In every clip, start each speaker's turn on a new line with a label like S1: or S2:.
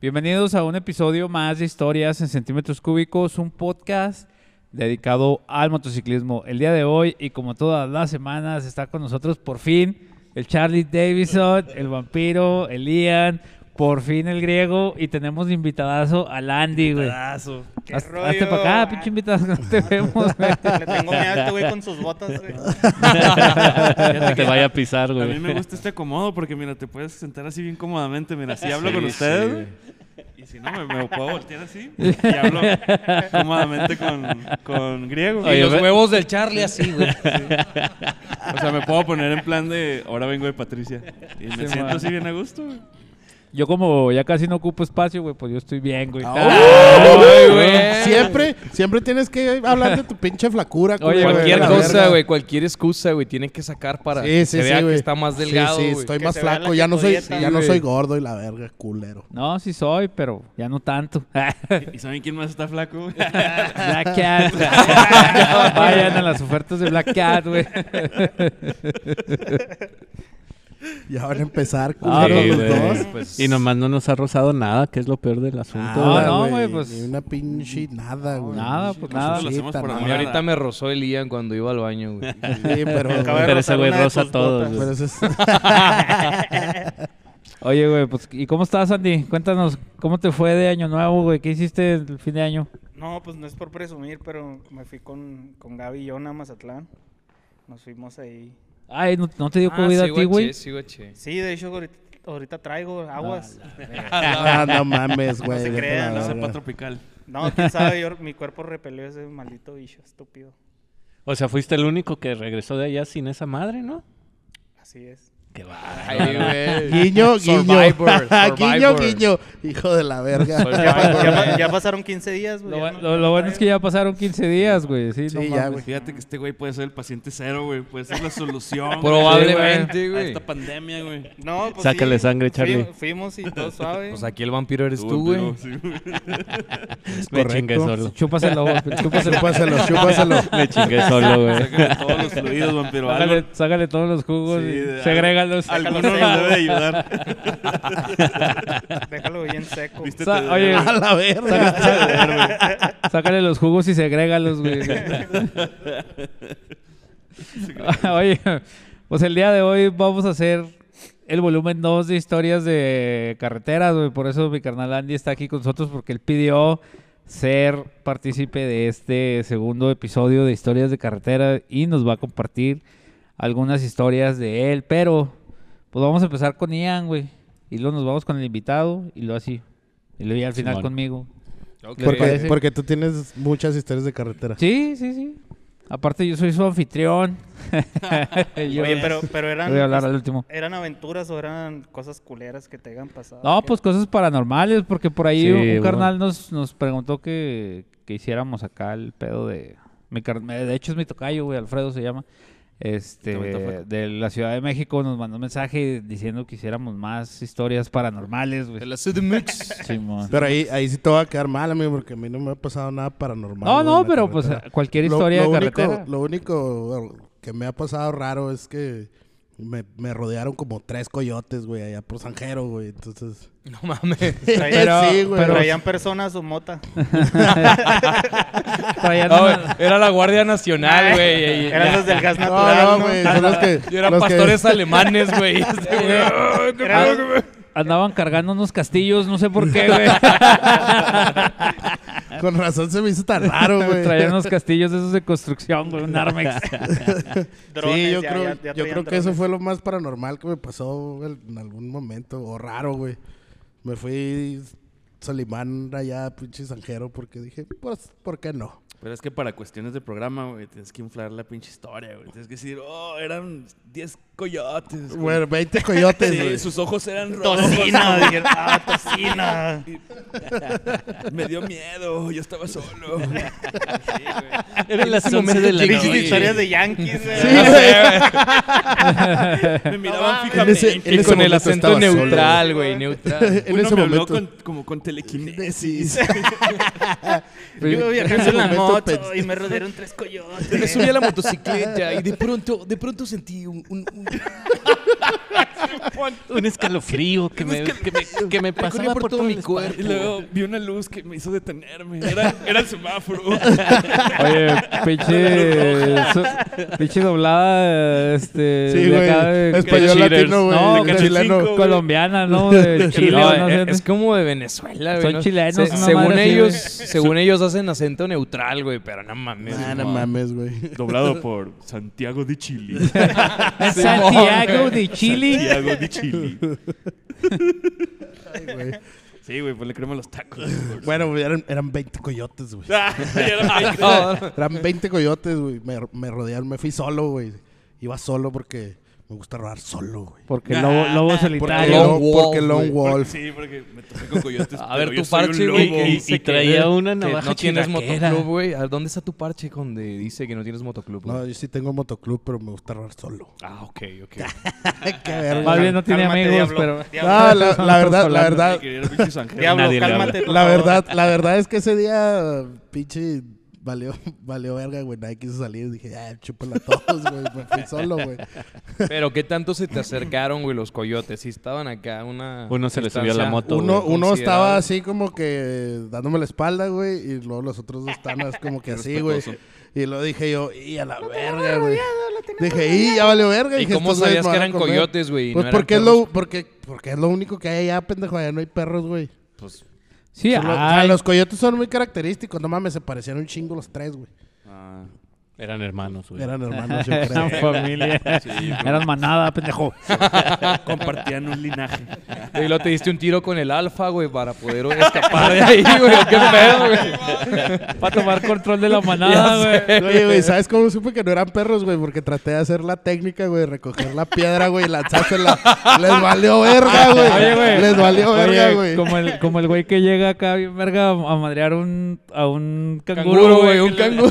S1: Bienvenidos a un episodio más de Historias en Centímetros Cúbicos, un podcast dedicado al motociclismo. El día de hoy y como todas las semanas está con nosotros por fin el Charlie Davison, el vampiro, el Ian, por fin el griego y tenemos de invitadazo al Andy, güey.
S2: Pedazo.
S3: ¿Qué
S1: Haz-
S3: rollo?
S1: Hazte para acá,
S3: Ah,
S1: pinche invitadazo, no te vemos, güey.
S3: Le tengo miedo a este güey con sus botas, güey.
S2: Fíjate
S4: No te
S2: que
S4: vaya a pisar,
S2: A
S4: güey.
S2: mí me gusta este acomodo porque, mira, te puedes sentar así bien cómodamente. Mira, si hablo
S4: Sí,
S2: con
S4: sí,
S2: ustedes.
S4: güey.
S2: y si no, me, me puedo voltear así. Y hablo cómodamente con, con griego.
S4: Oye,
S5: y los
S4: ve-
S5: huevos del Charlie así, güey.
S2: O sea, me puedo poner en plan de ahora vengo de Patricia. Y me
S1: Sí,
S2: siento
S1: man.
S2: así bien a gusto, güey.
S1: Yo como ya casi no ocupo espacio, güey, pues yo estoy bien, güey.
S5: Ay, Ah, güey.
S6: Siempre, siempre tienes que hablar de tu pinche flacura.
S1: Oye,
S6: culero,
S1: güey,
S5: Cualquier
S6: la
S5: cosa,
S6: verga.
S5: güey, cualquier excusa, güey, tienen que sacar para
S6: Sí, sí,
S5: que se
S6: sí,
S5: vea que
S6: güey.
S5: está más
S6: Sí,
S5: delgado,
S6: Sí,
S5: güey.
S6: estoy
S3: Que
S6: más
S3: se vea la
S6: flaco, ya no soy,
S3: keto dieta.
S6: ya no
S5: Sí,
S6: soy
S5: güey.
S6: gordo y la verga, culero.
S1: No, sí soy, pero ya no tanto.
S2: ¿Y saben quién más está flaco? güey?
S1: Black Cat. Vayan a las ofertas de Black Cat, güey.
S6: Ya van a empezar,
S1: Ah,
S6: culero,
S1: sí,
S6: los
S4: güey.
S6: dos.
S5: Pues,
S4: Y nomás no nos ha rozado nada, que es lo peor del asunto.
S1: Ah,
S4: güey.
S1: no, güey, pues-
S6: Ni una pinche nada, güey.
S1: Nada, pues nada.
S2: lo hacemos por
S6: nada.
S5: a mí ahorita me rozó el Ian cuando iba al baño, güey.
S6: Sí, pero...
S3: Acaba de
S4: Pero ese
S3: rozar
S4: güey
S3: una de
S4: roza
S3: tus botas.
S4: todos, güey.
S6: pero eso es-
S1: Oye, güey, pues, ¿y cómo estás, Andy? Cuéntanos, ¿cómo te fue de año nuevo, güey? ¿Qué hiciste el fin de año?
S3: No, pues no es por presumir, pero me fui con, con Gaby y yo a Mazatlán. Nos fuimos ahí.
S1: Ay, ¿no, no te
S5: Ah,
S1: dio COVID a ti, güey?
S5: Sí, guache.
S3: Sí, de hecho, ahorita, ahorita traigo aguas.
S6: Ah, no mames, güey.
S3: se
S6: vete a
S3: crean,
S4: Ah,
S6: la
S3: no se
S6: verga.
S2: Cepa tropical.
S3: No, quién sabe, yo- mi cuerpo repelió ese maldito bicho, estúpido.
S4: O sea, fuiste el único que regresó de allá sin esa madre, ¿no?
S3: Así es.
S4: Qué va.
S5: Ay, güey.
S6: Guiño, guiño.
S5: Survivor,
S6: guiño,
S5: Survivor.
S6: guiño. Hijo de la verga.
S3: Ya,
S5: Survivor.
S3: pa- ya pa- ya pasaron 15 días, güey.
S1: Pues Lo,
S3: ya
S1: bu-
S3: no-
S1: lo- lo bueno es que ya pasaron 15 días, güey. Sí, no
S6: Sí, ya,
S3: Ah,
S1: mames.
S6: güey.
S2: Fíjate que este güey puede ser el paciente cero, güey. Puede ser la solución. güey,
S5: Probablemente,
S2: a
S5: güey.
S2: esta pandemia, güey.
S3: No, pues
S4: Sácale
S3: sí,
S4: sangre, Charlie.
S3: fui- fuimos y todo suave.
S5: Pues aquí el vampiro eres tú, güey.
S2: Sí, güey.
S4: Me chingué solo.
S1: Chúpaselo, güey, chúpaselo.
S6: Chúpaselo, chúpaselo.
S4: Me chingué solo, güey.
S2: Sácale todos los fluidos, vampiro. algo-
S1: Sácale, sácale todos los jugos
S2: Sí,
S1: y
S2: de-
S1: segrégalos.
S2: Alguno nos debe de ayudar.
S3: Déjalo bien seco.
S2: Viste,
S1: Sa-
S2: te-
S1: oye,
S6: A la verga.
S1: Sácale los jugos y segrégalos, güey. Oye, pues el día de hoy vamos a hacer el volumen 2 de historias de carreteras, güey. Por eso mi carnal Andy está aquí con nosotros, porque él pidió ser partícipe de este segundo episodio de historias de carretera y nos va a compartir algunas historias de él. Pero, pues vamos a empezar con Ian, güey. Y luego nos vamos con el invitado y luego así. Y luego ya al final
S4: Simón.
S1: conmigo.
S5: Ok.
S1: ¿Por qué?
S6: Porque,
S1: parece?
S6: porque tú tienes muchas historias de carretera.
S1: Sí, sí, sí. Aparte, yo soy su anfitrión. Yo
S3: Oye, pero, pero eran,
S1: Voy a hablar al último.
S3: eran aventuras o eran cosas culeras que te hayan pasado.
S1: No, pues cosas paranormales, porque por ahí
S4: Sí,
S1: un
S4: bueno.
S1: carnal nos, nos preguntó que, que hiciéramos acá el pedo de. Mi car- de hecho, es mi tocayo, güey, Alfredo se llama. Este,
S2: Ahorita fue.
S1: de la Ciudad de México nos mandó un mensaje diciendo que hiciéramos más historias paranormales, güey.
S5: El acid mix.
S1: Simón.
S6: Pero ahí, ahí sí te va a quedar mal, amigo, porque a mí no me ha pasado nada paranormal.
S1: No,
S6: güey, en
S1: no,
S6: la
S1: pero pues
S6: carretera.
S1: cualquier historia de
S6: único-
S1: carretera.
S6: lo único bueno, que me ha pasado raro es que me, me rodearon como tres coyotes, güey, allá por Sanjero, güey. Entonces.
S5: No mames.
S3: Traían,
S6: sí, güey.
S1: pero-
S3: traían personas su mota.
S1: Traían
S5: No,
S1: una-
S5: "Ah, güey, era la Guardia
S6: Ah,
S5: Nacional, güey.
S3: Eran los del gas
S6: No,
S3: natural.
S6: no,
S3: ¿no?
S6: güey. Son los que.
S5: Y eran
S6: los que-
S5: pastores alemanes, güey. Este, güey. Ay, qué
S1: Ah,
S5: pedo, güey.
S1: Andaban cargando unos castillos, no sé por qué, güey.
S6: con razón se me hizo tan raro, güey.
S1: Traían unos castillos de esos de construcción, güey, un Armex.
S3: Drones,
S6: sí, yo
S3: ya-
S6: creo,
S3: ya- ya
S6: yo
S3: traían
S6: creo que eso
S3: drones.
S6: fue lo más paranormal que me pasó en en algún momento, o raro, güey. Me fui Solimán allá, pinche Sanjero, porque dije, pues, ¿por qué no?
S2: Pero es que para cuestiones de programa, güey, tienes que inflar la pinche historia, güey. Tienes que decir, oh, eran 10 coyotes. güey".
S6: Bueno, 20 coyotes,
S2: Sí,
S6: güey.
S2: sus ojos eran rojos.
S3: Tocina, dijeron, ah, tocina.
S2: Me dio miedo, yo estaba solo.
S4: Eran las 11 de la
S3: Pinches historias
S4: noche.
S3: de yankees, güey.
S6: Sí, güey.
S2: Me miraban
S6: En ese-
S2: fijamente.
S6: en
S5: Y
S6: ese
S5: con el
S6: momento
S5: acento
S6: estaba solo,
S5: neutral, güey, neutral.
S6: En
S2: Uno
S6: ese
S2: me
S6: momento.
S2: habló con- como con telequinesis.
S6: Sí,
S3: Yo iba viajando en la
S6: momento
S3: moto
S6: pensé-
S3: y me rodearon tres coyotes.
S5: subí a la motocicleta y de pronto, de pronto sentí un, un- un-
S4: Un escalofrío que me, que me, que me pasaba por, todo mi cuerpo.
S2: Y luego vi una luz que me hizo detenerme. Era, era el semáforo.
S1: Oye, pinche. so- pinche doblada. Este.
S6: Sí,
S1: de
S6: güey.
S1: acá de-
S6: Español
S5: cheaters.
S6: latino, güey.
S1: No,
S6: de
S1: que
S6: chileno.
S2: cinco.
S1: colombiana, ¿no? De Chile,
S5: No,
S1: no
S5: eh,
S1: sé.
S5: es como de Venezuela, güey.
S1: Son
S5: ¿no?
S1: chilenos,
S5: Se-
S1: una
S5: según
S1: madre así,
S5: ellos,
S1: güey.
S5: según ellos hacen acento neutral, güey, pero no mames.
S6: Nah, no
S5: güey.
S6: mames, güey.
S2: Doblado por Santiago de Chile.
S1: Es Santiago de Chile.
S2: Santiago de Chile.
S6: Ay, güey.
S2: Sí, güey, ponle crema a los tacos.
S6: Bueno, güey, eran, eran 20 coyotes, güey.
S2: Ah, ya no-
S5: ah.
S6: Eran 20 coyotes, güey. Me, me rodearon, me fui solo, güey. Iba solo porque me gusta rodar solo, güey.
S1: Porque lobo, lobo
S6: Porque,
S1: solitario.
S6: Lone
S5: Lone Wolf,
S6: porque Lone
S5: güey.
S6: Wolf.
S2: Sí, porque me topé con coyotes.
S5: A
S2: pero
S5: ver,
S2: yo
S5: tu
S2: soy un
S5: parche,
S2: lobo.
S5: güey.
S4: Y- y- y traía una
S5: que
S4: navaja
S5: No tienes
S4: chiraquera.
S5: motoclub, güey. ¿A ¿Dónde está tu parche donde dice que no tienes motoclub? güey?
S6: No, yo sí tengo motoclub, pero me gusta rodar solo.
S5: Ah, ok, ok.
S6: Qué verga.
S1: Más bien no tiene
S3: Cálmate,
S1: amigos,
S3: diablo.
S1: pero.
S3: Diablo,
S6: Ah, la, la verdad, la
S2: Y
S6: verdad,
S2: quería ir a pinches Ángeles.
S3: Diablo,
S4: nadie le habla.
S3: cálmate. por
S6: la
S3: favor.
S6: verdad, la verdad es que ese día, pinche, valió, valió verga, güey. Nadie quiso salir. Dije, ah, chúpala a todos, güey. Me fui solo, güey.
S5: Pero ¿qué tanto se te acercaron, güey, los coyotes? Si estaban acá una
S4: Uno se le subió a la
S5: distancia
S4: moto,
S6: Uno, uno
S5: considerable.
S6: estaba así como que dándome la espalda, güey, y luego los otros dos estaban así como que así, güey. Y luego dije yo, y a la verga, güey. Dije, y ya valió verga.
S5: ¿Y
S6: dije,
S5: cómo
S6: estos güeyes
S5: sabías
S6: me
S5: que
S6: van a
S5: eran
S6: comer.
S5: coyotes, güey, y
S6: Pues
S5: no eran
S6: porque, es
S5: perros?
S6: lo, porque, porque es lo único que hay allá, pendejo, allá no hay perros, güey.
S1: Sí,
S6: Solo- o sea,
S1: ay,
S6: los coyotes son muy característicos, no mames, se parecían un chingo los tres, güey.
S2: Ah,
S4: Eran hermanos,
S5: Pues,
S4: güey.
S6: Eran hermanos, yo creo.
S1: eran familia. Eran manada, pendejo.
S2: compartían un linaje.
S5: Y luego te diste un tiro con el alfa, güey, para poder escapar de ahí, güey. ¿Qué pedo, güey?
S1: Para tomar control de la
S5: Ya
S1: manada,
S5: sé.
S1: güey.
S6: Oye, güey, ¿sabes cómo supe que no eran perros, güey? Porque traté de hacer la técnica, güey, de recoger la piedra, güey, y lanzársela. Les valió verga, güey.
S1: Ah, Oye, güey.
S6: Les valió
S1: Oye,
S6: verga, güey.
S1: Como el, como el güey que llega acá, bien verga, a madrear un, a un
S5: Canguro,
S1: canguro,
S5: güey,
S1: güey.
S5: un
S1: que le-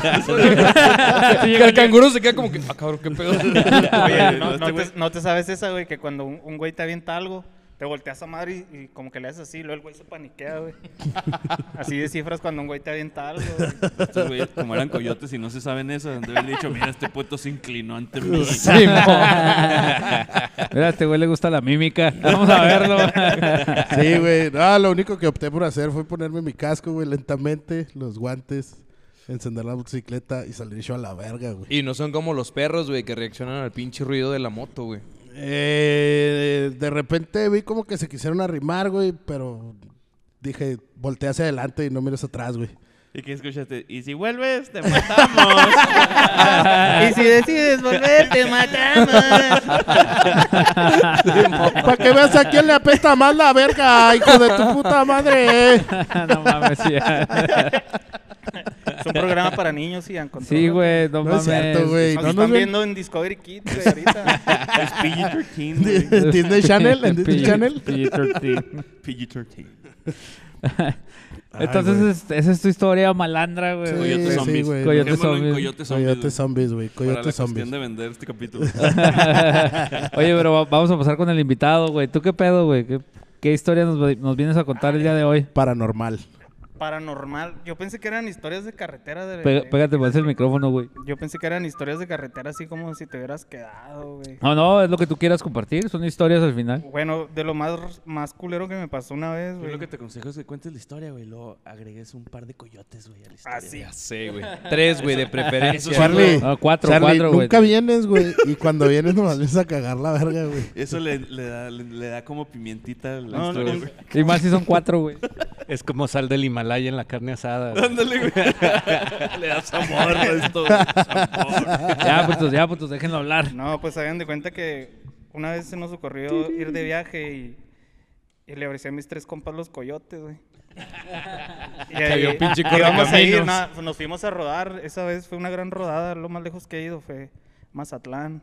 S5: canguro.
S1: Sí,
S5: Que
S1: llega
S5: el
S1: acá.
S5: canguro se queda como que, ah, cabrón, qué pedo.
S3: Oye,
S2: No,
S3: no, no
S2: este
S3: te, no te sabes esa, güey, que cuando un, un güey te avienta algo, te volteas a madre y, y como que le haces así, luego el güey se paniquea, güey. Así descifras cuando un güey te avienta algo. güey.
S2: Estos güeyes, como eran coyotes y no se saben eso, han de haber dicho, mira, este puesto se inclinó ante mí.
S1: Mira, a este güey le gusta la mímica. Vamos a verlo.
S6: Sí, güey. No, lo único que opté por hacer fue ponerme mi casco, güey, lentamente, los guantes, encender la bicicleta y salir yo a la verga, güey.
S5: Y no son como los perros, güey, que reaccionan al pinche ruido de la moto, güey.
S6: Eh, de repente vi como que se quisieron arrimar, güey, pero dije, voltea hacia adelante y no mires atrás, güey.
S2: ¿Y qué escuchaste? Y si vuelves, te matamos.
S3: y si decides volver, te matamos.
S6: Para que veas a quién le apesta más la verga, hijo de tu puta madre.
S1: no mames, sí.
S3: Es un programa para niños, Ian.
S1: Sí, güey,
S3: contrólate.
S1: no,
S6: No
S1: mames.
S6: es cierto, güey.
S3: Nos
S6: No
S3: están
S6: nos ven
S3: viendo en Discovery Kids, güey, ahorita.
S2: Es PG-13, güey.
S6: en Disney Channel, en Disney
S1: P-
S6: Channel.
S1: PG-13.
S2: PG-13.
S1: Entonces,
S6: güey.
S1: es- esa es tu historia malandra, güey. pues.
S6: Sí,
S2: Coyotes
S6: sí,
S2: zombies.
S6: güey.
S1: Coyotes
S2: Dejémoslo en
S1: zombies.
S2: Coyotes zombies.
S6: Coyotes
S2: güey,
S6: zombies, güey.
S2: Para la
S6: Coyotes zombies.
S2: cuestión de vender este capítulo.
S1: Oye, pero va- vamos a pasar con el invitado, güey. ¿Tú qué pedo, güey? ¿Qué, qué historia nos, va- nos vienes a contar el día de hoy?
S6: Paranormal.
S3: Paranormal. Yo pensé que eran historias de carretera. De,
S1: Pe- pégate, parece el micrófono, güey.
S3: Yo pensé que eran historias de carretera, así como si te hubieras quedado, güey.
S1: No, no, es lo que tú quieras compartir. Son historias al final.
S3: Bueno, de lo más, más culero que me pasó una vez,
S2: Yo
S3: güey.
S2: lo que te aconsejo es que cuentes la historia, güey. Luego agregues un par de coyotes, güey, a la historia.
S3: Así.
S5: Sí, güey. Tres, güey, de preferencia.
S6: Charlie,
S1: Ah, cuatro,
S6: Charlie,
S1: cuatro, güey.
S6: nunca vienes, güey. Y cuando vienes nomás vienes a cagar la verga, güey.
S2: Eso le, le da, le, le da como pimientita a la
S3: No,
S2: historia,
S3: no,
S2: güey.
S1: Y más si son cuatro, güey.
S4: Es como sal del Himalaya en la carne asada. güey.
S2: Ándale, güey. le das amor a esto, güey. Amor.
S1: Ya, putos, ya, putos, déjenlo hablar.
S3: No, pues hagan de cuenta que una vez se nos ocurrió ir de viaje y, y le abracé a mis tres compas los coyotes, güey. Y ahí-
S5: había un pinche
S3: y íbamos a ir,
S5: correcaminos.
S3: na- nos fuimos a rodar. Esa vez fue una gran rodada, lo más lejos que he ido fue Mazatlán.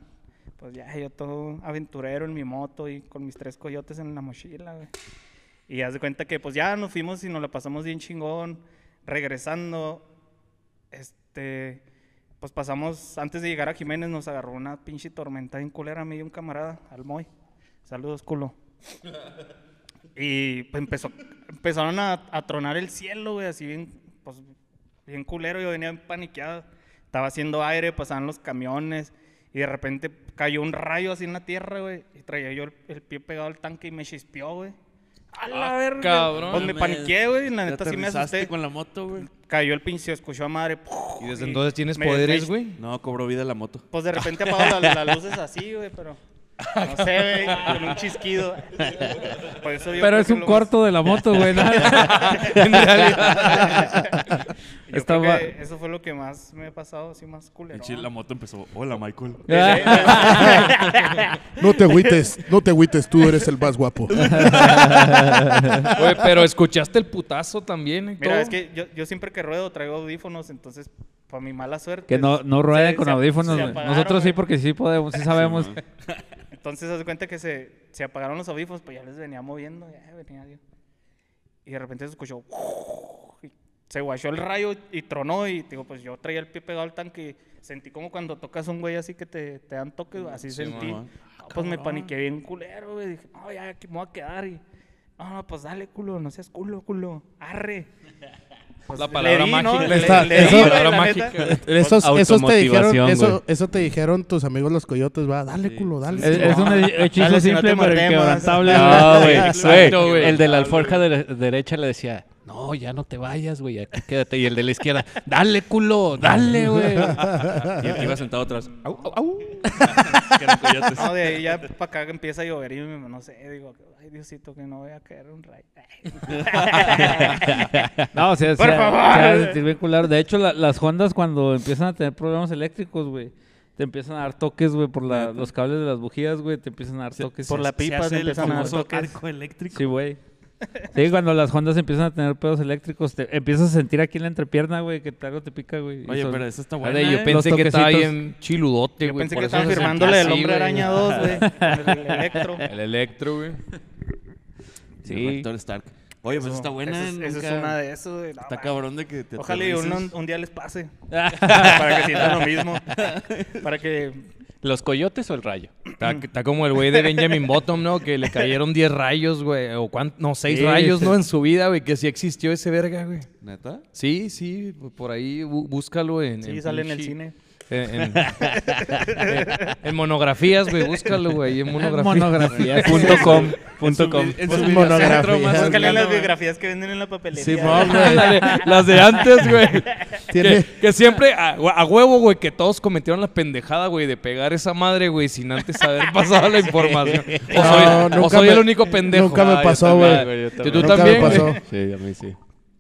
S3: Pues ya, yo todo aventurero en mi moto y con mis tres coyotes en la mochila, güey. Y haz de cuenta que pues ya nos fuimos y nos la pasamos bien chingón. Regresando, este, pues pasamos, antes de llegar a Jiménez nos agarró una pinche tormenta en culera a mí y un camarada, al Moy. Saludos, culo. Y pues empezó, empezaron a, a tronar el cielo, güey, así bien, pues, bien culero. Yo venía bien paniqueado. Estaba haciendo aire, pasaban los camiones. Y de repente cayó un rayo así en la tierra, güey. Y traía yo el, el pie pegado al tanque y me chispeó, güey. A la
S5: Ah,
S3: verga.
S5: cabrón.
S3: Pues me paniqué, güey. La neta sí me asusté.
S2: con la moto, güey?
S3: Cayó el pinche, escuchó a madre.
S5: Y desde Pues entonces tienes
S3: me-
S5: poderes,
S3: me-
S5: güey.
S2: No, cobró vida la moto.
S3: Pues de repente apagó la- las luces así, güey, pero. No sé, güey, con un chisquido. Por eso yo
S1: Pero
S3: creo
S1: es
S3: que
S1: un
S3: lo-
S1: corto de la moto, güey. nada.
S3: yo
S1: Está
S3: creo
S1: ma-
S3: que eso fue lo que más me ha pasado, así más culero.
S2: Pinche, la moto empezó. Hola, Michael.
S6: No te agüites, no te agüites, tú eres el más guapo.
S5: Güey, pero escuchaste el putazo también, Héctor.
S3: Mira, es que yo, yo siempre que ruedo traigo audífonos, entonces, para mi mala suerte.
S1: Que no, no
S3: se-
S1: rueden con
S3: se-
S1: audífonos,
S3: se
S1: güey.
S3: apagaron,
S1: Nosotros sí,
S3: güey.
S1: porque sí podemos, sí sabemos.
S3: Entonces, haz de cuenta que se, se apagaron los audífonos, pues ya les venía moviendo, ya venía yo. Y de repente se escuchó. y se guachó el rayo y tronó. Y digo, pues yo traía el pie pegado al tanque. Y sentí como cuando tocas un güey así que te, te dan toque, güey, así sentí.
S2: mamá.
S3: No, pues me paniqué bien culero, güey. Dije, no, ya aquí me voy a quedar. Y, no, no, pues dale, culo, no seas culo, culo. Arre. Pues,
S5: La
S3: le
S5: palabra
S3: di, ¿no?
S5: mágica.
S3: Le-
S6: Está-
S3: le di,
S6: eso-
S3: güey,
S5: palabra
S3: la
S5: mágica.
S3: neta.
S6: Esos, esos te dijeron,
S4: Automotivación,
S6: eso,
S4: güey.
S6: eso te dijeron tus amigos los coyotes, va, dale culo, dale.
S1: es, es un hechizo
S3: Dale, si no
S1: simple, pero
S3: te mordemos.
S1: inquebrantable.
S4: No, güey.
S5: Exacto, güey.
S4: güey. El de la alforja de la derecha le decía, no, ya no te vayas, güey, aquí quédate. Y el de la izquierda, dale, culo, dale, güey.
S2: Y el que iba sentado atrás. Au, au,
S3: No, de ahí ya para acá empieza a llover y me- no sé, digo, ay Diosito, que no voy a caer un rayo.
S1: No, o sea,
S3: Por
S1: se ha-
S3: favor.
S1: se ha de sentir bien culero. De hecho, la- las Hondas cuando empiezan a tener problemas eléctricos, güey, te empiezan a dar toques, güey, por la- los cables de las bujías, güey, te empiezan a dar toques.
S3: por la pipa se
S2: el
S3: empiezan a dar
S2: famoso
S3: toques.
S2: arco eléctrico.
S1: Sí, güey. Sí, cuando las Hondas empiezan a tener pedos eléctricos, te empiezas a sentir aquí en la entrepierna, güey, que algo te pica, güey. y
S2: Oye,
S1: son-
S2: pero eso está bueno.
S5: Vale, yo pensé
S1: Los
S5: que estaba
S1: toquecitos.
S5: bien chiludote, güey.
S3: Yo pensé
S5: por
S3: que
S5: eso
S3: estaban
S5: se sentía
S3: firmándole el
S5: así,
S3: Hombre
S5: güey.
S3: Araña 2, güey, con el Electro.
S2: Pues
S5: El electro, güey.
S2: Sí. Reactor ¿eh? Stark. Oye, pues está buena.
S3: Esa es, esa es
S2: nunca-
S3: una de esas, güey. No,
S2: Está
S3: man.
S2: cabrón de que te
S3: Ojalá y
S2: aterrices.
S3: uno- un día les pase. para que sientan lo mismo. Para que.
S4: ¿Los coyotes o el rayo?
S5: Está, está como el güey de Benjamin Bottom, ¿no? Que le cayeron 10 rayos, güey. O cuánto, no, 6
S1: Sí,
S5: rayos,
S1: sí.
S5: ¿no? En su vida, güey. Que sí existió ese verga, güey.
S2: ¿Neta?
S5: Sí, sí. Por ahí bú- búscalo en...
S3: Sí, sale en el
S5: pinche-
S3: cine.
S5: En, en- en- en monografías, güey. Búscalo, güey. En monografías.
S1: Monografías.
S4: Punto com, punto com.
S6: Pues, monografía.
S3: Búscale en las biografías que venden en la papelería.
S5: Simón, güey. la de- Las de antes, güey. Que,
S6: Tiene-
S5: que siempre, a, a huevo, güey, que todos cometieron la pendejada, güey, de pegar esa madre, güey, sin antes haber pasado la información. O soy,
S6: No,
S5: o
S6: nunca
S5: soy
S6: me-
S5: el único pendejo.
S6: nunca me
S5: Ah,
S6: pasó,
S5: también,
S6: güey.
S5: ¿Y tú
S6: Nunca me
S5: también? güey?
S6: pasó.
S4: Sí, a mí sí.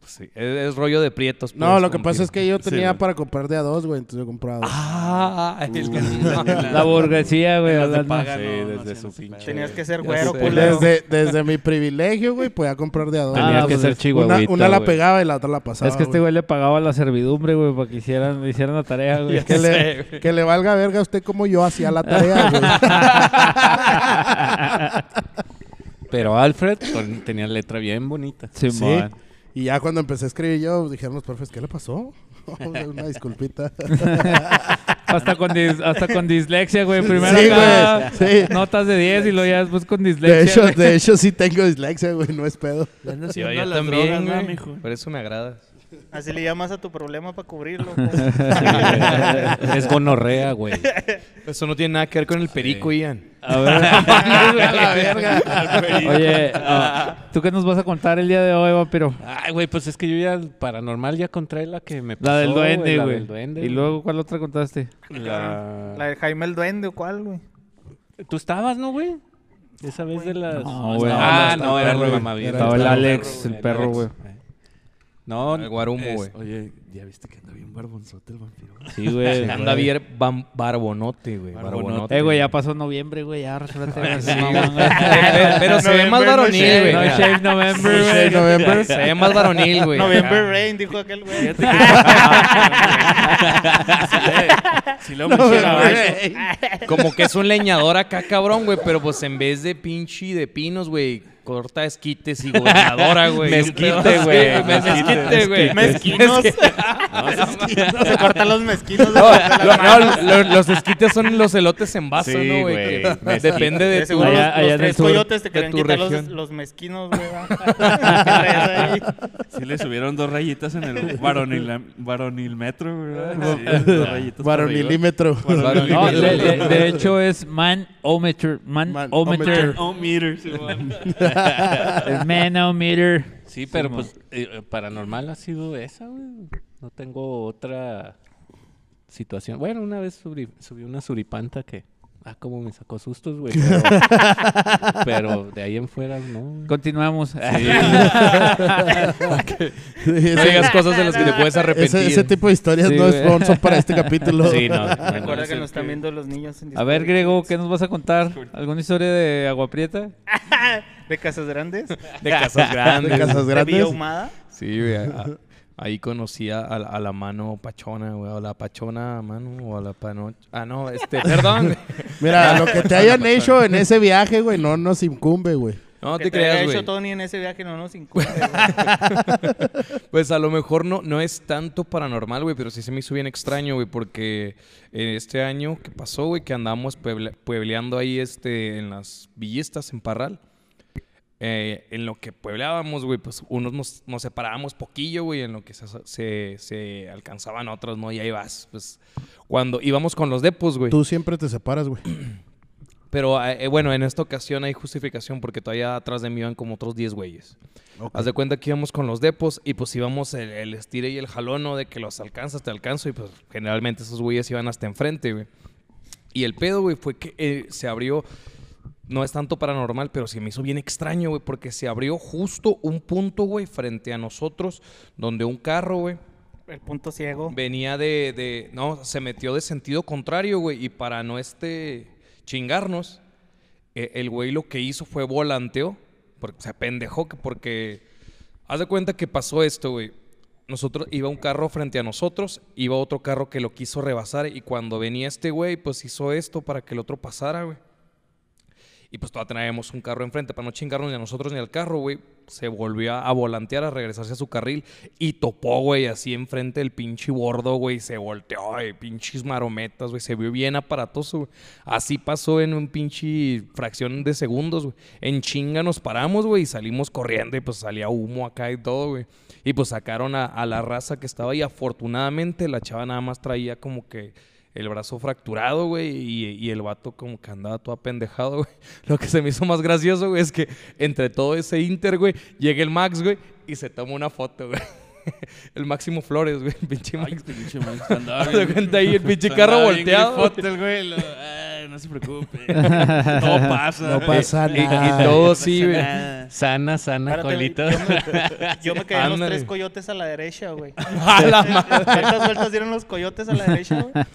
S5: Sí, es, es rollo de prietos. pues,
S6: No, lo que
S5: como
S6: pasa es que yo
S2: Sí,
S6: tenía
S2: güey.
S6: para comprar de a dos, güey, entonces yo compraba dos.
S5: Ah, el que-
S1: La burguesía, güey. hablando.
S2: paga,
S4: Sí,
S2: no, no
S4: desde
S2: hacían
S4: su
S2: ese
S4: pinche-
S2: pedo.
S3: Tenías que ser
S5: Ya
S3: güero,
S5: sé.
S3: culero.
S6: Pues desde, desde mi privilegio, güey, podía comprar de a dos.
S1: Tenía
S6: Ah,
S1: que
S6: pues,
S1: ser
S6: una- Una,
S4: chihuahuita,
S6: la
S4: güey.
S6: pegaba y la otra la pasaba.
S1: es que este
S6: güey.
S1: güey le pagaba la servidumbre, güey, para que hicieran, hicieran la tarea, güey.
S6: Que le, que le valga verga a usted como yo hacía la tarea, güey.
S4: Pero Alfred con- tenía letra bien bonita.
S6: Sí.
S1: Simón.
S6: Y ya cuando empecé a escribir yo, dijeron los profes, ¿qué le pasó? Una disculpita.
S1: Hasta con, dis- hasta con dislexia, güey. Primero
S6: Sí,
S1: acá,
S6: güey, sí.
S1: notas de 10 y luego ya después con dislexia.
S6: De hecho,
S1: güey.
S6: de hecho sí tengo dislexia, güey, no es pedo.
S5: Sí,
S2: haciendo
S5: yo
S2: las drogas,
S5: también,
S2: ¿no,
S5: güey.
S2: mijo?
S5: Por eso me agrada.
S3: Así le llamas a tu problema para cubrirlo.
S4: Sí, güey. es gonorrea, güey.
S5: Eso no tiene nada que ver con el perico, Ian.
S1: A ver.
S5: la verga.
S1: Oye, ah, ¿tú qué nos vas a contar el día de hoy, vampiro?
S4: Ay, güey, pues es que yo ya paranormal ya encontré la que me pasó.
S1: La del duende,
S4: La
S1: güey.
S4: del duende.
S1: Y luego, ¿cuál otra contaste?
S4: La-
S3: La de Jaime el Duende o cuál, güey.
S4: ¿Tú estabas, no, güey? Esa vez de las...
S1: No, güey.
S4: Ah,
S5: No,
S4: no, era
S5: estaba,
S4: la
S5: güey.
S4: mamá bien.
S1: Estaba el Alex, el perro, güey.
S4: No,
S5: El guarumo,
S4: es-
S5: güey.
S2: Oye, ¿ya viste que anda bien barbonzote el vampiro?
S1: Sí, güey.
S5: Anda bien bam- barbonote, güey.
S2: Barbonote.
S5: Barbonote.
S1: Eh, güey, ya pasó noviembre, güey. Ya, resuélvete. güey. Mamón, güey.
S5: Pero, pero se ve más
S3: November,
S5: varonil,
S3: no
S5: güey.
S1: No
S5: Mira,
S1: shave November,
S6: No
S1: güey.
S6: shave November.
S5: Se ve más varonil, güey. Ah.
S3: November Rain, dijo aquel güey.
S2: Si lo no,
S5: Como que es un leñador acá, cabrón, güey. Pero pues en vez de pinche de pinos, güey, corta esquites y gobernadora, güey.
S4: Mezquite, güey.
S5: Mezquite, güey.
S7: Mezquinos. Se cortan los mezquinos. de la- de la
S5: No,
S7: mano.
S5: lo- lo- los esquites son los elotes en vaso,
S4: Sí,
S5: ¿no, güey?
S4: güey.
S5: Que Depende de tu...
S3: seguro
S1: Allá-
S3: los,
S1: allá
S3: los
S1: en el
S3: tres
S1: sur
S3: coyotes te
S5: de
S3: querían
S5: tu
S3: quitar los,
S5: región.
S3: los mezquinos, güey. ¿va? Que traes ahí.
S2: Sí le subieron dos rayitas en el varonil, varonilmetro, ¿verdad? Sí, dos rayitas para arriba.
S6: Varonilímetro.
S1: No, de, de- de hecho es man-ometer. Man-ometer.
S2: Oh, meter, sí, bueno.
S1: El manometer.
S4: Sí, pero
S1: Simón.
S4: pues eh, paranormal ha sido esa, güey. No tengo otra situación. Bueno, una vez subí, subí una suripanta que... Ah, cómo me sacó sustos, güey. Pero, pero de ahí en fuera, no. güey.
S1: Continuamos.
S5: No digas cosas de las que te puedes arrepentir.
S6: Ese, ese tipo de historias
S1: Sí,
S6: no es-
S1: güey.
S6: son para este capítulo.
S4: Sí, no. no, no.
S3: Recuerda que nos están viendo los niños en
S1: A ver,
S3: Discovery
S1: Grego,
S3: Kids.
S1: ¿qué nos vas a contar? ¿Alguna historia de Agua Prieta?
S3: ¿De Casas Grandes?
S5: De casas grandes.
S6: De casas
S3: ¿De Villa
S6: grandes.
S3: Ahumada?
S5: Sí, güey. a- Ahí conocí a, a la- a la mano pachona, güey. A la pachona mano o a la panocha. Ah, no, este, perdón. güey.
S6: Mira, lo que te hayan hecho en ese viaje, güey, no nos incumbe, güey.
S5: No
S3: Que
S5: te
S3: haya
S5: creas,
S3: hecho
S5: güey.
S3: Tony en ese viaje no nos incumbe, güey.
S5: Pues a lo mejor no, no es tanto paranormal, güey, pero sí se me hizo bien extraño, güey, porque eh, este año que pasó, güey, que andamos pueble- puebleando ahí este, en las villistas, en Parral. Eh, en lo que puebleábamos, güey, pues unos nos, nos separábamos poquillo, güey, en lo que se, se- se alcanzaban otros, ¿no? Y ahí vas, pues, cuando íbamos con los depos, güey.
S6: Tú siempre te separas, güey.
S5: Pero eh, bueno, en esta ocasión hay justificación porque todavía atrás de mí iban como otros 10 güeyes. Haz de cuenta que íbamos con los depos y pues íbamos el, el estire y el jalón, ¿no? De que los alcanzas, te alcanzo y pues generalmente esos güeyes iban hasta enfrente, güey. Y el pedo, güey, fue que eh, se abrió, no es tanto paranormal, pero se me hizo bien extraño, güey, porque se abrió justo un punto, güey, frente a nosotros, donde un carro, güey,
S3: El punto ciego.
S5: Venía de, de- No, se metió de sentido contrario, güey. Y para no este. chingarnos, eh, el güey lo que hizo fue volanteó. Porque se apendejó, que- porque. Haz de cuenta que pasó esto, güey. Nosotros, iba un carro frente a nosotros, iba otro carro que lo quiso rebasar. Y cuando venía este güey, pues hizo esto para que el otro pasara, güey. Y pues todavía traemos un carro enfrente para no chingarnos ni a nosotros ni al carro, güey. Se volvió a, a volantear, a regresarse a su carril y topó, güey, así enfrente del pinche bordo, güey. Se volteó, güey, pinches marometas, güey. Se vio bien aparatoso, güey. Así pasó en un pinche fracción de segundos, güey. En chinga nos paramos, güey, y salimos corriendo y pues salía humo acá y todo, güey. Y pues sacaron a, a la raza que estaba ahí. Afortunadamente la chava nada más traía como que el brazo fracturado, güey, y, y el vato como que andaba todo apendejado, güey. Lo que se me hizo más gracioso, güey, es que entre todo ese inter, güey, llega el Max, güey, y se toma una foto, güey. El Máximo Flores, güey, el pinche
S2: Ay,
S5: Max.
S2: pinche Max, andaba
S5: Haz de
S2: bien-
S5: cuenta ahí el pinche
S2: andaba
S5: carro
S2: bien
S5: volteado.
S2: grifote el güey, lo- ay, no se preocupe. Todo pasa.
S6: No pasa
S5: Y,
S6: nada.
S5: y todo sí, güey.
S4: Sana, sana,
S3: Espérate,
S4: colito.
S3: Yo me, yo me quedé en los
S5: Ándale.
S3: tres coyotes a la derecha, güey.
S5: A la madre.
S3: ¿Cuántas vueltas dieron los coyotes a la derecha, güey?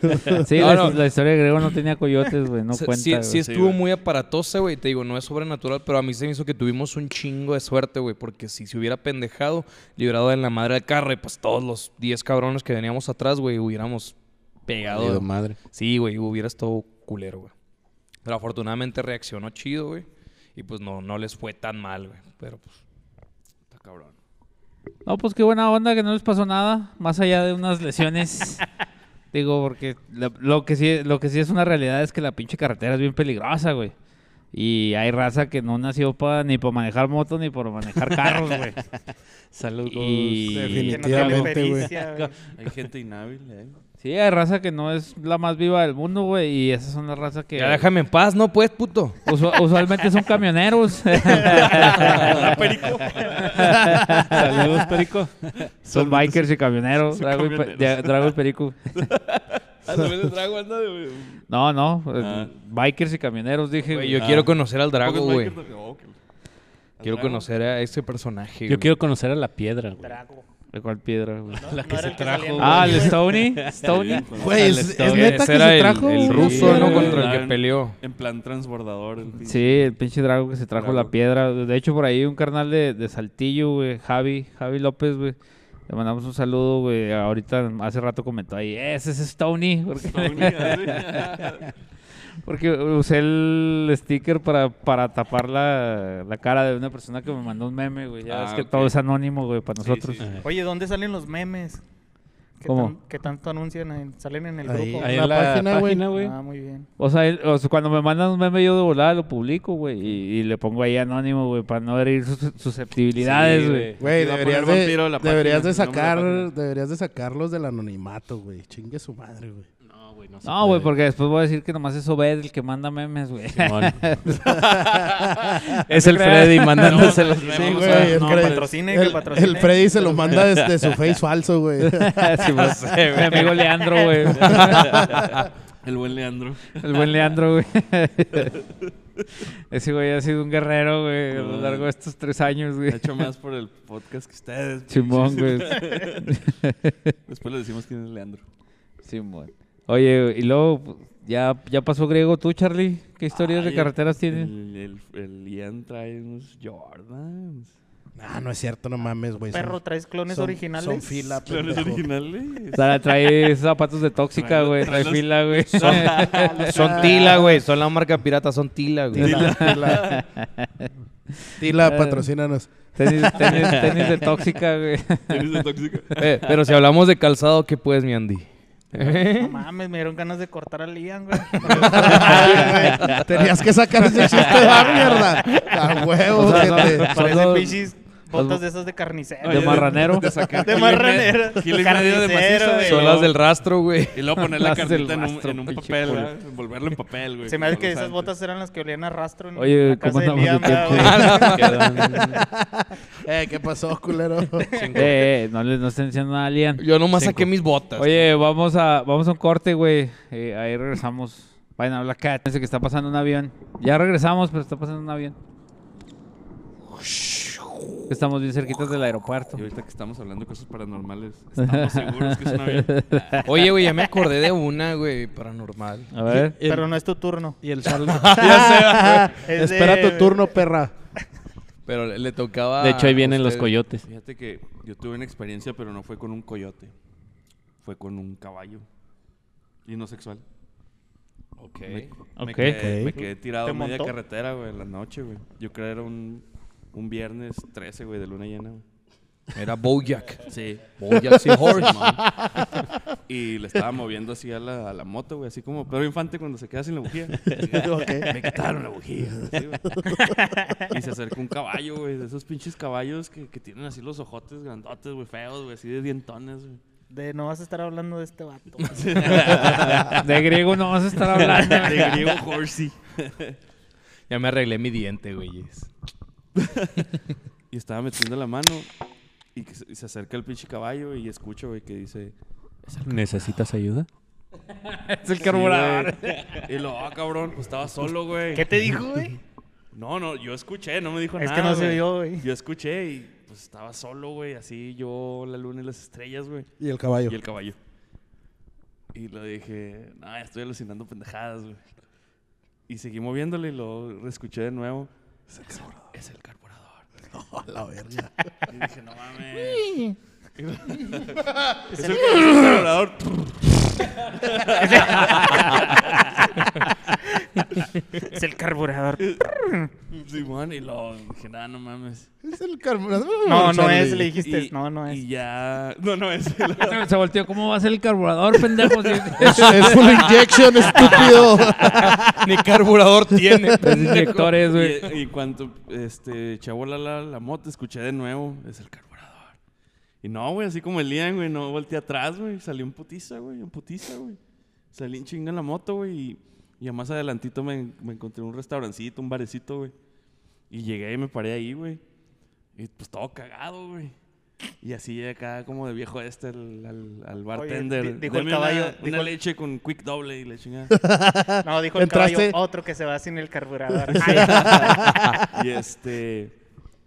S1: Sí,
S5: No,
S1: la,
S5: no.
S1: la historia de Grego no tenía coyotes, güey. No
S5: Se-
S1: cuenta.
S5: sí,
S1: güey.
S5: sí
S2: sí,
S5: estuvo
S2: güey.
S5: muy aparatosa, güey. Te digo, no es sobrenatural, pero a mí se me hizo que tuvimos un chingo de suerte, güey. Porque si se hubiera pendejado, librado en la madre del carro, y pues todos los 10 cabrones que veníamos atrás, güey, hubiéramos pegado.
S4: Valido madre.
S5: Sí, güey, hubiera estado culero, güey. Pero afortunadamente reaccionó chido, güey. Y pues no, no les fue tan mal, güey. Pero pues, está cabrón.
S1: No, pues qué buena onda que no les pasó nada, más allá de unas lesiones. Digo, porque la- lo, que sí, lo que sí es una realidad es que la pinche carretera es bien peligrosa, güey. Y hay raza que no nació pa- ni para manejar moto ni para manejar carros, güey.
S4: Saludos.
S1: Y-
S3: Que no tiene
S6: Definitivamente, güey.
S3: pericia, güey.
S2: Hay gente inhábil, ¿eh?
S1: Sí, hay raza que no es la más viva del mundo, güey. Y esas son las razas que
S5: Ya déjame en paz, ¿no? Pues, puto.
S1: usu- usualmente son camioneros.
S4: Saludos, Perico.
S1: son bikers y camioneros.
S2: Son
S1: Drago, y pe-
S2: camioneros.
S1: de- Drago y perico.
S2: Ah, también el trago anda de...
S1: No, no. eh,
S2: Ah.
S1: Bikers y camioneros, dije.
S5: Güey,
S1: güey.
S5: yo
S2: Ah.
S5: quiero conocer al
S2: Pocos
S5: Drago, güey.
S2: bikers también. Oh, que- ¿Al
S5: Quiero
S2: Drago?
S5: conocer a ese personaje,
S4: Yo
S5: güey.
S4: quiero conocer a la piedra, güey.
S3: Drago.
S1: ¿De cuál piedra, güey?
S3: No, no era el que
S4: trajo,
S3: salía en
S1: Ah, el
S3: Tony, güey.
S1: Stony. Stony.
S2: Sí,
S6: Güey, es, es
S5: Ese
S6: neta que
S5: era
S6: se
S5: el-
S6: trajo.
S5: el,
S6: güey.
S5: ruso,
S2: Sí,
S5: ¿no?
S2: güey.
S5: Contra el que
S2: Ah,
S5: peleó.
S2: En plan transbordador. el pinche.
S1: Sí, el pinche Drago que se trajo la
S5: Drago.
S1: piedra. De hecho, por ahí un carnal de, de Saltillo, güey, Javi, Javi López, güey. Le mandamos un saludo, güey. Ahorita, hace rato comentó ahí, ese es Stony. Porque, porque usé el sticker para, para tapar la, la cara de una persona que me mandó un meme, güey. Ya
S5: Ah,
S1: es que
S5: ok.
S1: todo es anónimo, güey, para
S2: Sí,
S1: nosotros.
S2: sí, sí.
S3: Oye, ¿dónde salen los memes? ¿Qué
S1: ¿Cómo?
S3: tan- ¿Qué tanto anuncian? en- ¿Salen en el
S6: Ahí,
S3: grupo?
S4: Ahí
S6: La
S4: en la
S6: página,
S4: página,
S6: güey.
S4: güey.
S3: Ah, muy bien.
S1: O sea, el- o sea, cuando me mandan un meme yo de volada lo publico, güey. Y, y le pongo ahí anónimo, güey, para no herir sus susceptibilidades,
S4: Sí,
S1: güey.
S6: Güey,
S2: Le va a
S6: deberías
S2: poner vampiro
S6: de,
S2: a la
S6: deberías
S2: página, el nombre de la
S6: de sacar,
S2: página.
S6: deberías de sacarlos del anonimato, güey. Chingue su madre, güey.
S4: No, güey, no sé.
S1: no, güey, porque después voy a decir que nomás es Obed el que manda memes, güey.
S4: es el Freddy mandándose los
S2: Sí,
S4: memes.
S2: güey,
S4: o sea,
S6: el
S3: no,
S6: Freddy-
S3: patrocine, que
S6: el,
S3: patrocine.
S6: el Freddy se lo manda desde su face falso, güey.
S1: Sí, pues, Mi amigo Leandro, güey.
S4: El buen Leandro.
S1: El buen Leandro, güey. Ese güey ha sido un guerrero, güey, a lo largo de estos tres años,
S2: He
S1: güey.
S2: hecho más por el podcast que ustedes.
S1: Chimón, güey.
S2: Después le decimos quién es Leandro.
S1: Simón. Oye, güey, y luego, pues, ya, ya pasó griego tú, Charlie. ¿Qué historias
S2: Ay, este,
S1: de carreteras tienes?
S2: El, el, el Ian trae unos Jordans.
S6: Ah, no es cierto, no mames, güey. son-
S3: Perro, ¿traes clones
S6: son-
S3: originales?
S6: Son fila,
S2: Clones
S6: pendejo.
S2: originales.
S1: Tra- Trae zapatos de tóxica,
S2: Trae-
S1: güey. Trae
S2: trae los-
S1: fila, güey.
S5: Son tila, güey. Son la marca pirata, son tila, güey.
S6: Tila, tila. Tila, patrocínanos.
S1: Tenis, tenis- tenis de tóxica, güey.
S2: Tenis de tóxica.
S5: Eh, pero si hablamos de calzado, ¿qué puedes, mi Andy?
S2: ¿Eh?
S3: No mames, me dieron ganas de cortar al Ian, güey.
S6: Tenías que sacar ese chiste, da mierda. A huevo,
S1: O sea, no,
S6: gente.
S1: no,
S3: Parecen
S1: los-
S3: pinches botas de esas de carnicero.
S1: De marranero.
S3: De marranero.
S2: Kilo y medio de
S3: Carnicero,
S2: maciza,
S3: güey.
S5: Son las del rastro, güey.
S2: Y luego poner la
S1: Las del
S2: carnita en un,
S1: rastro,
S2: en un
S1: pinche
S2: papel,
S1: culo.
S2: ¿verdad? envolverlo en papel, güey.
S3: Se me hace
S2: como
S3: que
S2: los
S3: esas
S2: antes.
S3: botas eran las que olían a rastro en
S1: Oye,
S3: la casa
S1: ¿cómo
S3: de
S1: andamos de
S3: Liam,
S1: tiempo?
S3: güey.
S6: Eh, ¿qué pasó, culero?
S1: Eh, eh, no le no estén diciendo nada, Lian.
S5: Yo nomás saqué mis botas.
S1: Oye, vamos a, vamos a un corte, güey. Eh, ahí regresamos. Vayan a hablar acá. Dice que está pasando un avión. Ya regresamos, pero está pasando un avión. Estamos bien cerquitas del aeropuerto.
S2: Y ahorita que estamos hablando de cosas paranormales, estamos seguros que es una avión.
S5: Oye, güey, ya me acordé de una, güey, paranormal.
S1: A ver.
S3: Pero no es tu turno.
S6: Y el Charlie.
S3: Es de-
S6: Espera tu turno, perra.
S5: Pero le, le tocaba.
S4: De hecho,
S1: Ah,
S4: ahí vienen
S5: a
S4: los
S5: usted-
S4: coyotes.
S2: Fíjate que yo tuve una experiencia, pero no fue con un coyote. Fue con un caballo. Y no sexual.
S5: Ok.
S1: Ok.
S2: Me quedé,
S6: Ok.
S2: me quedé tirado
S3: ¿Te
S2: en media
S3: montó?
S2: carretera, güey, en la noche, güey. Yo creo que era un, un viernes 13, güey, de luna llena, güey.
S5: Era Bojack.
S2: Sí.
S5: Bojack Horse.
S2: Y le estaba moviendo así a la, a la moto, güey, así como Pedro Infante cuando se queda sin la bujía. Me quitaron la bujía. así, güey. y se acercó un caballo, güey, de esos pinches caballos que, que tienen así los ojotes grandotes, güey, feos, güey, así de dientones, güey.
S3: De no vas a estar hablando de este vato.
S1: De griego no vas a estar hablando.
S2: De griego horsey.
S5: ya me arreglé mi diente, güey.
S2: Y estaba metiendo la mano y, que se, y se acerca el pinche caballo y escucho, güey, que dice...
S4: ¿Necesitas ayuda?
S1: Es el
S2: "Sí,
S1: carburador.
S2: güey". Y lo, ah, cabrón, pues estaba solo, güey.
S3: ¿Qué te dijo, güey?
S2: No, no, yo escuché, no me dijo
S3: Es
S2: nada.
S3: que no se
S2: güey.
S3: oyó, güey.
S2: Yo escuché y pues estaba solo, güey, así yo, la luna y las estrellas, güey.
S6: Y el caballo.
S2: Y el caballo. Y lo dije, no, ya estoy alucinando pendejadas, güey. Y seguí moviéndole y lo escuché de nuevo. Es el carburador. Es el carburador.
S6: A la verga.
S2: Y dije, no mames. es el carburador.
S3: Es el carburador.
S2: Simón, y lo dije, "Ah, no, no mames.
S6: Es el carburador.
S3: No, no
S6: Charlie.
S3: es, le dijiste.
S2: Y-
S3: No, no es.
S2: Y ya. No, no es.
S1: Se volteó. ¿Cómo va a ser el carburador, pendejo? Sí.
S6: Es, es full injection, estúpido.
S5: Ni carburador tiene.
S1: Los inyectores, güey.
S2: Y, y cuando este, chavo la, la, la moto, escuché de nuevo, es el carburador. Y no, güey, así como el Ian, güey, no volteé atrás, güey. Salí en putiza, güey, en putiza, güey. Salí en chinga en la moto, güey. Y, y ya más adelantito me, me encontré un restaurancito, un barecito, güey. Y llegué y me paré ahí, güey. Y pues todo cagado, güey. Y así llegué acá como de viejo este al, al, al bartender.
S3: di- dijo el
S2: Deme una-
S3: caballo,
S2: Una,
S3: dijo el-
S2: leche con quick doble y la chingada.
S3: No, dijo el
S6: Entraste-
S3: caballo. Otro que se va sin el carburador.
S2: y este.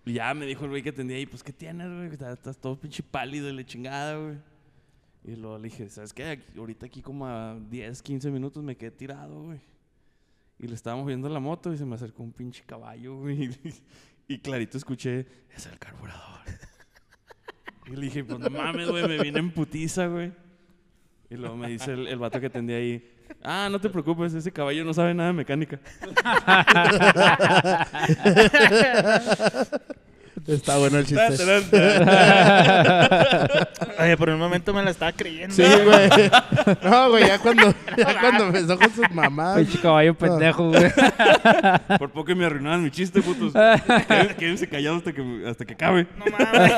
S2: Y ya me dijo el güey que atendía ahí, pues, ¿qué tienes, güey? Estás, estás todo pinche pálido y la chingada, güey. Y luego le dije, ¿sabes qué? Aquí- ahorita aquí como a 10, 15 minutos me quedé tirado, güey. Y le estábamos viendo la moto y se me acercó un pinche caballo, güey. Y clarito escuché, es el carburador. Y Y le dije, pues no mames, güey, me vine en putiza, güey. Y luego me dice el, el vato que atendía ahí, ah, no te preocupes, ese caballo no sabe nada de mecánica.
S6: Está bueno el chiste.
S3: Oye, por un momento me la estaba creyendo.
S6: Sí, güey. No, güey, ya cuando, ya cuando empezó con sus mamás.
S1: Pinche caballo pendejo, güey.
S2: Por poco me arruinaban mi chiste, putos. Quédense- Quédense callados hasta que, hasta que acabe.
S3: No mames.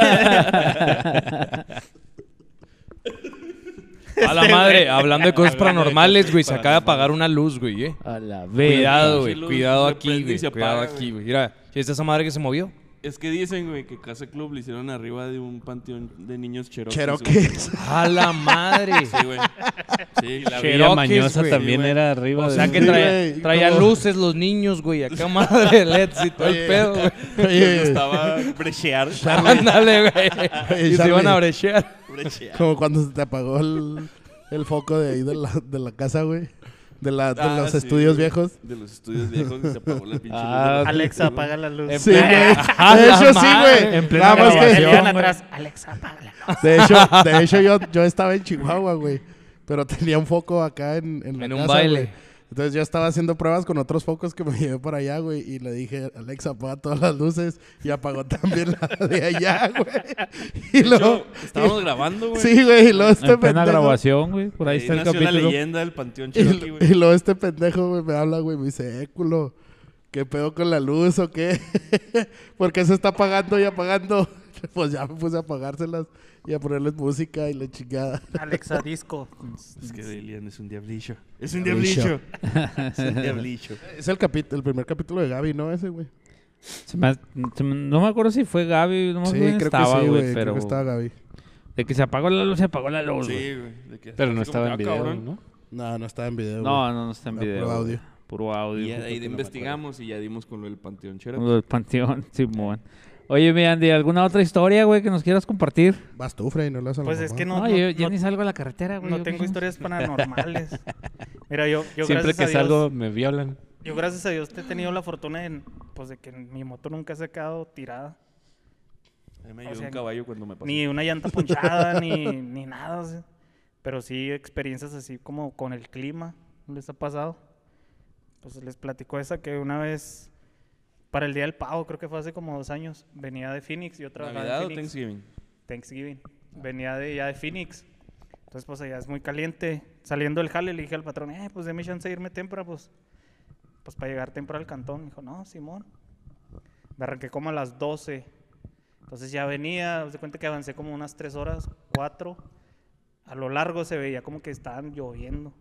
S5: A la madre, hablando de cosas paranormales, güey, se acaba de apagar una luz, güey, eh.
S1: A la verga.
S5: Cuidado,
S2: Sí,
S5: güey,
S2: luz,
S5: cuidado
S2: se
S5: aquí,
S2: prende y
S5: güey,
S2: se
S5: cuidado
S2: apaga,
S5: aquí,
S2: güey.
S5: güey. Mira, ¿y esta esa madre que se movió?
S2: Es que dicen, güey, que Casa Club le hicieron arriba de un panteón de niños cherokees. güey.
S6: Cherokees.
S5: A la madre.
S2: Sí, güey. Sí, la
S5: Che-
S2: vi.
S4: Villa
S5: Cherokees,
S4: Mañosa
S5: güey.
S4: también
S2: Sí, güey.
S4: era arriba
S5: O
S4: de
S5: sea que
S6: Sí,
S5: traía,
S6: güey,
S5: traía
S6: como-
S5: luces los niños, güey, acá madre, LEDs y todo el
S6: Oye.
S5: pedo, güey.
S2: Me
S6: Oye,
S2: gustaba brechear.
S5: Ándale, güey.
S6: Oye,
S5: Y se
S6: Charlie.
S5: iban a brechear.
S2: brechear.
S6: como cuando se te apagó el, el foco de ahí de la, de la casa, güey. De, la, de
S2: Ah,
S6: los
S2: sí,
S6: estudios
S2: güey.
S6: viejos.
S2: De los estudios viejos que se apagó la pinche
S1: Ah,
S2: luz. de la-
S3: Alexa, apaga la luz.
S6: Sí, güey. De
S5: la
S6: hecho, sí,
S5: madre.
S6: güey.
S1: En plena
S6: Nada más
S3: Pero
S6: que.
S1: grabación.
S3: Elian
S1: güey.
S3: atrás, Alexa, apaga la luz.
S6: De hecho, de hecho yo, yo estaba en Chihuahua, güey. Pero tenía un foco acá en, en, la
S5: En un
S6: casa,
S5: baile.
S6: güey. Entonces yo estaba haciendo pruebas con otros focos que me llevé para allá, güey. Y le dije, Alexa, apaga todas las luces. Y apagó también la de allá, güey. Y
S2: De
S6: luego...
S2: hecho, estábamos grabando, güey.
S6: Sí, güey. Y luego este
S1: En plena
S6: pendejo-
S1: grabación, güey. Por ahí
S2: Ahí
S1: está el
S2: nació la
S1: capítulo.
S2: leyenda del panteón
S6: Y,
S2: Cherokee, güey.
S6: y luego este pendejo, güey, me habla, güey. Me dice, eh, culo, ¿qué pedo con la luz o qué? ¿Por qué se está apagando y apagando? Pues ya me puse a apagárselas y a ponerles música y la chingada.
S3: Alexa, disco.
S2: Es que Delian es un diablillo. Es un diablillo. es un diablillo.
S6: Es el, capi- el primer capítulo de Gaby, ¿no? Ese, güey.
S1: Se me- se me- no me acuerdo si fue Gaby, no me
S6: Sí,
S1: acuerdo
S6: creo
S1: quién estaba,
S6: que sí,
S1: güey,
S6: güey.
S1: pero
S6: Creo que estaba Gaby.
S1: de que se apagó la luz, se apagó la luz, güey.
S2: Sí, güey. de que-
S4: Pero no
S2: así como
S4: estaba en
S2: que, ah,
S4: video,
S2: cabrón.
S4: ¿no?
S6: No, no estaba en video.
S1: No, no, no está en
S6: No,
S1: video.
S6: puro
S1: güey.
S6: audio.
S1: Puro audio.
S2: Y ya
S1: justo
S2: de ahí
S1: que no me
S2: investigamos y ya dimos con lo del panteón
S1: acuerdo.
S2: Cherokee.
S1: Lo del panteón, Simón. Oye, mi Andy, ¿alguna otra historia, güey, que nos quieras compartir?
S6: Vas tú, Freddy, no le vas a la
S3: Pues es
S6: mamá.
S3: que
S1: No,
S3: no, no,
S1: yo, yo
S3: no-
S1: ni salgo a la carretera, güey.
S3: no
S1: yo
S3: tengo
S1: qué-
S3: historias paranormales. Mira, yo, yo
S4: Siempre
S3: gracias a Dios-
S4: que salgo me violan.
S3: Yo gracias a Dios te he tenido la fortuna de, pues, de que mi moto nunca se ha quedado tirada.
S2: Ahí me
S3: O
S2: ayudó
S3: sea,
S2: un caballo cuando me pasó.
S3: Ni una llanta ponchada, ni, ni nada. o sea. Pero sí experiencias así como con el clima. ¿Les ha pasado? Pues les platico esa que una vez, para el Día del Pavo, creo que fue hace como dos años, venía de Phoenix. Yo trabajaba
S2: ¿Navidad o
S3: en Phoenix.
S2: Thanksgiving?
S3: Thanksgiving. Venía de allá de Phoenix. Entonces, pues allá es muy caliente. Saliendo del jale, le dije al patrón, eh, pues déme chance de irme temprano, pues, pues para llegar temprano al cantón. Me dijo, no, Simón. Me arranqué como a las 12. Entonces ya venía, se cuenta que avancé como unas 3 horas, 4. A lo largo se veía como que estaban lloviendo.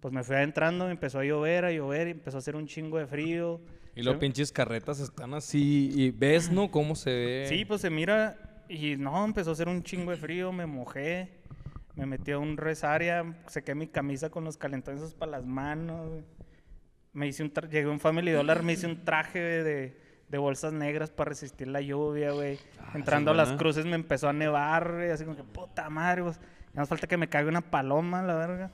S3: Pues me fui adentrando, empezó a llover, a llover, y empezó a hacer un chingo de frío.
S5: Y los
S3: Se-
S5: pinches carretas están así y ves, ¿no? Cómo se ve.
S1: Eh,
S3: Sí, pues se mira y no, empezó a hacer un chingo de frío, me mojé, me metí a un rezaria, sequé mi camisa con los calentones para las manos. güey. Me hice un tra- llegué a un Family Dollar, me hice un traje güey, de, de bolsas negras para resistir la lluvia, güey.
S1: Ah,
S3: Entrando a las
S2: buena.
S3: cruces me empezó a nevar, güey, así como que puta madre, pues. Nada más falta que me caiga una paloma, la verga.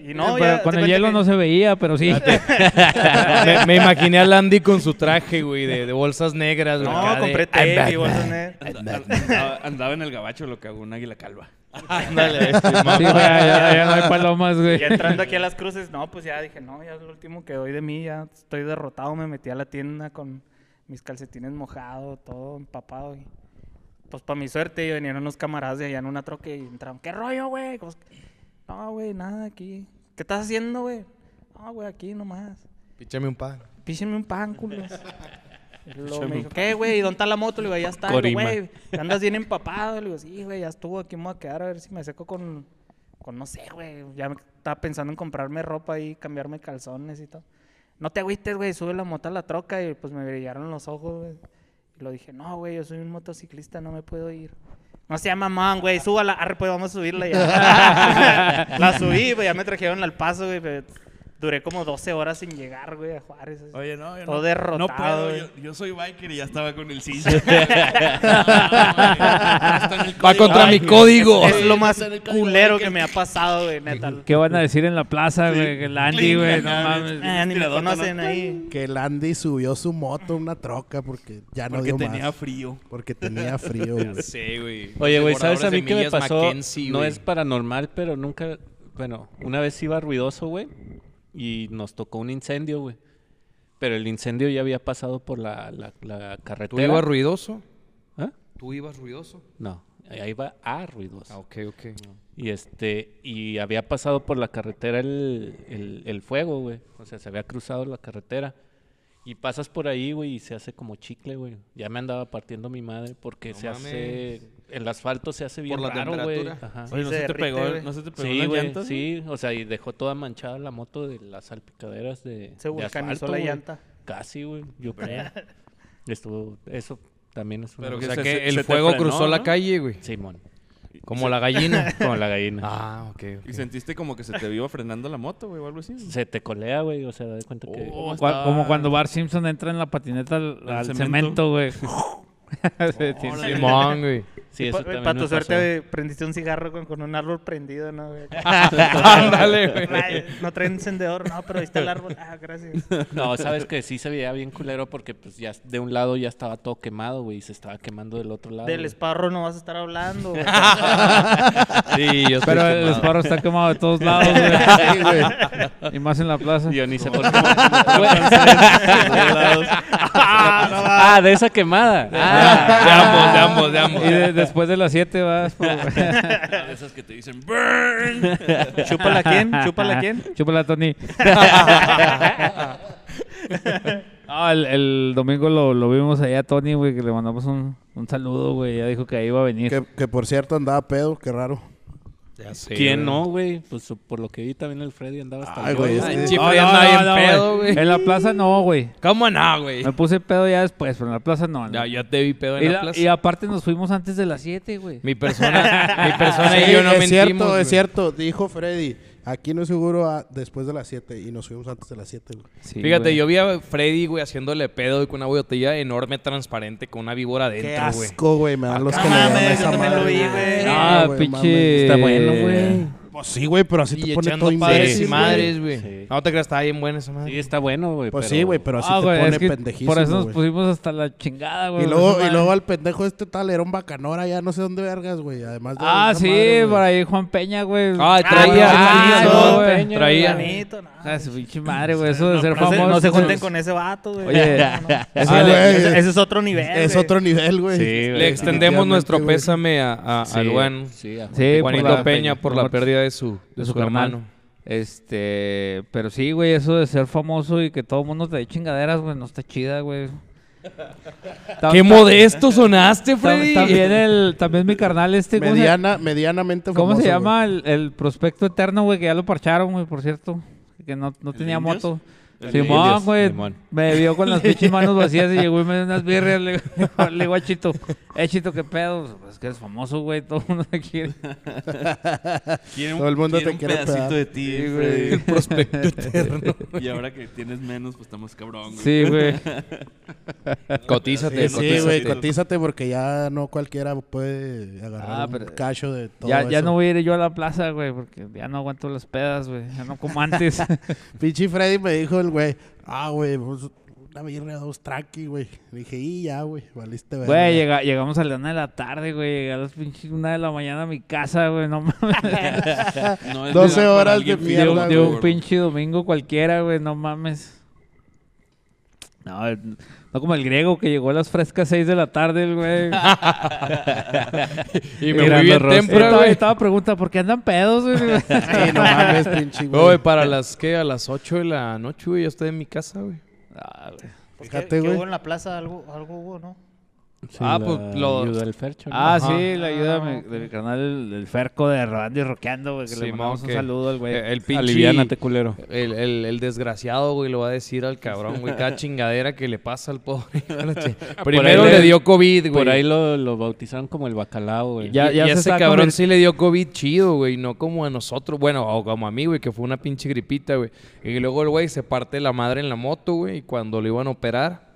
S3: Y no,
S1: Eh, Pero con
S3: ya, haz de
S1: el
S3: cuenta
S1: hielo
S3: que-
S1: no se veía, pero sí.
S5: me, me imaginé a Landy con su traje, güey, de, de bolsas negras, güey. acá
S3: No,
S5: de-
S3: compré té y bolsas negras.
S2: Andaba, andaba en el gabacho lo que hago un águila calva.
S5: Ándale,
S1: Sí, güey, ya, ya no hay palomas, güey.
S3: Y entrando aquí a las cruces, no, pues ya dije, no, ya es lo último que doy de mí, ya estoy derrotado, me metí a la tienda con mis calcetines mojados, todo empapado. Y, pues para mi suerte, vinieron unos camaradas de allá en una troque y entraron, ¿qué rollo, güey? Como que, No, güey, nada aquí. ¿Qué estás haciendo, güey? No, güey, aquí nomás.
S5: Píchame un pan.
S3: Píchenme un pan, culos. Y Luego me dijo, ¿qué, güey? ¿Y ¿Dónde está la moto? Le digo, ya está, Le digo,
S5: Corima.
S3: güey. Andas bien empapado. Le digo, sí, güey, ya estuvo. Aquí me voy a quedar a ver si me seco con, con no sé, güey. Ya me- estaba pensando en comprarme ropa y cambiarme calzones y todo. No te agüites, güey, sube la moto a la troca y pues me brillaron los ojos, güey. Y lo dije, no, güey, yo soy un motociclista, no me puedo ir. No sea mamón, güey, súbala. "Ah, Arre, pues vamos a subirla ya. la subí, güey, ya me trajeron al paso, güey. pero Duré como 12 horas sin llegar, güey, a Juárez. así.
S2: Oye, no, yo
S3: Todo
S2: no,
S3: derrotado, eh.
S2: no puedo.
S3: güey.
S2: Yo, yo soy biker y ya estaba con el cincho. No, güey, está en el
S5: Va
S2: código.
S5: contra mi código.
S3: Es lo más culero que me ha pasado, güey, neta.
S1: ¿Qué van a decir en la plaza, güey? Que el Andy, güey, no mames.
S3: Ah, ni me
S2: Tiradota, ¿no?
S3: conocen ahí.
S6: Que el Andy subió su moto a una troca porque ya no
S2: Porque
S6: dio
S2: tenía
S6: más.
S2: frío.
S6: Porque tenía frío, güey.
S5: Sí, güey.
S4: Oye, güey, ¿sabes a
S5: Borradores
S4: mí
S5: de
S4: qué me
S5: millas
S4: pasó?
S5: Mackenzie,
S4: no
S5: güey.
S4: es paranormal, pero nunca... Bueno, una vez iba ruidoso, güey, y nos tocó un incendio, güey. Pero el incendio ya había pasado por la, la, la
S5: ¿Tú
S4: carretera.
S5: ibas ruidoso?
S4: ¿Ah?
S5: ¿Tú ibas ruidoso?
S4: No, ahí iba a ruidoso.
S5: Ah, ok, ok.
S4: Y este, y había pasado por la carretera el, el- el fuego, güey. O sea, se había cruzado la carretera. Y pasas por ahí, güey, y se hace como chicle, güey. Ya me andaba partiendo mi madre porque
S5: No
S4: se
S5: mames.
S4: hace. El asfalto se hace bien
S5: la
S4: raro, güey.
S5: temperatura.
S4: Ajá.
S2: Oye,
S3: Sí,
S2: ¿no
S3: se
S2: se, te
S3: derrite,
S2: pegó,
S3: güey.
S2: ¿no se te pegó
S4: Sí,
S2: las
S4: güey,
S2: llantas?
S4: sí. O sea, y dejó toda manchada la moto de las salpicaderas de.
S3: Se
S4: de
S3: vulcanizó
S4: asfalto,
S3: la
S4: güey.
S3: llanta.
S4: Casi, güey, yo creo. Estuvo. Eso también es una.
S5: Pero
S2: Pero que
S5: o sea
S2: se-
S5: que
S2: se-
S5: el
S2: se te
S5: fuego
S2: frenó,
S5: cruzó la
S2: ¿no?
S5: calle, güey.
S4: Simón.
S5: Como la gallina.
S4: Con la gallina.
S5: ah, ok. ok.
S2: Y sentiste como que se te iba frenando la moto, güey, o algo así.
S4: Se te colea, güey. O sea, da de cuenta que.
S2: Oh,
S1: Cua-
S2: está-
S1: Como cuando Bart Simpson entra en la patineta al,
S2: Al
S1: al cemento,
S2: cemento.
S1: güey. Se tiene-
S5: Simón, güey.
S4: Sí, eso también
S3: Para
S4: me
S3: tu
S4: pasó.
S3: suerte güey, prendiste un cigarro con, con un árbol prendido, ¿no? güey?
S1: Ah,
S5: Ándale, güey.
S3: Ay, No trae encendedor, no, pero ahí está el árbol. Ah, gracias.
S4: No, sabes que sí se veía bien culero porque pues ya de un lado ya estaba todo quemado, güey, y se estaba quemando del otro lado.
S3: Del
S4: güey.
S3: esparro no vas a estar hablando. güey.
S5: Sí, yo estoy
S1: Pero el
S5: quemado.
S1: esparro está quemado de todos lados,
S6: Sí, güey.
S1: güey. Y más en la plaza.
S4: Yo ni sé por qué. ah, de esa quemada. Ah,
S5: De ambos, de ambos, de
S1: Y
S5: ambos.
S1: de- después de las 7 vas. pues. por-
S2: De esas que te dicen burn.
S3: ¿Chúpala quién? ¿Chúpala quién?
S1: Chúpala, Tony. No, el, el domingo lo, lo vimos allá a Tony, güey, que le mandamos un, un saludo, güey. Ya dijo que ahí iba a venir.
S6: Que, que por cierto andaba pedo, qué raro.
S5: Ya sé,
S4: ¿Quién
S5: güey.
S4: no, güey? Pues por lo que vi también el Freddy andaba hasta
S6: Ay,
S4: el
S6: güey,
S4: hoyo,
S5: Ay,
S6: este-
S5: Chifre ya anda bien
S1: güey.
S5: pedo, güey.
S1: En la plaza no, güey.
S5: ¿Cómo no, güey?
S1: Me puse pedo ya después, pero en la plaza no.
S5: Ya,
S1: ¿no?
S5: ya te vi pedo
S1: y,
S5: en la,
S1: la-
S5: plaza.
S1: y aparte nos fuimos antes de las 7, güey.
S5: Mi persona, mi persona
S6: Sí,
S5: y yo no
S6: es
S5: mentimos.
S6: cierto,
S5: güey.
S6: es cierto. Dijo Freddy, aquí no es seguro ah, después de las 7 y nos fuimos antes de las 7, güey.
S1: Sí,
S5: Fíjate,
S1: güey.
S5: yo vi a Freddy, güey, haciéndole pedo y con una botella enorme, transparente, con una víbora
S6: Qué
S5: adentro, Ah, güey.
S6: asco, güey, me dan los
S3: No
S6: que me dan
S3: mames,
S6: esa
S3: yo también lo
S6: madre,
S3: vi,
S6: güey.
S3: güey.
S1: Ah,
S6: güey,
S1: pinche.
S6: mames.
S4: Está bueno, güey.
S6: Pues sí, güey, pero así te
S5: Y
S6: pone todo
S5: echando padres y
S6: imbécil,
S5: madres,
S6: madre.
S5: güey.
S4: Sí.
S5: No te creas, estaba bien buena esa madre.
S4: Sí, está bueno, güey.
S6: Pues
S4: este, pero-
S6: sí, güey, pero así
S1: Ah,
S6: te
S1: güey, es
S6: pone
S1: que
S6: pendejísimo,
S1: Por eso nos
S6: güey.
S1: pusimos hasta la chingada, güey.
S6: Y luego,
S1: Esa
S6: y luego
S1: madre.
S6: al pendejo este tal era un bacanora ya no sé dónde vergas, güey. Además de
S1: Ah,
S6: esa
S1: sí,
S6: madre, güey.
S1: por ahí Juan Peña, güey.
S5: Ah,
S3: traía-
S5: traía.
S3: ah,
S1: no,
S5: güey.
S1: Peña,
S5: traía.
S3: Juanito, no.
S1: Ah, su pinche madre, güey. Eso de ser
S3: No se,
S1: famoso.
S3: no se junten con ese vato, güey.
S1: Oye,
S3: No, no.
S1: eso
S6: Ah,
S1: le-
S6: güey,
S3: Ese, ese es otro nivel.
S6: Es
S3: güey.
S6: otro nivel, güey.
S4: Sí, güey.
S5: Le extendemos
S6: Definitivamente,
S5: nuestro
S6: güey.
S5: pésame a, a,
S4: Sí,
S5: al buen
S4: Sí, ah, a-
S1: Sí, por
S5: Juanito
S1: la-
S5: Peña por la
S1: por-
S5: pérdida de su,
S1: de su hermano. Este, pero sí, güey, eso de ser famoso y que todo el mundo te dé chingaderas, güey, no está chida, güey. Tam-
S5: ¡Qué
S1: tam-
S5: modesto sonaste,
S1: tam-
S5: Freddy!
S1: También el, también mi carnal este, ¿cómo, se,
S6: Mediana, medianamente
S1: cómo
S6: famoso,
S1: se
S6: güey.
S1: llama el, el prospecto eterno, güey? Que ya lo parcharon, güey, por cierto. Que no, no tenía
S2: Indios?
S1: moto.
S2: ¿El de
S1: Simón,
S4: Indios?
S1: güey,
S4: Simón.
S1: me vio con las pinches manos vacías y llegó y me dio unas birrias. Le digo- le digo a Chito, eh, Chito, qué pedo. Pues que eres famoso, güey, todo el mundo te quiere.
S2: Quiere un-
S6: Todo el mundo te
S2: un
S6: quiere
S2: pedacito
S6: pegar.
S2: de ti, Freddy.
S5: prospecto eterno.
S2: Y ahora que tienes menos, pues estamos cabrón, güey.
S1: Sí, güey.
S5: Cotízate,
S6: Sí,
S5: cotízate.
S6: güey, cotízate porque ya no cualquiera puede agarrar
S1: Ah, pero-
S6: un cacho de todo
S1: Ya, ya
S6: eso.
S1: no voy a ir yo a la plaza, güey, porque ya no aguanto las pedas, güey. Ya no como antes.
S6: Pinche Freddy me dijo el güey, ah, güey, vamos una birra, dos traqui, güey. Le dije, y ya, güey, valiste verga.
S1: Güey, llega- llegamos a la una de la tarde, güey. Llegué a las pinches una de la mañana a mi casa, güey. No mames.
S2: No es
S6: 12
S2: verdad, para
S6: horas
S2: alguien
S6: de
S2: fit,
S1: de,
S6: mierda,
S1: un,
S2: güey.
S1: de un pinche domingo cualquiera, güey. No mames. No, eh, no como el griego que llegó a las frescas 6 de la tarde, el güey.
S5: Y me
S1: Mirando
S5: fui bien
S1: rostro.
S5: temprano,
S1: Estaba,
S5: güey.
S1: estaba pregunta, ¿por qué andan pedos, güey?
S6: Sí, no mames, pinche güey.
S5: Güey, para las, ¿qué? A las 8 de la noche, güey, ya estoy en mi casa, güey.
S1: Ah, güey.
S3: Pues, ¿qué-
S6: Fíjate,
S3: ¿qué
S6: güey.
S3: hubo en la plaza? Algo, algo hubo, ¿no?
S5: Ah, pues, lo-
S4: Ayuda al Fercho. ¿no?
S1: Ah,
S5: Ajá.
S1: sí, la ayuda de mi, de mi canal, el Ferco de Rodando y Roqueando, güey. Que le
S5: Simón,
S1: mandamos un
S5: que-
S1: saludo al güey.
S5: Eh, El
S4: Aliviánate,
S5: pinche...
S4: culero.
S5: El, el, el desgraciado, güey, lo va a decir al cabrón, güey. Cada chingadera que le pasa al pobre. Primero
S4: ahí
S5: le
S4: le-
S5: dio COVID, güey.
S4: Por ahí lo, lo bautizaron como el bacalao, güey.
S1: Ya-
S5: y, y
S1: se
S5: ese
S1: está
S5: cabrón
S1: conver-
S5: sí le dio COVID chido, güey. No como a nosotros, bueno, o como a mí, güey, que fue una pinche gripita, güey. Y luego el güey se parte la madre en la moto, güey. Y cuando lo iban a operar,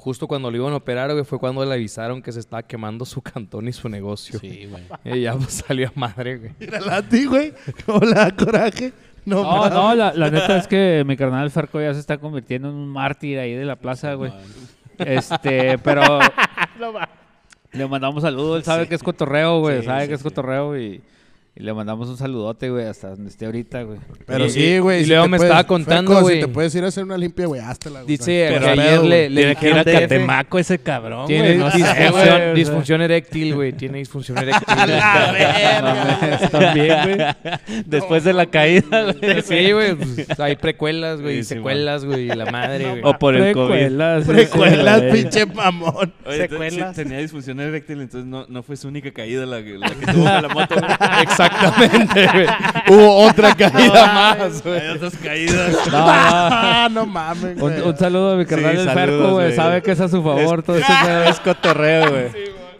S5: justo cuando lo iban a operar, güey, fue cuando le avisaron que se estaba quemando su cantón y su negocio.
S4: Sí, güey.
S5: Y ya pues, salió a madre, güey.
S6: Mira la ti, güey. Hola, coraje. No,
S1: No,
S6: mames.
S1: no, la, la neta es que mi carnal el Ferco ya se está convirtiendo en un mártir ahí de la plaza, güey. Este, pero le mandamos saludos, él sabe que es cotorreo, güey, sabe que es cotorreo y, y le mandamos un saludote, güey, hasta donde esté ahorita, güey.
S6: Pero
S5: Y-
S6: sí, güey.
S5: y
S6: si
S5: luego
S6: te
S5: me
S6: puedes-
S5: estaba contando,
S6: Feco,
S5: güey.
S6: Si te puedes ir a hacer una limpia, güey, háztela. güey.
S5: Dice
S6: Pero
S5: que
S6: pedo,
S5: ayer le,
S6: güey.
S5: le
S4: que ir
S5: dijeron
S4: a
S5: que
S4: Catemaco ese cabrón,
S5: tiene
S4: güey. No sé, güey, o
S5: disfunción,
S4: sea.
S5: disfunción eréctil, güey. Tiene disfunción eréctil.
S1: Mames, Eh, También, güey.
S4: Después de la caída, güey.
S5: Sí, güey. pues, hay precuelas, güey, y
S4: Sí, sí,
S5: secuelas, güey, y la madre, güey.
S4: O por el COVID.
S1: Precuelas, sí,
S6: Precuelas,
S1: güey.
S6: pinche mamón.
S2: Oye, entonces,
S3: Secuelas.
S2: sí, tenía disfunción eréctil, entonces no, no fue su única caída la, que- la que tuvo con la moto. güey.
S5: Exactamente, güey.
S6: Hubo otra caída más, güey.
S2: Hay otras caídas.
S1: No, no.
S6: Ah, no mames,
S1: Un,
S6: güey.
S1: un saludo a mi carnal el
S4: saludos,
S1: Ferco, güey,
S4: güey.
S1: sabe que es a su favor todo este ese pedo.
S4: Es cotorreo, güey.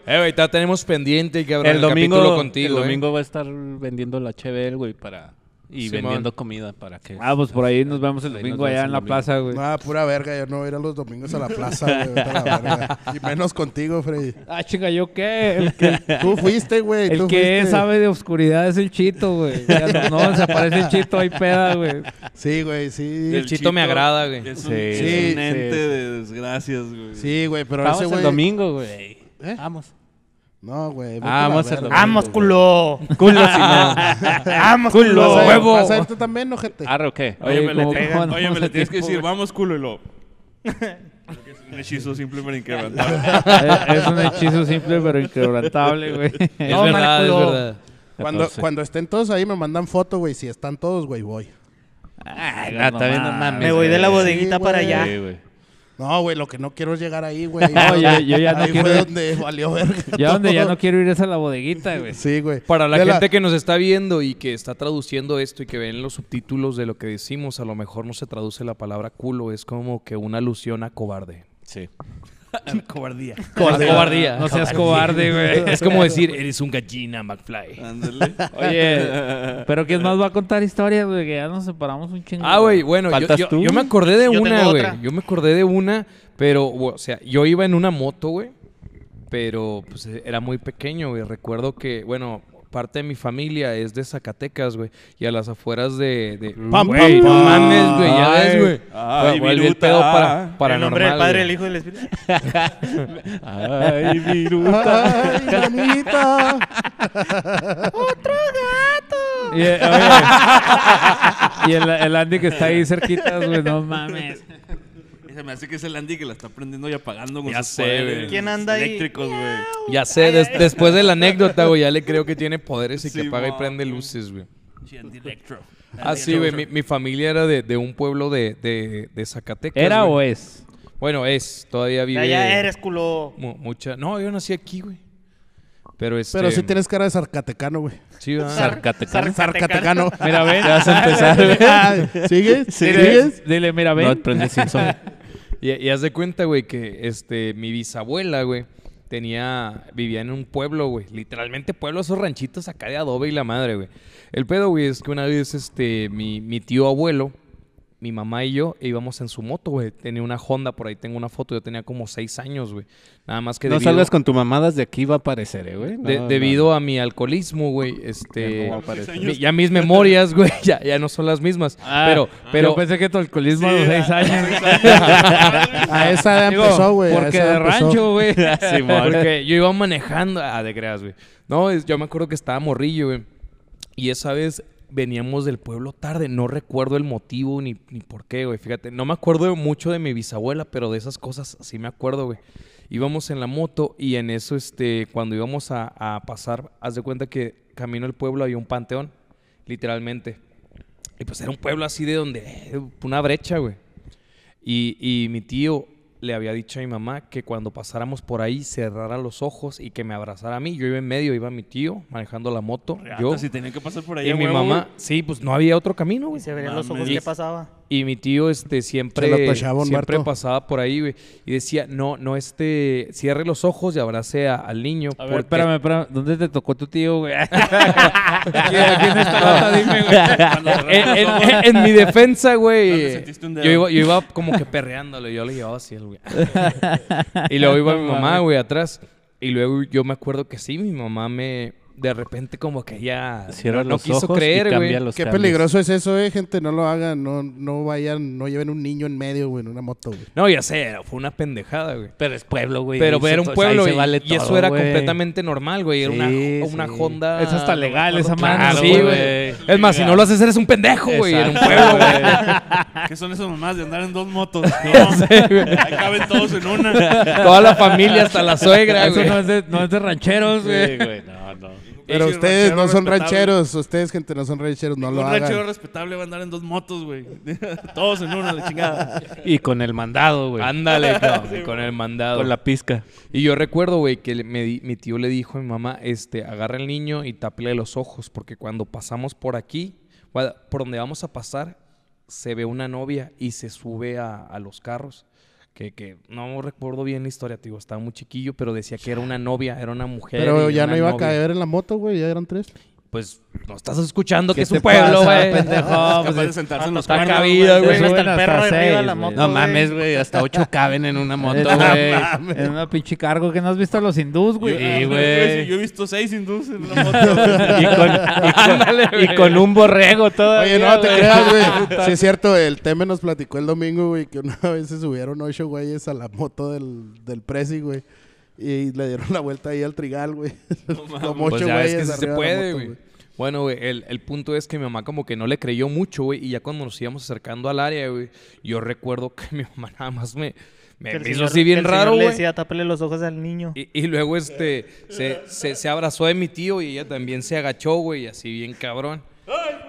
S5: Eh, güey, ya tenemos pendiente, cabrón,
S4: El domingo,
S5: capítulo contigo,
S4: el
S5: eh.
S4: domingo va a estar vendiendo la HBL, güey, para... Y
S5: Simón.
S4: vendiendo comida para que...
S1: Ah, pues por ahí nos vemos el
S4: Ahí nos
S1: domingo
S4: vemos
S1: allá
S4: el
S1: en la
S4: domingo.
S1: plaza, güey.
S6: No, pura verga, yo no voy a ir a los domingos a la plaza, güey. vete a la verga. Y menos contigo, Freddy.
S1: Ah, chinga, ¿yo qué? El que-
S6: Tú fuiste, güey.
S1: El
S6: tú
S1: que
S6: fuiste.
S1: sabe de oscuridad es el chito, güey. Ya No, no, se aparece el chito, hay peda, güey.
S6: Sí, güey, sí.
S5: Del- chito me agrada, güey.
S2: Es un,
S4: Sí,
S2: es
S6: sí,
S2: un ente de desgracias, güey.
S6: Sí, güey, pero
S4: Vamos
S6: ese
S4: el
S6: güey.
S4: domingo, güey.
S6: ¿Eh?
S4: Vamos.
S6: No, güey. vete
S4: Ah,
S6: a la
S4: vamos a
S6: verga.
S4: hacerlo.
S3: ¡Vamos, culo!
S4: Culo si no.
S3: ¡Vamos,
S6: ¿Vas
S3: culo!
S6: a,
S5: huevo.
S6: ¿Vas a ir tú también, ojete?
S4: Arre, ¿o qué?
S2: Oye,
S1: Oye,
S2: me le,
S1: ¿cómo-
S2: pegan?
S1: cómo andamos
S2: Oye, me le
S1: de
S2: tienes que
S1: tiempo,
S2: decir,
S1: güey?
S2: vamos, culo, y lo... Porque es un hechizo simple para inquebrantable.
S1: Es, es un hechizo simple pero inquebrantable, güey.
S5: Es
S3: No,
S5: verdad, es
S3: Marco.
S5: verdad.
S6: Cuando,
S4: 14.
S6: cuando estén todos ahí, me mandan foto, güey. Si están todos, güey, voy.
S1: Ay,
S4: no, también no mames,
S3: Me voy de la
S4: Sí,
S3: bodeguita para
S6: güey.
S3: allá.
S4: Sí, güey.
S6: No, güey, lo que no quiero es llegar ahí, güey.
S1: No, yo- yo ya no
S6: ahí
S1: quiero
S6: fue
S1: ir.
S6: donde valió verga.
S1: Ya donde ya
S6: todo.
S1: no quiero ir es a la bodeguita, güey.
S6: Sí, güey.
S5: Para la
S6: De
S5: gente que nos está viendo y que está traduciendo esto y que ven los subtítulos de lo que decimos, a lo mejor no se traduce la palabra culo, es como que una alusión a cobarde.
S4: Sí.
S2: Cobardía.
S5: Cobardía. cobardía.
S1: No seas cobarde, güey.
S5: Eh, Es como decir, eres un gallina, McFly.
S2: Ándale.
S1: Oye, pero ¿quién más va a contar historias, güey? Que ya nos separamos un chingo.
S5: Ah, güey, bueno, yo,
S4: ¿Faltas
S5: yo-
S4: tú?
S5: yo me acordé de
S3: Yo
S5: una,
S3: tengo
S5: güey.
S3: otra.
S5: Yo me acordé de una, pero, o sea, yo iba en una moto, güey. Pero, pues, era muy pequeño, güey. Recuerdo que, bueno, parte de mi familia es de Zacatecas, güey. Y a las afueras de... de
S6: pam,
S5: Güey,
S6: pam.
S5: no mames, güey, ya
S2: Ay.
S5: ves, güey.
S2: Ay,
S5: Güey, volví el
S2: viruta. Ah.
S5: pedo para, para
S3: el nombre del
S5: normal,
S3: Padre,
S5: güey.
S3: el Hijo y el Espíritu.
S4: Ay,
S6: Ay, Janita.
S1: Y, eh, oye, y el, el Andy que está ahí cerquitas, güey, no mames.
S2: Se me hace que es el Andy que la está prendiendo y apagando con
S5: Ya
S2: sus
S5: sé,
S2: poderes
S5: güey.
S3: ¿Quién anda ahí?
S2: Eléctricos, güey.
S5: Ya sé, des- después de la anécdota, güey, ya le creo que tiene poderes y que
S2: Sí,
S5: apaga y
S2: ma.
S5: prende luces, güey.
S2: Sí, Andy Electro.
S5: Ah, sí, güey. Mi, mi familia era de, de un pueblo de, de, de Zacatecas.
S1: ¿Era
S5: güey.
S1: o es?
S5: Bueno, es. Todavía vive.
S3: Ya, ya eres, culo.
S5: mu- mucha. No, yo nací aquí, güey. Pero este.
S6: Pero sí tienes cara de sarcatecano, güey.
S5: sí, ¿verdad?
S4: Sarcatecán.
S6: Sarcatecano.
S1: Mira, ven.
S4: Te vas a empezar, güey.
S6: Ay, ¿Sigues?
S1: Dile,
S6: ¿Sigues?
S1: dile, mira, ven.
S4: No, aprendí Simpson.
S5: Y, y haz de cuenta, güey, que este, mi bisabuela, güey, tenía, vivía en un pueblo, güey. Literalmente pueblo, esos ranchitos acá de adobe y la madre, güey. El pedo, güey, es que una vez, este, mi, mi tío abuelo, mi mamá y yo íbamos en su moto, güey. Tenía una Honda, por ahí tengo una foto, yo tenía como seis años, güey. Nada más que
S4: No
S5: debido,
S4: salgas con tu mamadas de aquí, va a aparecer, eh, güey. No,
S5: de-
S4: no.
S5: debido a mi alcoholismo, güey, este...
S4: No va a aparecer.
S5: mi- ya mis memorias, güey, ya, ya no son las mismas.
S1: Ah,
S5: pero, pero, ah,
S1: Yo pensé que tu alcoholismo a los seis años.
S6: A esa edad
S1: Digo,
S6: empezó, güey. a
S1: Porque
S6: esa edad
S1: de
S6: empezó. Ah,
S1: rancho, güey.
S5: Porque yo iba manejando. Ah, de creas, güey. No, es- yo me acuerdo que estaba morrillo, güey. Y esa vez veníamos del pueblo tarde. No recuerdo el motivo ni, ni por qué, güey. Fíjate, no me acuerdo mucho de mi bisabuela, pero de esas cosas sí me acuerdo, güey. Íbamos en la moto y en eso, este, cuando íbamos a, a pasar, haz de cuenta que camino al pueblo había un panteón, literalmente. Y pues era un pueblo así de donde, eh, una brecha, güey. Y, y mi tío le había dicho a mi mamá que cuando pasáramos por ahí cerrara los ojos y que me abrazara a mí. Yo iba en medio, iba mi tío manejando la moto, yo
S2: si tenía que pasar por ahí.
S5: y
S2: a
S5: mi
S2: huevo,
S5: mamá. Sí, pues no había otro camino,
S3: Y
S5: güey.
S3: se verían los ojos
S2: Mames.
S3: qué pasaba.
S5: Y mi tío este siempre
S6: Se la tachaba un
S5: siempre
S6: muerto.
S5: pasaba por ahí, güey, y decía, "No, no este cierre los ojos y abrace a- al niño
S1: A ver,
S5: porque-
S1: espérame, espérame. ¿Dónde te tocó tu tío, güey?
S2: Cuando
S5: en,
S2: cerraron los
S5: en-
S2: ojos,
S5: en mi defensa,
S2: ¿Dónde
S5: güey.
S2: sentiste un
S5: Yo
S2: dedo?
S5: iba, yo iba como que perreándolo. Yo le llevaba así al güey. Y luego iba mi mamá, güey, atrás. Y luego yo me acuerdo que sí, mi mamá me. De repente, como que ya.
S4: Cierra
S5: no, no
S4: los
S5: quiso
S4: ojos y
S5: creer,
S4: cambia
S5: güey.
S4: los
S6: Qué
S4: cables.
S6: peligroso es eso, eh, gente. No lo hagan. No, no vayan, no lleven un niño en medio, güey, en una moto, güey.
S5: No, ya sé, fue una pendejada, güey.
S4: Pero es pueblo, güey.
S5: Pero
S4: ahí se-
S5: era un
S4: ahí
S5: pueblo
S4: se
S5: y,
S4: vale
S5: y eso
S4: todo,
S5: era
S4: güey.
S5: completamente normal, güey. Era
S4: Sí,
S5: una, una
S4: sí.
S5: Honda.
S1: Es hasta legal esa
S5: Claro,
S1: madre.
S5: sí,
S1: güey.
S4: güey.
S5: güey. Es más, si no lo haces, eres un pendejo, güey. Era un pueblo, güey.
S2: ¿Qué son esos mamás de andar en dos motos? No, ahí caben todos en una.
S5: Toda la familia, hasta la suegra,
S1: Eso
S5: güey.
S1: no es, de, no es de rancheros, güey.
S4: no, no.
S6: Pero
S2: Sí,
S6: ustedes no
S2: ranchero
S6: son
S2: respetable.
S6: rancheros. Ustedes, gente, no son rancheros. No lo
S2: Un ranchero
S6: hagan.
S2: respetable va a andar en dos motos, güey. todos en una, la chingada.
S4: Y con el mandado, güey.
S5: Ándale, cabrón, con el mandado.
S4: Con la pizca.
S5: Y yo recuerdo, güey, que le- me di- mi tío le dijo a mi mamá, este, agarra al niño y tápale los ojos, porque cuando pasamos por aquí, gua- por donde vamos a pasar, se ve una novia y se sube a, a los carros. Que, que no recuerdo bien la historia, tío, estaba muy chiquillo, pero decía que era una novia, era una mujer.
S6: Pero
S5: y
S6: ya
S5: una
S6: no iba a
S5: novia.
S6: caer en la moto, güey. Ya eran tres.
S5: Pues, no estás escuchando que
S6: ¿Qué
S5: es un
S6: te
S5: pueblo,
S6: pasa,
S5: güey.
S1: pendejo?
S2: Capaz de
S1: Pues,
S2: sentarse en los
S5: ah, Está
S2: cuernos,
S5: cabida,
S3: güey.
S5: güey.
S3: Suben hasta el
S1: Suben
S3: perro
S1: hasta
S3: arriba de la
S1: seis,
S3: moto.
S4: No
S3: güey.
S4: mames, güey. Hasta ocho caben en una moto,
S1: es-
S4: güey.
S1: es una pinche cargo que no has visto a los hindús,
S2: Yo-
S1: güey.
S4: Sí,
S2: ah,
S4: güey.
S2: sí, Yo he visto seis hindús en la moto. güey.
S4: Y con, y con- y con un borrego todo.
S6: Oye, no te creas, güey. Sí, es cierto, el Teme nos platicó el domingo, güey, que una vez se subieron ocho güeyes a la moto del, del Prezi, güey. Y le dieron la vuelta ahí al trigal, güey. Como
S5: Pues
S6: ocho
S5: ya ves
S6: güeyes.
S5: que sí
S6: arriba
S5: se
S6: de la
S5: puede,
S6: moto,
S5: güey. Bueno, güey, el, el punto es que mi mamá como que no le creyó mucho, güey, y ya cuando nos íbamos acercando al área, güey, yo recuerdo que mi mamá nada más me, me
S3: Que el
S5: hizo
S3: señor-
S5: así bien
S3: el señor
S5: raro,
S3: Le
S5: güey.
S3: decía, tápale los ojos al niño.
S5: Y, y luego, este, se, se, se abrazó de mi tío y ella también se agachó, güey, así bien cabrón.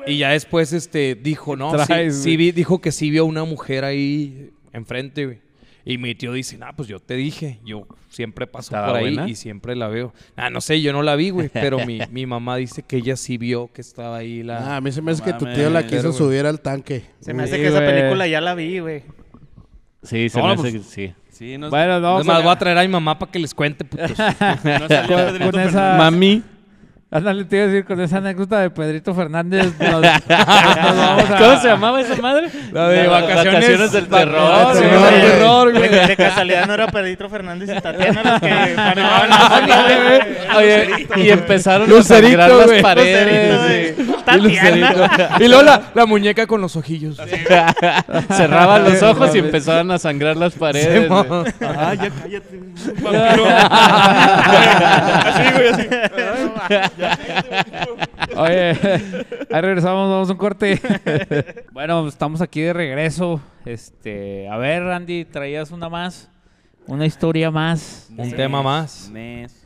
S5: Y ya después, este, dijo, no, sí-
S1: Traes,
S5: sí,
S1: güey.
S5: vi- dijo que sí vio una mujer ahí enfrente, güey. Y mi tío dice, ah, pues yo te dije, yo siempre paso
S4: ¿Estaba
S5: por ahí
S4: buena?
S5: y siempre la veo. Ah, no sé, yo no la vi, güey, pero mi, mi mamá dice que ella sí vio que estaba ahí
S6: Ah,
S5: la...
S6: a mí se me hace que tu
S2: mames,
S6: tío la quiso
S5: pero, güey.
S6: subir al tanque.
S3: Se me
S1: Sí,
S3: hace que esa
S1: güey.
S3: película ya la vi, güey.
S4: Sí, se
S2: No,
S4: me
S2: pues-
S4: hace que sí.
S2: Sí, no,
S1: Bueno, no.
S5: Además,
S1: con-
S5: voy a traer a mi mamá para que les cuente, putos.
S2: no salió Pedrito
S1: con
S2: Fernández.
S1: esa...
S4: Mami.
S1: Ándale, te iba a decir, con esa anécdota de Pedrito Fernández. nos- nos vamos a-
S4: ¿Cómo se llamaba esa madre?
S5: La de vacaciones-
S4: del
S5: vac-
S4: terror.
S5: Sí,
S6: Sí,
S4: güey.
S6: no,
S5: güey.
S6: güey.
S5: Terror, güey.
S3: De, de casualidad no era Pedrito Fernández y Tatiana los que manejaban
S4: Ah,
S3: la
S4: ándale,
S3: película,
S4: güey. Oye, y empezaron
S5: Lucerito,
S4: a sangrar
S5: güey.
S4: las paredes.
S3: Lucerito, güey.
S4: güey.
S3: Tatiana.
S5: y luego la, la muñeca con los ojillos.
S4: Cerraban los ojos y empezaron a sangrar las paredes. güey.
S2: Ah, ya cállate. un vampiro. así, güey, así.
S1: Oye, ahí regresamos, vamos a un corte. bueno, estamos aquí de regreso. Este, a ver, Randy, traías una más, una historia más.
S5: Un tema más.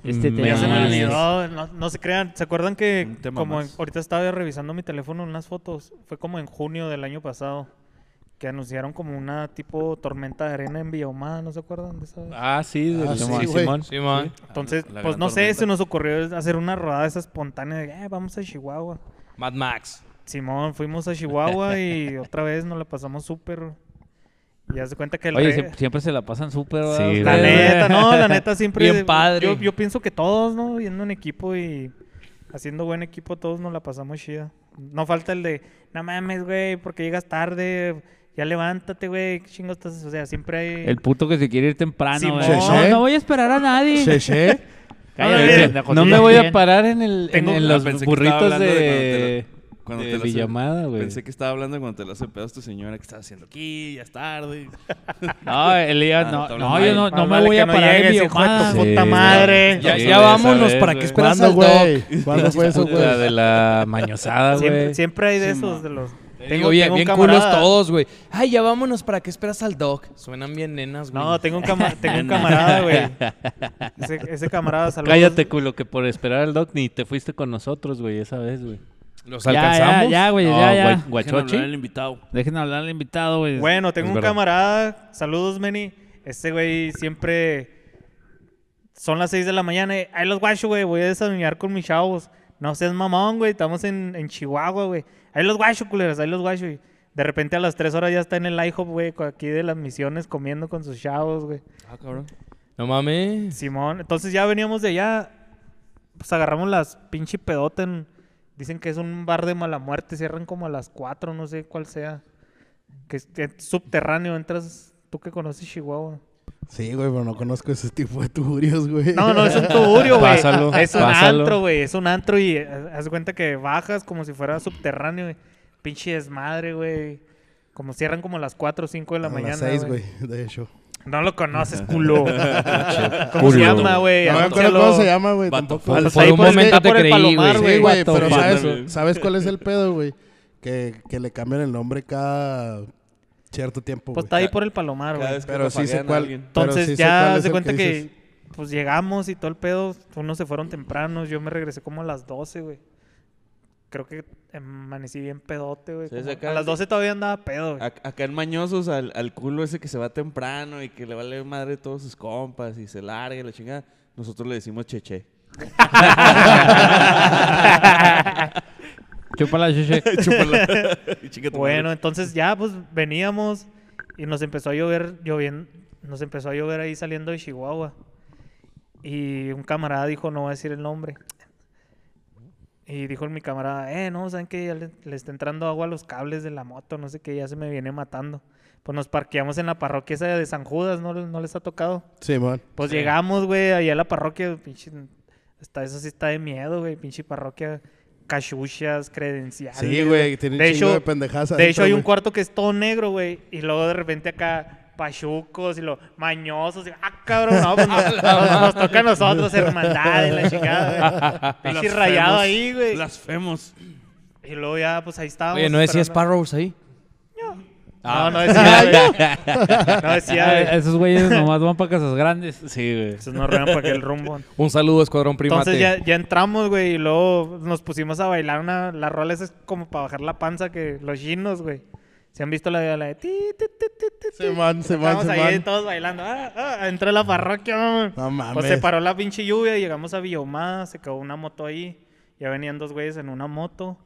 S1: Este
S4: Mm, Ya
S1: tema
S3: Ya se me
S1: más.
S3: olvidó, no, no se crean. ¿Se acuerdan que
S2: Un tema
S3: como en-
S2: más.
S3: ahorita estaba revisando mi teléfono unas fotos? Fue como en junio del año pasado que anunciaron como una tipo tormenta de arena en Villahumada, ¿no se acuerdan de esa?
S4: Ah, sí, del
S6: Ah, sí,
S4: Simón.
S6: güey.
S4: Simón.
S5: Sí, ma.
S3: Entonces,
S2: la
S3: pues
S2: gran
S3: no sé,
S2: tormenta.
S3: se nos ocurrió hacer una rodada esa espontánea de, "Eh, vamos a Chihuahua.
S5: Mad Max.
S3: Simón, fuimos a Chihuahua y otra vez nos la pasamos súper. Y haz de cuenta que el
S1: Oye,
S3: re-
S1: sie- siempre se la pasan súper. ¿verdad?
S4: Sí,
S1: Ustedes,
S3: La
S4: güey.
S3: neta, no, la neta siempre.
S5: Bien padre.
S3: Yo, yo pienso que todos, ¿no? Yendo en equipo y haciendo buen equipo, todos nos la pasamos chida. No falta el de, no mames, güey, porque llegas tarde, ya levántate, güey, qué chingo estás. O sea, siempre hay.
S1: El puto que se quiere ir temprano.
S3: Simón.
S1: güey. no,
S6: Cheche.
S1: no voy a esperar a nadie.
S6: Cheche.
S1: Cállate,
S3: No, no,
S1: pendejo,
S4: No
S1: tú
S4: me voy a
S1: también.
S4: parar en, el, en,
S3: Tengo-
S4: en
S2: Ah,
S4: los
S2: pensé que estaba
S4: burritos
S2: hablando
S4: de,
S2: cuando te la- cuando
S4: de
S2: te la hace-
S4: Villamada, güey.
S2: Pensé que estaba hablando cuando te la hace pedazo tu señora que estaba haciendo aquí, ya es tarde.
S1: No, Elías,
S2: Ah,
S1: no,
S2: está
S1: no,
S2: hablando
S1: yo no,
S2: mal.
S1: no
S3: Más
S1: me
S3: vale
S1: voy
S3: que
S1: a
S3: no
S1: parar en
S3: llegues, hijo de tu
S1: Biomada.
S3: puta
S4: Sí.
S3: madre.
S5: Ya,
S4: Sí,
S5: ya
S4: güey,
S5: vámonos,
S4: sabes,
S5: ¿para qué
S4: güey.
S5: esperas
S6: ¿Cuándo,
S5: al
S6: güey?
S5: doc?
S6: ¿Cuándo fue eso, güey?
S4: La de la mañosada,
S3: Siempre,
S4: güey.
S3: siempre hay de esos, de los.
S5: Tengo bien, bien culos todos, güey. Ay, ya vámonos, ¿para qué esperas al doc? Suenan bien nenas, güey.
S3: No, tengo un, cama- tengo un camarada, güey. Ese, ese camarada, saludos.
S4: Cállate, culo, que por esperar al doc ni te fuiste con nosotros, güey, esa vez, güey.
S5: ¿Los
S1: Ya,
S5: alcanzamos?
S1: ya, ya, Ah, güey,
S4: No,
S1: ya, ya.
S4: guay- Guachochi.
S2: el invitado.
S1: Dejen hablar al invitado, güey.
S3: Bueno, tengo
S4: Es
S3: un
S4: verdad.
S3: camarada. Saludos, Meni. Este güey siempre. Son las 6 de la mañana. y, Ahí los guacho, güey. Voy a desayunar con mis chavos. No seas mamón, güey. Estamos en, en Chihuahua, güey. Ahí los guacho, culeros. Ahí los guacho. Y de repente a las 3 horas ya está en el IHOP, güey. co- Aquí de las misiones comiendo con sus chavos, güey.
S5: Ah, cabrón. No mames.
S3: Simón. Entonces ya veníamos de allá. Pues agarramos las pinche pedota en- Dicen que es un bar de mala muerte. Cierran como a las 4, no sé cuál sea. Que es, es subterráneo. Entras. Tú que conoces Chihuahua.
S6: Sí, güey, pero no conozco ese tipo de tuburios, güey.
S3: No, no, es un tuburio, güey.
S1: Pásalo,
S3: Es un
S1: pásalo.
S3: antro, güey. Es un antro y eh, haz de cuenta que bajas como si fuera subterráneo, güey. Pinche desmadre, güey. Como cierran como a las 4 o 5 de la
S6: A
S3: mañana.
S6: las seis, güey, de hecho.
S3: No lo conoces, culo. ¿Cómo se llama, güey?
S6: No me acuerdo
S3: Anúncialo.
S6: cómo se llama, güey.
S2: Vato
S6: tampoco.
S2: falso.
S6: Pues
S5: Por
S6: ahí
S5: un
S6: por el-
S5: momento
S3: está
S5: te
S3: por el
S5: creí,
S3: palomar,
S5: güey.
S6: Sí, güey,
S5: What the
S6: pero
S5: fuck?
S6: ¿sabes,
S2: güey.
S6: ¿sabes cuál es el pedo, güey? Que, que le cambian el nombre cada cierto tiempo,
S3: Pues
S6: güey.
S3: está ahí por el palomar,
S2: Cada
S3: güey.
S2: vez que
S6: Pero sí sé
S2: papaguean a
S6: cuál.
S2: alguien.
S6: pero
S3: Entonces
S6: sí sé cuál
S3: ya
S6: es
S3: se
S6: el
S3: cuenta que,
S6: dices.
S3: pues llegamos y todo el pedo, unos se fueron tempranos, yo me regresé como a las 12, güey. Creo que amanecí bien pedote, güey.
S2: Sí, se
S3: como-
S2: acaba-
S3: A las 12 todavía andaba pedo, güey.
S2: Ac- Acá en Mañosos, al, al culo ese que se va temprano y que le vale madre todos sus compas y se larga y la chingada, nosotros le decimos cheche.
S1: Chúpala, Cheche.
S2: Chúpala. Y chinga tu
S3: Bueno,
S2: madre.
S3: entonces ya pues veníamos y nos empezó a llover, lloviendo, nos empezó a llover ahí saliendo de Chihuahua. Y un camarada dijo, no voy a decir el nombre. Y dijo mi camarada, eh, no, ¿saben que Ya le, le está entrando agua a los cables de la moto, no sé qué, ya se me viene matando. Pues nos parqueamos en la parroquia esa de San Judas, ¿no, no les ha tocado?
S6: Sí, man.
S3: Pues llegamos, güey, allá a la parroquia, pinche, está, eso sí está de miedo, güey, pinche parroquia, cachuchas, credenciales.
S6: Sí, güey, tiene un
S3: De
S6: chingo
S3: hecho-
S6: de pendejadas.
S3: De hecho,
S6: adentro,
S3: hay un
S6: güey.
S3: cuarto que es todo negro, güey. Y luego de repente acá pachucos y lo mañosos. Y, ah, cabrón, no, pues nos, nos- nos toca a nosotros, hermandad, la chingada, güey. Pinche
S2: Blasfemos.
S3: rayado ahí, güey.
S2: Blasfemos.
S3: Y luego ya, pues ahí estábamos.
S5: Oye, no Ah. decía
S3: esperando.
S5: Sparrows ahí.
S3: No, no decía, güey. No decía,
S1: Ah,
S3: güey.
S1: Esos güeyes nomás van para casas grandes.
S4: Sí, güey.
S3: Esos no ruedan para aquel rumbo.
S5: Un saludo, Escuadrón Primate.
S3: Entonces ya, ya entramos, güey, y luego nos pusimos a bailar una... La rola esa es como para bajar la panza que los chinos, güey. ¿Se han visto la de la de... ti, ti, ti, ti, ti, ti?
S6: Se man, se man,
S3: Estábamos
S6: se
S3: ahí
S6: man.
S3: todos bailando. Ah, ah, entró la parroquia, mamá.
S6: No mames.
S3: Pues se paró la pinche lluvia, llegamos a Villahumada, se quedó una moto ahí. Ya venían dos güeyes en una moto.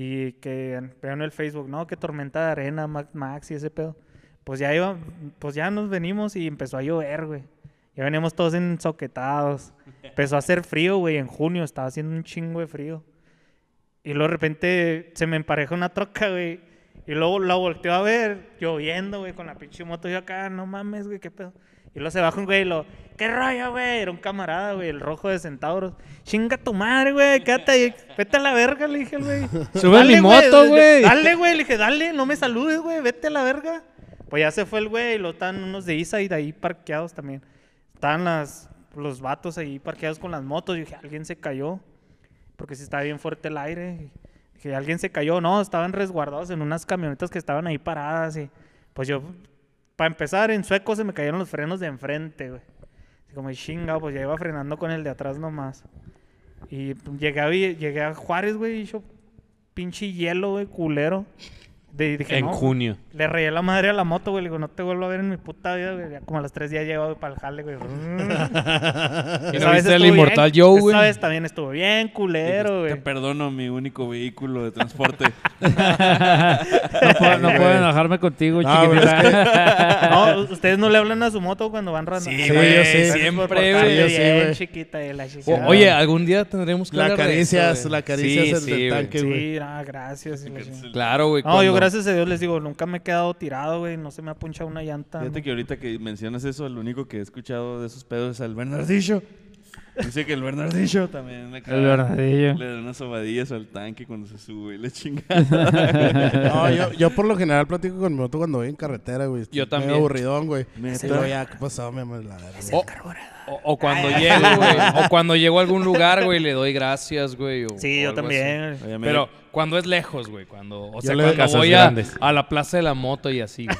S3: Y que veo en el Facebook, no, que tormenta de arena, Max, Max y ese pedo. Pues ya iba, pues ya nos venimos y empezó a llover, güey. Ya veníamos todos ensoquetados. Empezó a hacer frío, güey, en junio, estaba haciendo un chingo de frío. Y luego de repente se me empareja una troca, güey. Y luego la volteo a ver, lloviendo, güey, con la pinche moto. Yo acá, no mames, güey, qué pedo. Y luego se baja un güey y lo, qué rollo, güey. Era un camarada, güey, el rojo de centauros. Chinga tu madre, güey, quédate ahí. Vete a la verga, le dije al güey.
S1: Sube mi moto, güey.
S3: Dale, güey, le dije, dale, no me saludes, güey, vete a la verga. Pues ya se fue el güey y lo están unos de Isa y de ahí parqueados también. Estaban las, los vatos ahí parqueados con las motos. Yo dije, alguien se cayó porque si estaba bien fuerte el aire. Que alguien se cayó, no, estaban resguardados en unas camionetas que estaban ahí paradas. Y, pues yo, para empezar, en sueco se me cayeron los frenos de enfrente, güey. Así como chinga, pues ya iba frenando con el de atrás nomás. Y pues, llegué a, Vi- llegué a Juárez, güey, y yo, pinche hielo, güey, culero. De, dije,
S4: En
S3: "No,
S4: junio.
S3: le rayé la madre a la moto, güey. Le digo, no te vuelvo a ver en mi puta vida, güey. Ya Como a los tres días llegaba para el jale,
S5: ¿Y
S3: güey.
S5: no
S3: Esa vez
S5: viste el
S3: estuvo
S5: Inmortal
S3: bien-
S5: Joe,
S3: Esa
S5: güey?
S3: vez también estuvo bien culero,
S2: Te
S3: güey.
S2: perdono mi único vehículo de transporte.
S1: No puedo, no puedo enojarme contigo,
S6: No, güey,
S1: chiquitita.
S3: No, ustedes no le hablan a su moto cuando van rando.
S6: Sí, güey, yo sí.
S5: siempre,
S6: güey, yo sí,
S3: bien
S6: güey.
S3: chiquita de la
S5: O-
S3: chingada.
S5: oye, algún día tendremos que
S6: La
S5: hablar de
S6: acaricias,
S5: eso, güey.
S6: la acaricias
S5: Sí,
S6: el
S5: sí,
S6: del
S5: güey.
S6: tanque, güey.
S3: Sí, no, gracias. y la chingada.
S5: Claro, güey.
S3: No, yo
S5: cuando-
S3: gracias a Dios les digo, nunca me he quedado tirado, güey. No se me ha punchado una llanta.
S2: Fíjate
S3: ¿no?
S2: que ahorita que mencionas eso, el único que he escuchado de esos pedos es al Bernardillo. Dice que el Bernardillo también le,
S1: El verdadillo.
S2: le da unas sobadillas al tanque cuando se sube y la chingada.
S6: No, yo, yo por lo general platico con mi moto cuando voy en carretera, güey. Estoy
S5: Yo
S6: medio
S5: también. Oh.
S6: aburridón, güey.
S2: Neta.
S6: Pero ya, ¿qué pasó, mi amor? La verga.
S5: O, o- o cuando llego, güey. O cuando llego a algún lugar, güey, le doy gracias, güey. o-
S3: Sí,
S5: o
S3: yo
S5: algo
S3: también.
S5: así.
S2: Oye, amigo.
S5: Pero cuando es lejos, güey. Cuando, o sea,
S6: le-
S5: cuando
S4: Casas
S5: voy a,
S4: grandes.
S5: a la plaza de la moto y así, güey.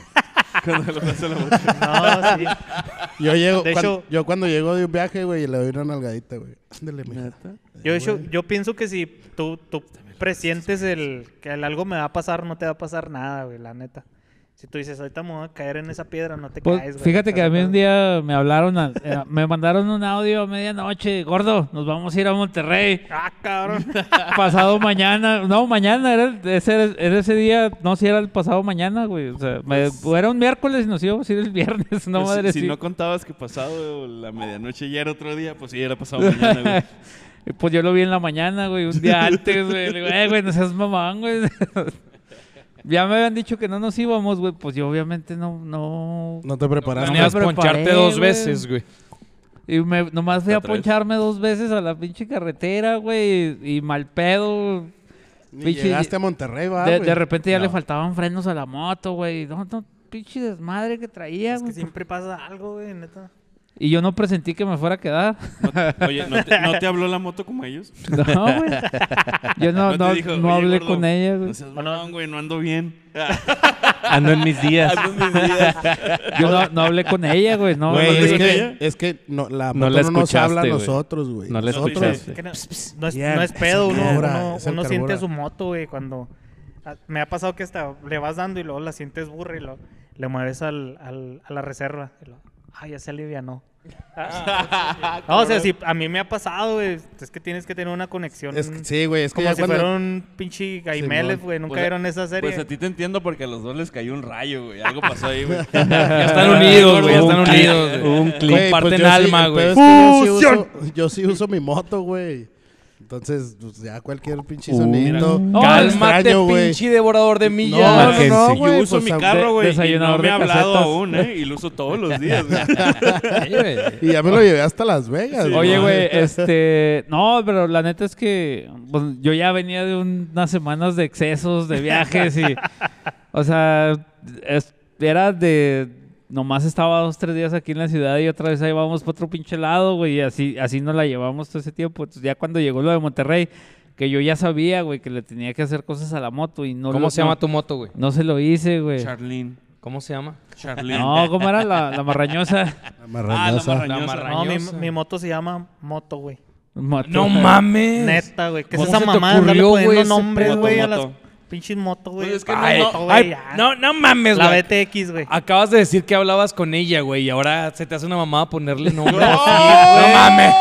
S2: Cuando lo pasa la moto.
S3: No, sí.
S6: Yo, llego,
S3: De
S6: cuan-
S3: hecho-
S6: yo cuando llego de un viaje, güey, le doy una nalgadita, güey. Ándale, mija.
S3: Yo, de hecho, yo pienso que si tú, tú presientes el, que el algo me va a pasar, no te va a pasar nada, güey, la neta. Si tú dices, ahorita me voy a caer en esa piedra, no te
S1: Pues,
S3: caes, güey.
S1: fíjate que a mí
S3: Pero-
S1: un día me hablaron, a- eh, me mandaron un audio a medianoche, gordo, nos vamos a ir a Monterrey.
S3: Ah, cabrón.
S1: pasado mañana, no, mañana, era, el- ese, era ese día, no, si era el pasado mañana, güey. O sea, me- era un miércoles y nos íbamos a ir el viernes, no
S2: Pues, si-
S1: madre,
S2: si,
S1: sí.
S2: no contabas que pasado la medianoche ya era otro día, pues sí, era pasado mañana, güey.
S1: Pues yo lo vi en la mañana, güey, un día antes, güey. Le digo, eh, güey, no seas mamán, güey. ya me habían dicho que no nos íbamos, güey, pues yo obviamente no, no.
S6: No te preparaste.
S5: Planeas
S1: me preparé,
S5: poncharte dos
S1: güey.
S5: veces, güey.
S1: Y me, nomás fui
S2: ¿La
S1: a
S2: traes?
S1: poncharme dos veces a la pinche carretera, güey, y, y mal pedo.
S6: Ni
S1: Pinche-
S6: llegaste a Monterrey,
S3: Ah,
S6: va,
S1: De,
S6: güey.
S1: de repente ya le
S5: No.
S1: faltaban frenos a la moto, güey. No, no, pinche desmadre que traía,
S3: Es
S1: güey.
S3: que siempre pasa algo, güey, neta.
S1: Y yo no presentí que me fuera a quedar.
S2: No- oye, ¿no te, no te habló la moto como ellos?
S1: No, güey. Yo no,
S2: te
S1: no,
S2: dijo,
S1: no
S2: "Oye,
S1: hablé
S2: gordo,
S1: con ella, güey.
S2: No seas mamón, güey, no ando bien.
S4: Ando en mis días.
S1: Yo no, no hablé con ella, güey. No,
S6: Güey,
S1: no le
S6: es,
S1: dije-
S6: que, es que no, la
S4: No
S6: moto
S4: la
S6: no nos habla a
S4: escuchaste, güey.
S6: nosotros, güey.
S4: No la
S6: nosotros,
S2: escuchaste.
S4: Sí.
S3: Que no, no es,
S6: Yeah,
S3: no es
S6: es
S3: pedo,
S6: el
S3: uno,
S6: carbura,
S3: uno-
S6: es el
S3: uno siente
S6: carbura.
S3: su moto, güey, cuando... ah, Me ha pasado que hasta le vas dando y luego la sientes burra y lo, le mueves al, al- a la reserva. Y lo, ah, ya se alivianó. no, o sea, sí, a mí me ha pasado, güey. Es que tienes que tener una conexión.
S6: Es que- sí, güey, es que
S3: como
S6: ya
S3: si
S6: cuando-
S3: fuera un pinche Gaimeles,
S6: Simón.
S3: güey. Nunca
S2: Pues a-
S3: vieron esa serie.
S2: Pues a ti te entiendo porque a los dos les cayó un rayo, güey. Algo pasó ahí, güey.
S5: Ya están unidos, güey, ya
S4: Hubo un
S5: están
S4: clic,
S5: unidos.
S4: hubo
S5: güey.
S4: un clic.
S6: Güey, pues
S5: Comparten
S6: yo sí-
S5: alma,
S6: el
S5: güey.
S6: pedo es que yo sí uso- Yo sí uso mi moto, güey. Entonces, pues, ya cualquier
S4: Uh,
S6: pinche sonido.
S1: No,
S5: Cálmate,
S6: extraño, güey.
S5: Oh, pinche devorador de
S6: No,
S5: millas.
S6: no,
S4: Mackenzie.
S6: no,
S4: Yo
S6: güey.
S2: Yo uso
S6: pues,
S2: mi
S6: a-
S2: carro, güey, y
S1: desayunador
S2: no me
S1: de
S2: ha hablado
S1: casetas.
S2: aún, ¿eh? Y lo uso todos los días, güey.
S5: Sí, güey.
S6: Y ya me lo llevé hasta Las Vegas,
S1: Oye,
S6: ¿no?
S1: güey, este. No, pero la neta es que pues, yo ya venía de un- unas semanas de excesos, de viajes y. O sea, es- era de. Nomás estaba dos, tres días aquí en la ciudad y otra vez ahí vamos para otro pinche lado, güey. Y así, así nos la llevamos todo ese tiempo. Entonces, ya cuando llegó lo de Monterrey, que yo ya sabía, güey, que le tenía que hacer cosas a la moto y no
S5: ¿Cómo
S1: lo-
S5: se llama
S1: no-
S5: tu moto, güey?
S1: No se lo hice, güey.
S2: Charlene.
S5: ¿Cómo se llama?
S2: Charlene.
S1: No, ¿cómo era la, la marrañosa?
S6: La
S2: Ah, la
S6: marranosa.
S2: marrañosa.
S5: La marra-
S3: No, mi,
S5: Arañosa.
S3: mi moto se llama Moto, güey.
S1: Moto.
S5: No mames.
S3: Neta, güey. ¿Qué es
S5: ¿Cómo
S3: esa
S5: se te
S3: mamá de andarle
S5: ocurrió, güey,
S3: poniendo
S5: ese
S3: nombres,
S2: pedo?
S3: güey, a las
S2: Moto.
S3: pinches motos, güey? Ah,
S2: Pues es que no,
S5: Ay,
S2: no,
S3: güey,
S5: ay,
S3: ya.
S5: no, no mames,
S3: La
S5: güey.
S3: BTX, güey.
S5: Acabas de decir que hablabas con ella, güey, y ahora se te hace una mamada ponerle nombre. así,
S2: güey.
S5: no mames.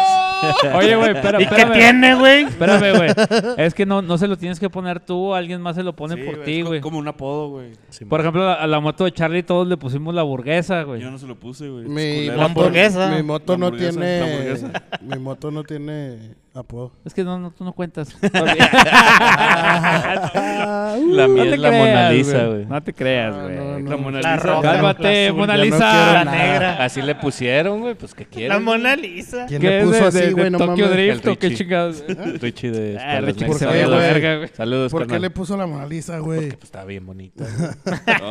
S1: Oye, güey, pero.
S3: ¿Y qué tiene, güey?
S1: Espérame, güey. Es que no, no se lo tienes que poner tú, alguien más se lo pone
S2: Sí,
S1: por
S2: güey,
S1: ti,
S2: es co-
S1: güey.
S2: Como un apodo, güey.
S1: Por ejemplo, a- a la moto de Charlie todos le pusimos la burguesa, güey.
S2: Yo no se lo puse, güey.
S6: Mi
S2: Es
S6: moto,
S3: La
S2: culero.
S3: hamburguesa.
S6: mi moto
S2: La
S6: no
S2: hamburguesa, la
S6: tiene.
S2: hamburguesa.
S6: Mi moto no tiene apodo.
S1: Es que no, no, tú no cuentas.
S4: La mía es la Mona Lisa,
S1: güey.
S4: güey.
S1: No te creas,
S6: Ah,
S1: güey.
S6: no, no.
S2: La Mona
S3: La
S2: Lisa.
S3: roja.
S1: Cálmate,
S3: la azul,
S1: Mona
S6: yo no
S1: Lisa.
S6: quiero
S3: La negra.
S4: Así le pusieron, güey, pues que
S3: La
S4: quieren.
S3: Mona Lisa.
S6: ¿Quién
S1: ¿Qué
S6: le
S1: es
S6: puso
S1: de-
S6: así,
S1: de
S6: güey? No
S1: Tokyo
S6: mames.
S1: Drift
S4: El
S1: o qué
S4: Richie.
S1: chingados?
S4: Richie de
S1: Ah, Richie
S4: Espaldas Negras.
S6: ¿por qué,
S4: Saludos,
S6: güey?
S1: verga, güey.
S4: Saludos,
S6: ¿Por qué
S4: carnal.
S6: le puso la Mona Lisa, güey?
S4: Pues está bien bonito.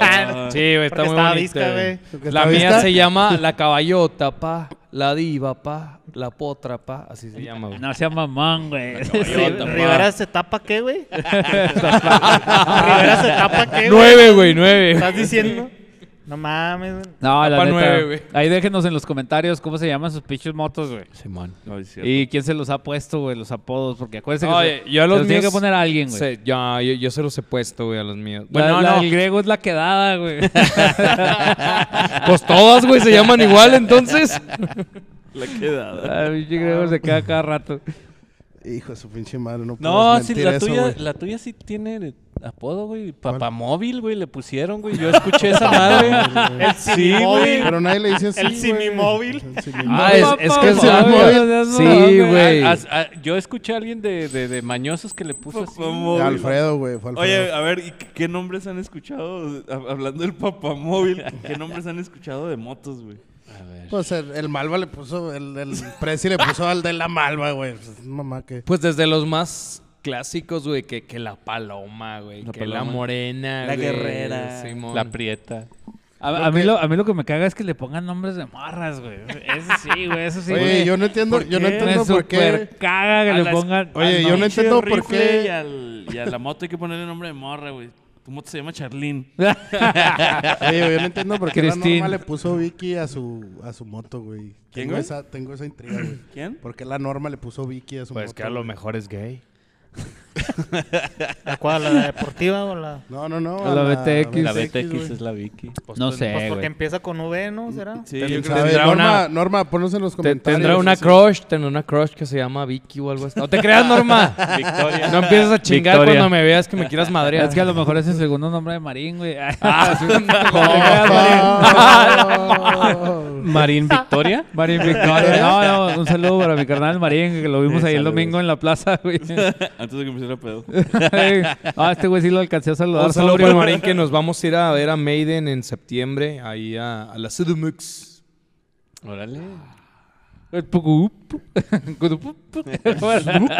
S2: Ah,
S5: Sí, güey, está
S3: Porque
S5: muy
S3: estaba
S5: bonita,
S3: visca, güey.
S6: Porque
S5: La
S6: estaba
S5: mía
S6: vista-
S5: se llama La Caballota, pa. La Diva, pa. La Potra, pa. Así se llama, güey.
S1: No sea mamón, güey.
S5: caballota,
S1: Sí,
S5: pa.
S3: Rivera se tapa qué, güey? Rivera se tapa qué, güey.
S5: Nueve, güey, nueve.
S3: ¿Estás diciendo? No mames, güey.
S1: No, la
S5: Tapa
S1: neta.
S5: nueve, güey.
S1: Ahí déjenos en los comentarios cómo se llaman sus pinches motos, güey.
S4: Simón.
S2: no, es cierto.
S1: Y quién se los ha puesto, güey, los apodos. Porque acuérdense que
S5: Oye,
S1: se,
S5: yo a los
S1: se tiene que
S5: míos
S1: poner a alguien, güey.
S5: Se- ya, yo, yo se los he puesto, güey, a los míos.
S1: Bueno,
S5: Bueno, no.
S1: el griego es la quedada, güey.
S5: Pues todas, güey, se llaman igual, entonces.
S2: La
S1: Ah,
S2: quedada.
S1: pinche griego se queda cada rato.
S6: Hijo de su pinche madre, no puedo
S4: No, sí, la,
S6: eso,
S4: tuya,
S6: güey.
S4: la tuya sí tiene apodo, güey. Papamóvil, güey, le pusieron, güey. Yo escuché esa madre.
S3: El
S4: sí,
S3: Simimóvil.
S4: güey.
S6: Pero nadie le dice así,
S3: El
S6: güey.
S3: simimóvil.
S6: El simimóvil.
S5: Ah, es, es que
S6: Papá,
S5: se
S6: papá,
S5: mueve.
S1: papá,
S5: Sí,
S1: papá.
S5: güey.
S4: Ah, ah, yo escuché a alguien de, de, de mañosos que le puso así.
S2: Papamóvil.
S6: Alfredo, güey, fue Alfredo.
S2: Oye, a ver, ¿y qué- qué nombres han escuchado? Hab- Hablando del papamóvil, ¿qué nombres han escuchado de motos, güey?
S4: A ver.
S6: Pues el, el Malva le puso, el, el Prezi le puso al de la Malva, güey. Pues, mamá, que.
S5: Pues desde los más clásicos, güey, que, que la paloma, güey.
S2: La
S5: que la
S2: paloma.
S5: morena,
S2: La
S5: güey,
S2: guerrera.
S5: Simón.
S4: La prieta.
S1: A, a mí lo, a mí lo que me caga es que le pongan nombres de morras, güey. Eso sí, güey, eso sí.
S6: Oye,
S1: güey.
S6: yo no entiendo, yo no
S1: Me
S6: entiendo por qué.
S1: super caga que
S2: A
S1: le
S2: las-
S1: pongan... Ah,
S6: Oye,
S2: al
S6: yo no
S2: pinche
S6: entiendo por
S2: rifle
S6: qué-
S2: Y, al- y a la moto hay que ponerle nombre de morra, güey. Tu moto se llama Charlene.
S6: Oye, güey, yo no entiendo por qué la
S1: Cristín.
S6: norma le puso Vicky a su, a su moto, güey.
S2: ¿Quién,
S6: tengo
S2: güey?
S6: esa, tengo esa intriga, güey.
S2: ¿Quién?
S6: ¿Por qué la norma le puso Vicky a su
S5: Pues
S6: moto?
S5: que a lo
S6: güey?
S5: mejor es gay.
S3: ¿La cual? ¿La deportiva o la...?
S6: No, no, no.
S1: A la BTX.
S4: La
S6: BTX,
S4: BTX
S6: güey.
S4: es la Vicky.
S1: no
S3: Pues
S1: sé,
S3: porque
S1: güey.
S3: empieza con V, ¿no? ¿Será?
S2: Sí, yo
S6: ¿Quién
S2: creo
S6: sabe?
S2: que
S6: Norma, Norma, ponlos en los
S5: Te-
S6: comentarios.
S5: Tendrá una crush, tendrá una crush que se llama Vicky o algo así. No te creas, Norma.
S4: Victoria.
S5: No empiezas a chingar
S4: Victoria.
S5: cuando me veas que me quieras madrear.
S1: Es que a lo mejor es el segundo nombre de Marín, güey.
S5: Ah, sí, no te creas,
S6: Oh.
S4: Marín Victoria.
S1: Marín Victoria. No, no, un saludo para mi carnal Marín, que lo vimos
S4: Sí,
S1: ahí el
S4: saludos.
S1: domingo en la plaza, güey.
S2: Antes de que empezara pedo.
S1: ah, este güey sí lo alcancé a saludar.
S5: Un saludo
S1: sobrio.
S5: para Marín que nos vamos a ir a ver a Maiden en septiembre, ahí a, a la CDMX.
S4: Órale.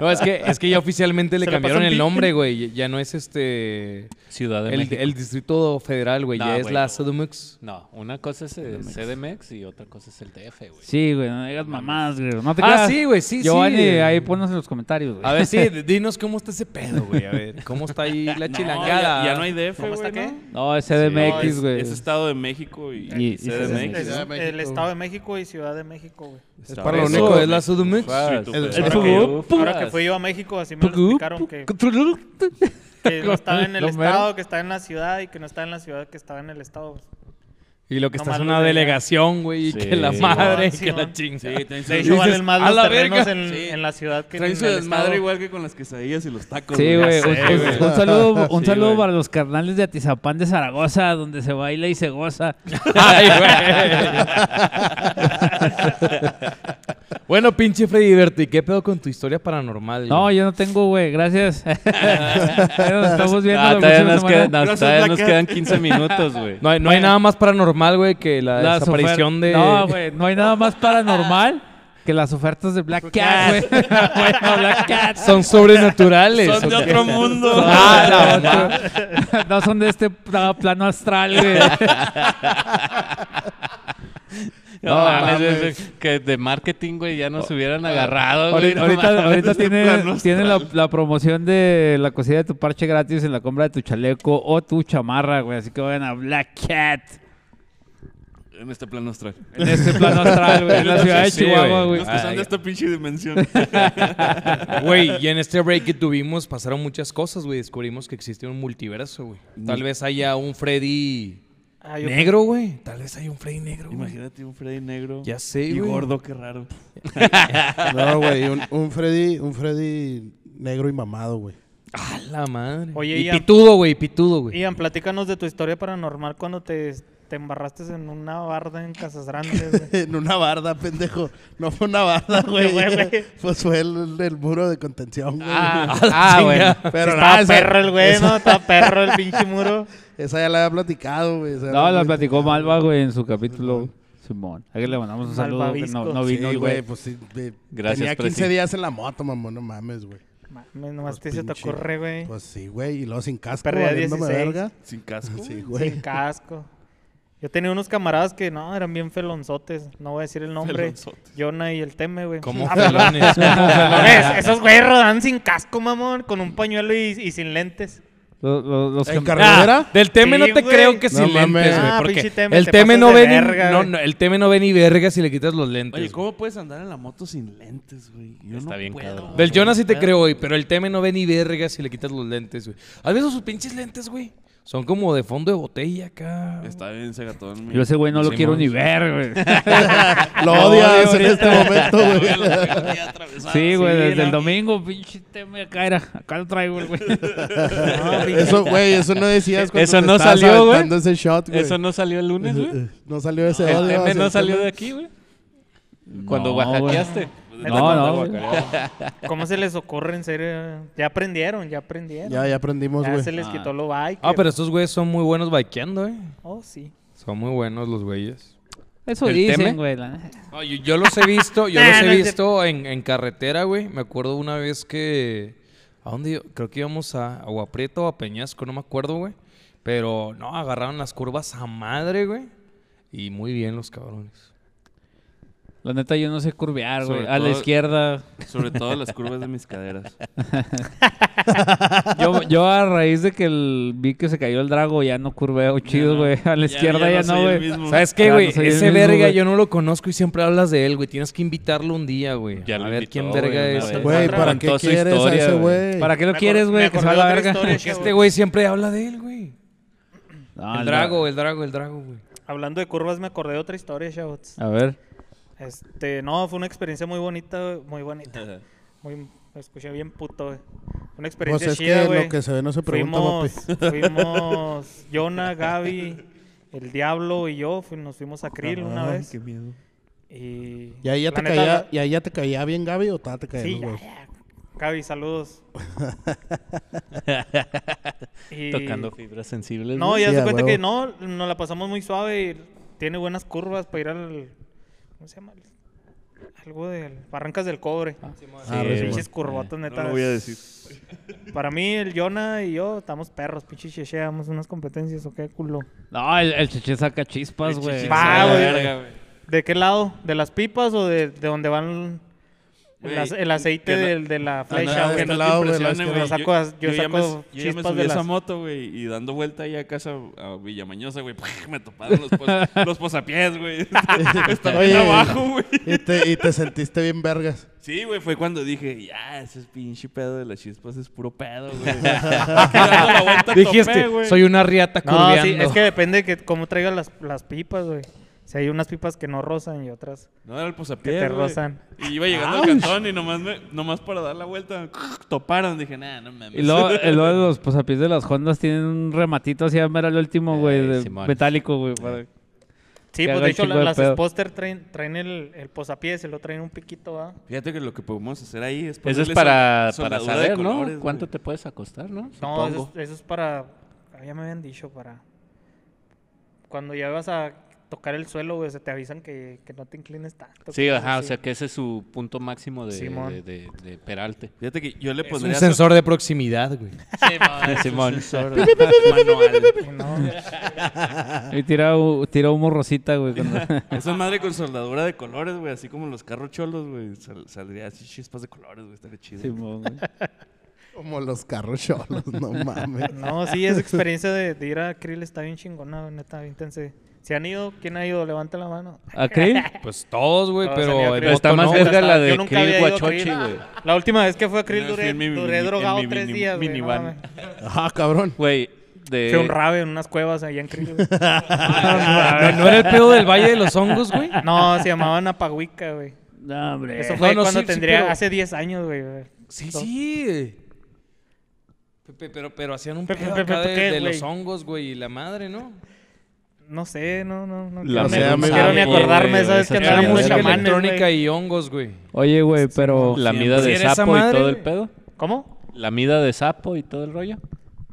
S5: No, es que, es que ya oficialmente le
S3: Se la
S5: cambiaron
S3: pasó
S5: el
S3: en
S5: nombre, güey. Ya no es este.
S4: Ciudad de
S5: El,
S4: México.
S5: el Distrito Federal, güey.
S4: No,
S5: ya es
S4: güey,
S5: la
S4: no.
S5: CDMX.
S4: No, una cosa es el CDMX y otra cosa es el DF, güey.
S1: Sí, güey, no digas mamás, güey. No te
S5: Ah,
S1: creas.
S5: sí, güey, sí,
S1: Giovanni,
S5: sí.
S1: ahí ponnos en los comentarios, güey.
S5: A ver, sí, dinos cómo está ese pedo, güey. A ver, ¿cómo está ahí la
S2: No,
S5: chilangada?
S2: ya, ya no hay DF,
S3: ¿Cómo está
S2: güey,
S3: qué?
S2: ¿no?
S1: No, es
S2: No,
S1: CDMX,
S2: es,
S1: güey.
S2: es Estado de México y,
S1: Y- y
S2: CDMX.
S3: Es-
S6: Ciudad de
S3: el,
S6: México.
S3: Estado de México y Ciudad de México, güey.
S2: Es
S5: Por
S6: para lo
S5: eso
S6: único.
S5: es la CDMX.
S1: el-
S3: Ahora
S1: Pugú,
S3: que- Ahora que fui yo a México, así me lo explicaron que, que no estaba en el
S1: Lo mero.
S3: estado, que estaba en la ciudad y que no estaba en la ciudad, que estaba en el estado. pues.
S5: Y lo que está es
S3: Nomás
S5: una
S3: lo de-
S5: delegación, güey. Y
S4: Sí.
S5: que la madre,
S3: Sí,
S5: que
S3: man.
S5: la chinga.
S2: Sí, también
S3: De
S2: se-
S3: hecho,
S5: dices,
S3: valen más
S5: "A
S3: los
S5: la
S3: terrenos
S5: verga".
S3: en,
S5: Sí.
S3: en la ciudad que en el
S2: Traen su desmadre
S3: estado.
S2: igual que con las quesadillas y los tacos.
S1: Sí, güey.
S2: Ya sé,
S1: Un,
S2: güey. pues,
S1: un saludo, un
S2: Sí,
S1: saludo
S2: güey.
S1: para los carnales de Atizapán de Zaragoza, donde se baila y se goza.
S5: Ay, güey. bueno, pinche Freddy Berti, ¿qué pedo con tu historia paranormal?
S1: No,
S5: güey?
S1: yo no tengo, güey. Gracias. Ahí nos estamos viendo
S4: Ah,
S1: la
S4: todavía
S1: próxima
S4: nos,
S1: semana.
S4: queda- no,
S2: Gracias,
S4: todavía nos
S2: Blackhead.
S4: quedan 15 minutos, güey.
S5: No hay, no hay nada más paranormal, güey, que la,
S1: Las
S5: desaparición
S1: ofer-
S5: de...
S1: No, güey. No hay nada más paranormal que las ofertas de Black Cat, güey. bueno, Black Cat.
S5: Son sobrenaturales.
S2: Son de
S5: ¿o qué?
S2: otro mundo.
S1: Ah, no, no son de este pla- plano astral, güey.
S4: No,
S1: No,
S4: mames,
S1: mames.
S4: es que de marketing, güey, ya nos hubieran agarrado, güey.
S1: Ahorita,
S4: no
S1: ahorita,
S4: mames.
S1: ahorita tiene, tiene la, la promoción de la cosilla de tu parche gratis en la compra de tu chaleco o tu chamarra, güey. Así que vayan a Black Cat
S2: En este plano astral.
S1: en este plano astral, güey. En la ciudad de
S5: Sí,
S1: Chihuahua,
S5: güey.
S1: güey.
S2: Los que son
S5: Ay.
S2: de esta pinche dimensión.
S5: Güey, y en este break que tuvimos pasaron muchas cosas, güey. Descubrimos que existe un multiverso, güey. Tal vez haya un Freddy
S3: Ah, yo-
S5: negro, güey. Tal vez haya un Freddy negro, güey.
S2: Imagínate un Freddy negro.
S5: Ya sé,
S2: Y
S5: güey.
S2: gordo, qué raro.
S6: No, güey, un, un Freddy, un Freddy negro y mamado, güey.
S5: A la madre.
S3: Oye,
S5: y
S3: ya-
S5: pitudo, güey, pitudo, güey.
S3: Ian, platícanos de tu historia paranormal cuando te, te embarraste en una barda en Casas Grandes. güey.
S6: En una barda, pendejo. No fue una barda, güey.
S3: fue, güey?
S6: pues fue el, el muro de contención, güey.
S3: Ah,
S5: Ah, güey.
S6: Pero
S3: estaba
S6: nada, esa-
S3: perro el güey,
S6: esa-
S3: ¿no? Estaba perro el pinche muro.
S6: Esa ya la había platicado, güey. esa ya
S1: No,
S6: había
S1: la platicó
S6: platicado.
S1: Malva, güey, en su capítulo. Simón. Aquí le mandamos un saludo. que no,
S3: Malvavisco.
S1: no vino,
S6: Sí,
S1: el
S6: güey,
S1: güey.
S6: pues sí. güey.
S4: Gracias,
S6: Tenía 15
S4: Presi.
S6: días en la moto, mamón, no mames, güey.
S3: Mames, nomás
S6: Pues
S3: te se te
S6: pinche-
S3: ocurre, güey.
S6: Pues sí, güey, y luego sin casco,
S3: Perdí a
S6: valiéndome
S3: 16.
S6: verga.
S2: Sin casco.
S6: Sí,
S3: Sin
S6: güey.
S3: casco. Yo tenía unos camaradas que no, eran bien felonzotes. No voy a decir el nombre.
S2: Felonzotes.
S3: Jonah y el Teme, güey.
S5: Como
S3: Ah, perdón.
S5: felones. como felones.
S3: Es- esos güeyes rodan sin casco, mamón, con un pañuelo y, y sin lentes.
S1: Los, los- los
S6: ¿En
S1: cam-
S6: carretera?
S5: Ah, Del Teme
S3: Sí,
S5: no te
S3: güey.
S5: creo que
S6: No
S5: sin
S6: mames.
S5: lentes, güey.
S3: Ah,
S5: porque
S3: pinche Teme,
S5: el
S3: te
S5: Teme
S3: pasas
S5: no
S3: de
S5: ve ni
S3: verga,
S5: no,
S3: güey.
S5: no, el Teme no ve ni verga si le quitas los lentes.
S2: Oye,
S5: güey.
S2: ¿cómo puedes andar en la moto sin lentes, güey? Yo
S4: Está
S2: no
S4: bien
S2: puedo,
S4: cabrón.
S2: güey.
S5: Del Jonas sí
S3: Ah.
S5: te creo, güey, pero el Teme no ve ni verga si le quitas los lentes, güey. ¿Has visto sus pinches lentes, güey? Son como de fondo de botella acá.
S2: Está bien cegatón.
S1: Yo ese güey no lo gatón, quiero
S5: Simón.
S1: ni ver, güey.
S6: Lo odias en este momento, güey.
S1: Sí, güey,
S3: sí,
S1: desde
S3: no.
S1: el domingo, pinche teme acá era. Acá lo traigo, el güey.
S6: Eso, güey, eso no decías cuando
S4: Eso
S6: te
S4: no
S6: estabas
S4: salió, güey.
S6: aventando ese shot, güey. eh,
S4: Eso eh, no salió el lunes, güey.
S6: No salió ese
S4: El
S6: odio.
S4: meme
S6: hacia
S4: no
S6: el
S4: salió
S6: tema.
S4: de aquí, güey. Cuando
S1: No,
S4: oaxaqueaste.
S1: No, no. güey.
S3: ¿Cómo se les ocurre en serio? Ya aprendieron, ya aprendieron.
S6: Ya, ya aprendimos,
S3: Ya
S6: güey.
S3: se les quitó lo bike.
S5: Ah, pero estos güeyes son muy buenos bikeando, eh.
S3: Oh, sí.
S5: Son muy buenos los güeyes.
S1: Eso
S5: ¿El Teme?
S1: dicen, güey. la-
S5: No, yo, yo los he visto, yo
S3: Nah,
S5: los
S3: no
S5: he
S3: es
S5: visto en, en carretera, güey. Me acuerdo una vez que... ¿A dónde? iba? Creo que íbamos a Aguaprieto o a Peñasco, no me acuerdo, güey. Pero no, agarraron las curvas a madre, güey. Y muy bien los cabrones.
S1: La neta, yo no sé curvear,
S2: Sobre
S1: güey. A la
S2: todo-
S1: izquierda.
S2: Sobre todo las curvas de mis caderas.
S1: Yo, yo a raíz de que el- vi que se cayó el drago, ya no curveo chido,
S2: no.
S1: güey. A la
S2: Ya-
S1: izquierda ya,
S2: ya no
S1: no,
S2: soy el
S1: güey.
S2: mismo.
S5: ¿Sabes
S1: Ya
S5: qué,
S1: no
S5: güey?
S1: soy el
S5: Ese
S1: mismo,
S5: verga
S1: güey.
S5: yo no lo conozco y siempre hablas de él, güey. Tienes que invitarlo un día, güey.
S4: Ya
S5: a
S4: lo
S5: ver
S4: invitó,
S5: quién
S4: güey,
S5: verga
S4: una
S5: es.
S4: vez.
S6: Güey, ¿para
S4: Contó
S6: qué
S4: su
S6: quieres
S4: historia,
S6: a ese
S4: güey.
S6: güey?
S1: ¿Para qué lo
S3: Me acor-
S1: quieres,
S3: me
S1: güey? Que se va a
S3: acordé
S1: la
S3: de otra
S1: verga.
S3: historia, chavo.
S5: Este güey siempre habla de él, güey.
S1: No,
S5: el
S1: no.
S5: drago, el drago, el drago, güey.
S3: Hablando de curvas, me acordé de otra historia, chavos.
S1: A ver.
S3: Este, no, fue una experiencia muy bonita, güey, muy bonita. Muy, me escuché bien puto, güey. Una
S6: Pues
S3: experiencia
S6: es
S3: chida,
S6: que
S3: güey.
S6: lo que se ve no se pregunta,
S3: Fuimos,
S6: papi.
S3: fuimos Jonah, Gaby, el Diablo y yo, fui- nos fuimos a
S6: Ah,
S3: Krill una vez.
S2: miedo.
S3: Y,
S6: ¿Y ahí ya
S3: la
S6: te
S3: neta,
S6: caía,
S3: la-
S6: y ahí ya te caía bien Gaby o todavía te caía
S3: Sí,
S6: los
S3: ya,
S6: huevos?
S3: ya. Gaby, saludos. Y-
S4: Tocando fibras sensibles.
S3: No,
S4: güey.
S3: ya
S6: Sí,
S3: se
S6: a
S3: cuenta
S6: huevo.
S3: que no, nos la pasamos muy suave y tiene buenas curvas para ir al. ¿Cómo se llama? Algo de Barrancas del Cobre.
S6: Ah,
S4: Sí,
S6: Simón.
S3: pinches curvotas, neta.
S2: No lo voy a decir.
S3: Para mí, el Jonah y yo estamos perros, pinches checheamos unas competencias, o qué culo.
S1: No, el, el cheche saca chispas, güey.
S3: Va,
S2: Ah,
S3: güey.
S2: verga, güey.
S3: ¿De qué lado? ¿De las pipas o de, de donde van el,
S2: Güey,
S3: ace- el aceite
S2: que no-
S3: del- de la
S2: Ah,
S3: flecha?
S6: no,
S3: o
S2: que
S3: qué?
S6: este lado, güey, la
S2: impresione,
S6: izquierda.
S3: Yo saco as- yo
S2: ya
S3: saco
S2: me su- yo ya me
S3: chispas
S2: subí
S3: de
S2: a esa
S3: las-
S2: moto, güey, y dando vuelta ahí a casa a Villamañosa, güey, me toparon los, pos- los posapiés, güey. Estaba
S6: Oye.
S2: bien abajo, güey.
S6: Y te, y te sentiste bien vergas.
S2: Sí, güey, fue cuando dije, ya, ese es pinche pedo de las chispas es puro pedo, güey. Aquí dando la vuelta topé,
S5: Dijiste,
S2: güey.
S5: soy una riata
S3: No,
S5: curveando.
S3: sí, es que depende que cómo traigas las, las pipas, güey. Si hay unas pipas que no rozan y otras.
S2: No era el posapié,
S3: Que te
S2: güey.
S3: rozan.
S2: Y iba llegando al cantón y nomás, me, nomás para dar la vuelta toparon. Dije, nah, no mames.
S1: Y luego, y luego los posapiés de las Hondas tienen un rematito así a ver al último, güey,
S4: Ey,
S1: de
S4: Simón.
S1: metálico, güey. para- Que
S3: Sí, pues
S1: haga
S3: de
S1: el
S3: hecho la-
S1: chingo de
S3: las
S1: pedo.
S3: Sposter traen, traen el, el posapié, se lo traen un piquito, ¿va?
S2: Fíjate que lo que podemos hacer ahí pues es
S4: Eso Pues es
S2: ponerle
S4: para,
S2: sol-
S4: para
S2: soldadura de
S4: saber,
S2: colores,
S4: ¿no?
S2: güey.
S4: ¿Cuánto te puedes acostar, no?
S3: No, eso
S4: Supongo.
S3: es, este, eso es para. ah, Ya me habían dicho, para. Cuando ya vas a tocar el suelo, güey, se te avisan que, que no te inclines tanto.
S4: Sí,
S3: cosas
S4: ajá, o
S3: así.
S4: sea que ese es su punto máximo de,
S3: Simón.
S4: de, de- de peralte.
S2: Fíjate que yo le
S5: Es un
S2: pondría...
S5: sensor de proximidad, güey.
S4: Simón.
S3: Y no,
S1: Y tira, u- tira humo rosita, güey. cuando-
S2: Esa madre con soldadura de colores, güey. Así como los carros cholos, güey. sal- saldría así chispas de colores, güey. Estaría chido.
S1: Simón, güey.
S6: Como los carros cholos, no mames.
S3: no, sí, esa experiencia de, de ir a Krill está bien chingona, güey, neta, intense. ¿Se han ido? ¿Quién ha ido? Levanta la mano.
S1: ¿A Krill?
S5: Pues todos, güey,
S3: Todos han ido
S5: pero
S3: a
S5: en
S3: Krill.
S5: moto
S4: Está más
S5: no,
S3: güey.
S4: verga la
S3: Yo
S4: de
S3: nunca
S4: Krill
S3: había ido a
S4: Guachochi,
S3: Krill.
S4: güey.
S3: La última vez que fue a Krill
S2: Una vez
S3: duré,
S2: fui en mi
S3: duré
S2: mini-
S3: drogado
S2: en mi
S3: tres
S2: mini-
S3: días, güey. no
S2: minivan.
S3: mames.
S6: Ah, cabrón.
S4: Güey, de...
S3: Fue un rave en unas cuevas allá en Krill, güey.
S5: Ah, ¿No era el pedo del Valle de los Hongos, güey?
S3: No, se llamaban Apahuica, güey.
S1: No, hombre.
S3: Eso fue
S5: Eh. no,
S3: cuando
S5: sí, sí,
S3: tendría
S5: pero-
S3: hace 10 años, güey. güey.
S5: Sí,
S3: No.
S5: sí. Pepe, pero, pero hacían un
S3: Pepe,
S5: pedo
S3: Pepe,
S5: acá de,
S3: ¿qué,
S5: de los
S3: güey?
S5: hongos, güey, y la madre, ¿no?
S3: No sé, no, no, no.
S4: La
S3: quiero ni- no
S6: medusa,
S3: quiero ni
S4: güey,
S3: acordarme, sabes
S4: esa
S3: que
S4: teoría
S3: andaban
S4: de
S3: muy
S4: la
S5: música
S3: chamanes,
S5: electrónica
S3: güey.
S5: y hongos, güey.
S1: Oye, güey, pero...
S4: La mida
S5: Sí,
S4: de
S5: era esa
S4: sapo y
S5: madre,
S4: todo el
S5: güey.
S4: pedo.
S3: ¿Cómo?
S4: La mida de sapo y todo el rollo.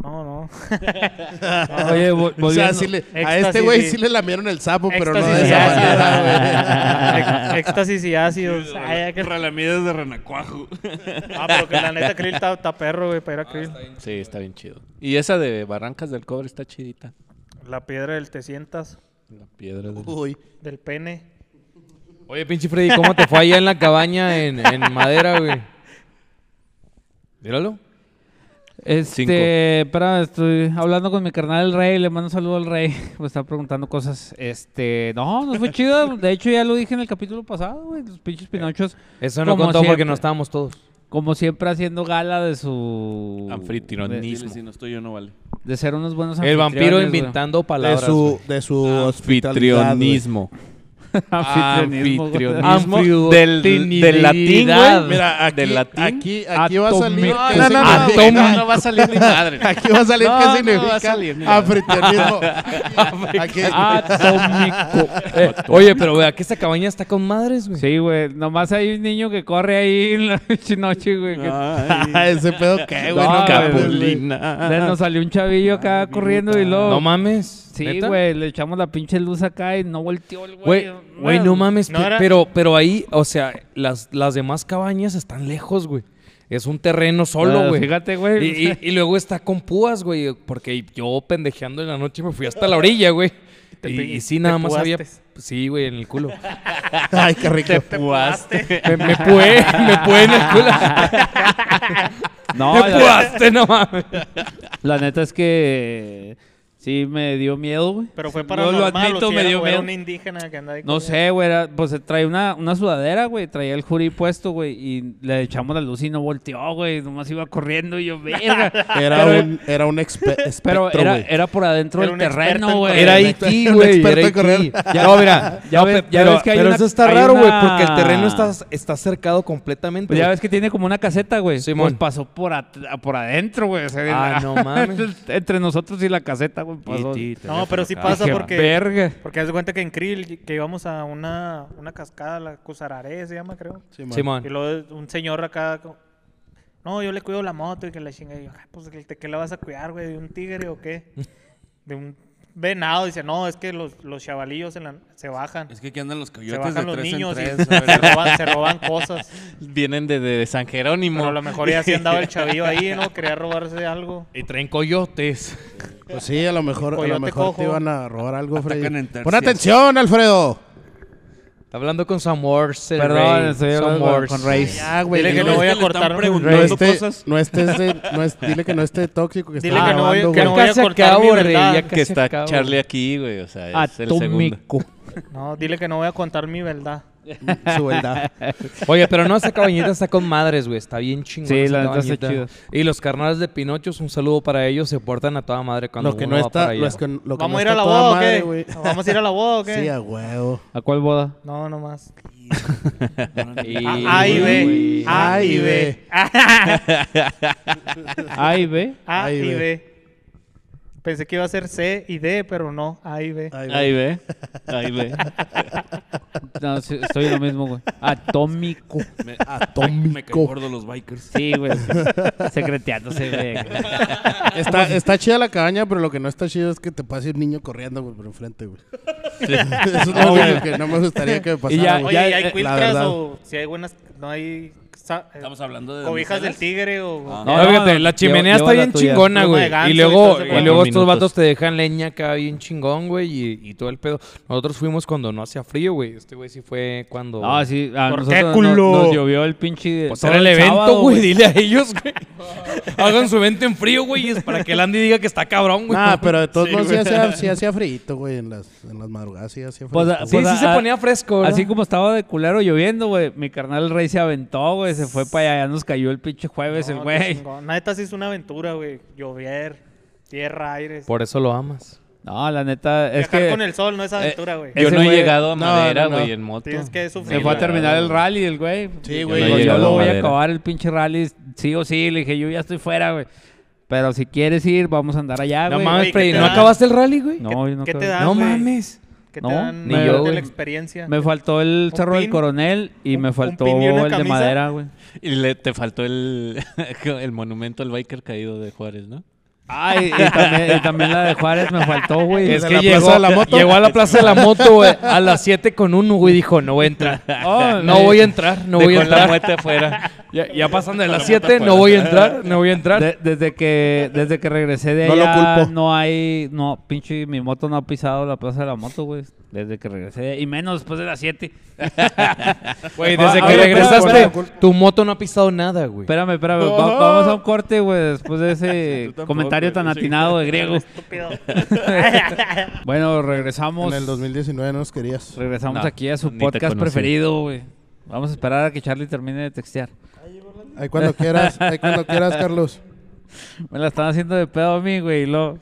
S3: No, no.
S1: Oye, vo-
S6: O sea,
S1: volviendo-
S6: sí le- a
S3: Éxtasis,
S6: este güey
S3: sí.
S6: sí le lamieron el sapo, pero no de
S3: Éxtasis y
S6: esa manera, güey.
S3: ácidos. Ex- Éxtasis y ácidos. Ay, ay, que-
S2: Ralamidas de Ranacuajo.
S3: Ah, pero que la neta Krill está, está perro, güey, para ir a Krill.
S4: Sí, está bien chido. Y esa de Barrancas del Cobre está chidita.
S3: La piedra del te sientas,
S4: La piedra del...
S6: Uy,
S3: del pene.
S5: Oye, pinche Freddy, ¿cómo te fue allá en la cabaña en, en madera, güey? Míralo.
S1: Este, espera, estoy hablando con mi carnal el rey, le mando un saludo al rey, me está preguntando cosas. Este, no, nos fue chido, de hecho ya lo dije en el capítulo pasado, güey, los pinches pinochos,
S5: Eso no
S1: Como
S5: contó
S1: siempre.
S5: porque no estábamos todos.
S1: como siempre haciendo gala de su...
S4: Anfitrionismo.
S2: Dile, si no estoy yo, no vale.
S1: De, de ser unos buenos
S5: El vampiro
S1: anfitriones, güey.
S5: inventando
S6: de
S5: palabras.
S6: su, de su hospitalidad, güey.
S4: Ah, Anfitrionismo.
S1: Anfitrionismo, güey.
S4: Anfitrionismo. Del, del latín, güey.
S6: Mira, aquí,
S4: Del latín.
S6: aquí, aquí va a salir.
S1: Atomic-
S6: que
S1: No, no, no,
S6: significa-
S1: güey,
S5: no, no va a salir ni madre.
S6: Aquí va a salir
S4: No,
S6: qué
S4: no va a
S6: significa
S4: salir, mira.
S6: anfitrionismo. Aquí,
S1: Ah, Atómico.
S5: Eh, oye, pero vea que esta cabaña está con madres, güey.
S1: Sí, güey, nomás hay un niño que corre ahí en la pinche noche, güey. que-
S6: Ah, ese pedo qué, güey.
S1: No,
S6: No,
S1: güey.
S6: mames, güey.
S1: de- Nos salió un chavillo acá corriendo y luego...
S5: No mames.
S1: Sí,
S5: ¿neta?
S1: güey, le echamos la pinche luz acá y no volteó el güey.
S5: Güey, güey, no mames,
S3: no
S5: pe-
S3: era-
S5: pero, pero ahí, o sea, las, las demás cabañas están lejos, güey. Es un terreno
S1: Ah,
S5: solo, güey.
S1: fíjate, güey.
S5: Y, y- y luego está con púas, güey. Porque yo pendejeando en la noche me fui hasta la orilla, güey.
S8: Te
S5: y,
S8: pe-
S5: y sí, nada
S8: te
S5: más había.
S8: pudaste.
S5: Sí, güey, en el culo.
S6: Ay, qué rico.
S5: me, me pué, me pué en el culo.
S1: No,
S5: me
S1: la,
S5: puaste, no mames.
S1: la neta es que sí me dio miedo, güey.
S3: Pero fue para
S1: No lo admito, me dio
S3: Era
S1: miedo.
S3: un indígena que andaba ahí
S1: No
S3: con-
S1: sé, güey, era- pues traía una, una sudadera, güey, traía el jurí puesto, güey, y le echamos la luz y no volteó, güey, nomás iba corriendo y yo, verga.
S6: Era
S1: Pero-
S6: un, era un expe- espectro,
S1: Pero era, eh,
S6: güey.
S1: era por adentro
S3: Era
S1: del
S3: un experto en
S1: terreno, güey.
S3: correr. Era
S6: IT, güey, era IT.
S1: Ya, no, mira, ya
S5: No,
S1: ves,
S5: pe-
S1: ya
S5: pero,
S1: ves que hay
S5: pero
S1: una-
S5: eso está
S1: hay
S5: raro, güey,
S1: una-
S5: porque el terreno está, está cercado completamente.
S1: Pues ya
S5: güey.
S1: ves que tiene como una caseta, güey.
S5: Simón.
S1: Pues pasó por, at- por adentro, güey. o sea,
S5: Ah,
S1: la-
S5: no mames.
S1: Entre nosotros y la caseta, güey. Pasó.
S3: No, pero
S4: Ah,
S3: sí pasa
S1: Dije,
S3: porque...
S1: Verga.
S3: Porque haz de cuenta que en Krill, que íbamos a una, una cascada, la Cusararé se llama, creo.
S5: Simón.
S3: Y luego un señor acá, como, no, yo le cuido la moto y que la chinga. Y yo, "Ah, pues, ¿de qué la vas a cuidar, güey? ¿De un tigre o qué? De un venado. Dice, no, es que los, los chavalillos en la- se bajan.
S2: Es que aquí andan los
S3: Se
S2: coyotes de
S3: bajan los
S2: tres
S3: niños y
S2: en
S3: se
S2: tres. a ver.
S3: roban, se roban cosas.
S4: Vienen de, de San Jerónimo.
S3: Pero a lo mejor ya se andaba el chavillo ahí, ¿no? Quería robarse algo.
S5: Y traen coyotes.
S6: Pues sí, a lo mejor, a
S3: Coyote
S6: lo mejor te
S3: cojo.
S6: iban a robar algo, Freddy.
S2: Atacan en tercias.
S6: Pon atención, Alfredo.
S5: Está hablando con Samor.
S1: Perdón, estoy hablando con- con Reis.
S6: Ya, Ah, güey.
S3: Dile que
S2: no
S3: no
S2: es
S3: voy
S2: que le
S3: a
S2: están
S3: cortar
S6: No
S2: preguntando.
S3: mi-
S6: esté,
S2: cosas.
S6: no estés de- no es- dile que no esté tóxico que
S3: Dile
S6: está
S3: que no voy-
S6: grabando,
S3: que
S6: güey.
S3: no voy a
S5: casi
S3: cortar mi
S5: acabo,
S3: verdad.
S5: rey, ya
S4: que está
S5: acabo.
S4: Charlie aquí, güey. O sea, es el segundo.
S1: Atómico.
S3: No, dile que no voy a contar mi verdad.
S6: Su verdad.
S5: Oye, pero no, esa cabañita está con madres, güey. Está bien chingón.
S1: Sí,
S5: esa
S1: la neta está
S5: cabañita. Y los carnales de Pinochos, un saludo para ellos. Se portan a toda madre cuando
S6: Lo que
S5: uno
S6: no
S5: va para
S6: está,
S5: allá.
S6: lo es que- lo que
S3: ¿Vamos
S6: no
S3: a ir
S6: está
S3: a la
S6: toda
S3: boda
S6: madre,
S3: o
S6: güey.
S3: qué? ¿Vamos a ir a la boda o qué?
S6: Sí, a huevo.
S1: ¿A cuál boda?
S3: No, no más.
S5: Y-
S3: Ah, Ay, ve. Ay,
S6: Ay,
S3: ve.
S6: ve.
S1: A y B.
S3: A
S6: Ay,
S3: y
S6: ve.
S3: B. Pensé que iba a ser C y D, pero no, A y B.
S6: Ay, güey.
S4: Ahí ve. Ahí ve.
S1: No, sí, estoy en lo mismo, güey. Atómico.
S2: Me- Me caen
S6: Atómico.
S2: gordos los bikers.
S1: Sí, güey. Secreteándose, güey.
S6: Está, está chida la cabaña, pero lo que no está chido es que te pase un niño corriendo, güey, por enfrente, güey. Eso es lo único que no me gustaría que me pasara.
S1: ya-
S6: güey.
S3: Oye, ¿y hay
S1: eh,
S6: la
S3: cuiltras
S6: verdad.
S3: o si hay buenas, no hay sa- eh,
S2: Estamos hablando de.
S3: cobijas
S2: donde
S3: del
S2: sales.
S3: tigre o
S2: Ah.
S5: No,
S1: No,
S5: fíjate,
S1: no,
S5: la
S1: lleva-
S5: chimenea
S1: lleva
S5: está
S1: la
S5: bien
S1: tuya.
S5: chingona,
S3: Pluma
S5: güey.
S3: de ganso
S5: Y
S3: y
S5: luego,
S3: todo ese
S5: y
S3: pedo.
S5: luego estos
S4: Minutos.
S5: vatos te dejan leña acá bien chingón, güey. Y, y todo el pedo. Nosotros fuimos cuando no hacía frío, güey. Este güey sí fue cuando.
S1: Ah, sí. A
S3: ¿Por
S1: nosotros
S3: qué,
S1: no-
S3: culo?
S1: nos llovió el pinche...
S5: Pues
S1: todo
S5: era el evento,
S1: sábado,
S5: güey. Dile a ellos, güey. Hagan su evento en frío, güey. y es para que el Andy diga que está cabrón, güey.
S6: Nah, pero de todos
S5: Sí,
S6: modos sí
S5: güey.
S6: hacía, sí hacía frito, güey, en las, en las madrugadas sí hacía frito.
S1: Pues, ah,
S6: güey.
S5: Sí,
S1: pues,
S5: sí se
S1: a-
S5: ponía fresco, ¿verdad?
S1: Así como estaba de culero lloviendo, güey. Mi carnal Rey se aventó, güey. Se fue para allá. Ya nos cayó el pinche jueves, el güey.
S3: Neta, sí es una aventura, güey. Llover, tierra, aire.
S5: Por eso lo amas.
S1: No, la neta, es
S3: Viajar
S1: que
S3: con el sol no es aventura, güey.
S1: eh,
S4: Yo
S1: Ese
S4: no he
S1: güey-
S4: llegado a
S6: No,
S4: madera,
S6: no, no.
S4: güey, en moto.
S3: Tienes que sufrir.
S1: se fue a
S3: la
S1: terminar
S3: verdad.
S1: el rally, el güey.
S6: Sí,
S1: Yo
S6: güey.
S1: le
S4: No
S1: digo,
S4: he
S1: Yo,
S4: llegado
S1: lo
S4: a
S1: voy a
S4: madera.
S1: acabar el pinche rally, sí o sí. Le dije, yo ya estoy fuera, güey. Pero si quieres ir, vamos a andar allá,
S5: No
S1: güey.
S5: mames,
S3: güey, ¿qué
S5: Freddy.
S3: te
S5: ¿No
S3: da?
S5: acabaste el rally, güey?
S1: No,
S3: ¿Qué-
S1: yo no
S3: qué te
S1: creo.
S3: da?
S5: No
S3: güey.
S5: mames.
S3: Que te
S1: No,
S3: dan
S1: ni
S3: de
S1: yo,
S3: la
S1: güey.
S3: experiencia.
S1: Me faltó el
S3: ¿Un
S1: Cerro del
S3: pin?
S1: Coronel y
S3: ¿Un-
S1: me
S3: un
S1: faltó
S3: pin y
S1: el
S3: una
S1: de
S3: camisa?
S1: madera, güey.
S4: Y le, te faltó el, el monumento al biker caído de Juárez, ¿no?
S1: Ay, y también, y también la de Juárez me faltó, güey.
S5: Es
S6: ¿De
S5: que
S6: la
S5: llegó,
S6: Plaza de la Moto?
S5: llegó a la plaza de la moto, güey, a las 7 con 1, güey. Dijo, no voy a entrar.
S1: Oh,
S5: No
S1: me-
S5: voy a entrar, no
S4: Dejó
S5: voy a
S4: la
S5: entrar.
S4: muerte afuera.
S5: Ya, ya pasan de las 7, no voy a entrar, no voy a entrar.
S1: De- desde que desde que regresé de
S6: No lo
S1: allá no,
S6: culpo.
S1: hay no pinche mi moto no ha pisado la plaza de la moto güey desde que regresé de- y menos después de las 7
S5: Güey, desde
S1: Ah,
S5: que
S1: oye,
S5: regresaste,
S1: espera,
S5: tu moto no ha pisado nada, güey.
S1: espérame espérame va- vamos a un corte güey después de ese
S2: tampoco,
S1: comentario
S2: güey,
S1: tan
S2: sí.
S1: atinado de griego
S3: Estúpido.
S1: bueno regresamos
S6: En el 2019 no nos querías.
S1: regresamos
S4: No,
S1: aquí a su
S4: ni te
S1: podcast
S4: conocí.
S1: preferido güey vamos a esperar a que Charlie termine de textear
S6: Ahí cuando quieras, ahí cuando quieras, Carlos.
S1: me la están haciendo de pedo a mí güey y luego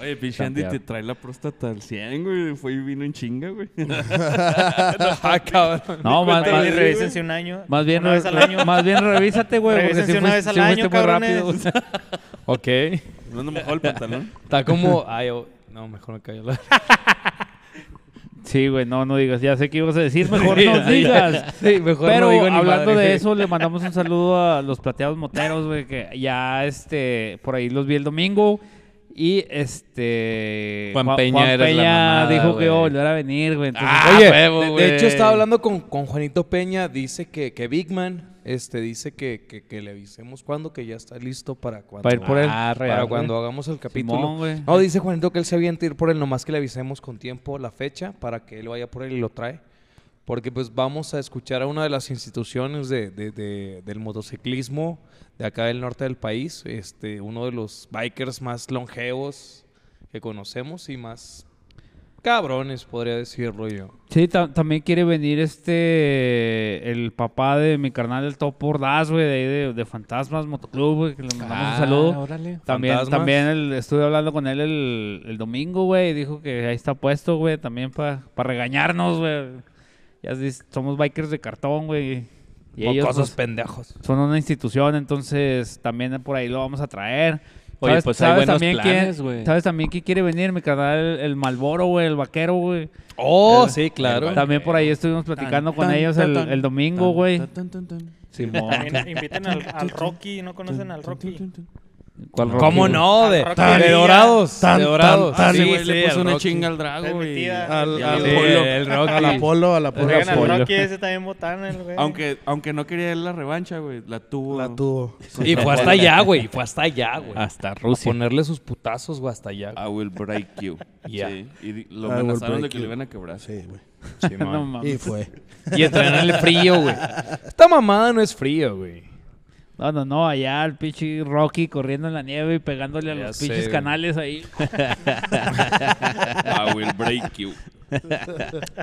S2: Oye, pinche Andy te
S1: Campeón.
S2: trae la próstata al 100, güey. Fue y vino en chinga, güey.
S5: Ah, cabrón.
S1: no más,
S3: Vale,
S1: más-
S3: revísense un año.
S1: más bien
S3: una vez al año.
S1: más bien revísate güey porque
S3: Revísense
S1: si
S3: una
S1: fuiste,
S3: vez al
S1: sí fuiste
S3: año,
S1: muy rápido
S3: cabrones.
S1: güey.
S5: Ok. Está
S2: No ando mojado el pantalón.
S5: como. Ay, oh, no, mejor no cayó la.
S1: Sí, güey, no, no digas. Ya sé qué ibas a decir, mejor no
S5: Sí,
S1: digas.
S5: Sí, mejor
S1: Pero
S5: no digo ni
S1: hablando
S5: madre,
S1: de
S5: güey.
S1: eso, le mandamos un saludo a los plateados moteros, güey, que ya, este, por ahí los vi el domingo. Y, este...
S4: Juan Peña era la
S1: Peña
S4: mamada,
S1: dijo que iba a
S4: güey. Ah.
S1: volver a venir, güey. entonces-
S5: Oye,
S4: huevo,
S5: de- de,
S4: güey.
S5: hecho estaba hablando con, con Juanito Peña, dice que, que Big Man, este, dice que, que, que le avisemos cuando, que ya está listo para cuando,
S1: Para ir por él.
S4: Ah, real,
S5: para
S4: güey.
S5: cuando hagamos el capítulo.
S1: Simón, güey.
S5: no, dice Juanito que él se avienta a ir por él, nomás que le avisemos con tiempo la fecha para que él vaya por él y lo trae. Porque pues vamos a escuchar a una de las instituciones de, de- de- del motociclismo de acá del norte del país, este, uno de los bikers más longevos que conocemos y más cabrones, podría decirlo yo.
S1: Sí, ta- también quiere venir este. El papá de mi carnal, el Topo Ordaz, güey, de ahí de, de Fantasmas Motoclub, güey, que le mandamos un saludo.
S4: Ah, Órale.
S1: También,
S5: Fantasmas.
S1: también el- estuve hablando con él el, el domingo, güey, y dijo que ahí está puesto, güey, también para regañarnos, güey. Ya dis- somos bikers de cartón, güey. Y ellos
S5: Mocosos
S1: pues,
S5: pendejos.
S1: son una institución, entonces también por ahí lo vamos a traer.
S4: Oye,
S1: ¿Sabes-
S4: pues hay
S1: sabes
S4: buenos
S1: también
S4: planes,
S1: quién-
S4: güey.
S1: ¿Sabes también quién quiere venir? Mi canal, el, el Malboro, güey, el vaquero, güey.
S5: Oh,
S1: El-
S5: sí, claro.
S1: También por ahí estuvimos platicando con
S2: tan,
S1: ellos
S2: tan,
S1: el,
S2: tan,
S1: el domingo, güey.
S2: Tan, tan, tan, tan.
S1: Simón.
S7: También inviten al, al Rocky, ¿no conocen al Rocky?
S1: ¿Cuál
S5: ¿Cómo
S1: Rocky,
S5: no? De,
S7: Tan-
S5: de dorados.
S6: tan-
S5: de dorados.
S6: tan- tan-
S5: Sí,
S2: Ese güey
S5: sí,
S2: le puso
S5: al
S2: una
S5: Rocky.
S2: chinga al drago,
S7: Es mi
S2: güey.
S7: tía.
S6: Al, al,
S5: Sí,
S6: Polo,
S5: el Rocky.
S6: al Apolo, al Apolo.
S7: Oigan, al
S1: Pollo.
S7: Rocky ese también botana, el güey.
S2: Aunque, aunque no quería él la revancha, güey. La tuvo.
S6: La tuvo.
S5: Y fue hasta allá, güey. Fue hasta allá, güey.
S1: Ah,
S4: Hasta
S5: A
S4: Rusia.
S5: ponerle sus putazos, güey, hasta allá. güey.
S2: I will break you.
S5: Yeah.
S2: Sí. Y di- lo
S6: I will
S2: amenazaron de
S6: break
S2: que le
S6: you.
S2: iban a quebrar.
S6: Sí, güey.
S1: No
S5: Simón.
S1: mames.
S6: Y fue.
S5: y entrenarle frío, güey. Esta mamada no es frío, güey.
S1: No, no, no, allá el pinche Rocky corriendo en la nieve y pegándole a
S5: Ya
S1: los
S5: sé,
S1: pinches
S5: güey.
S1: canales ahí.
S2: I will break you.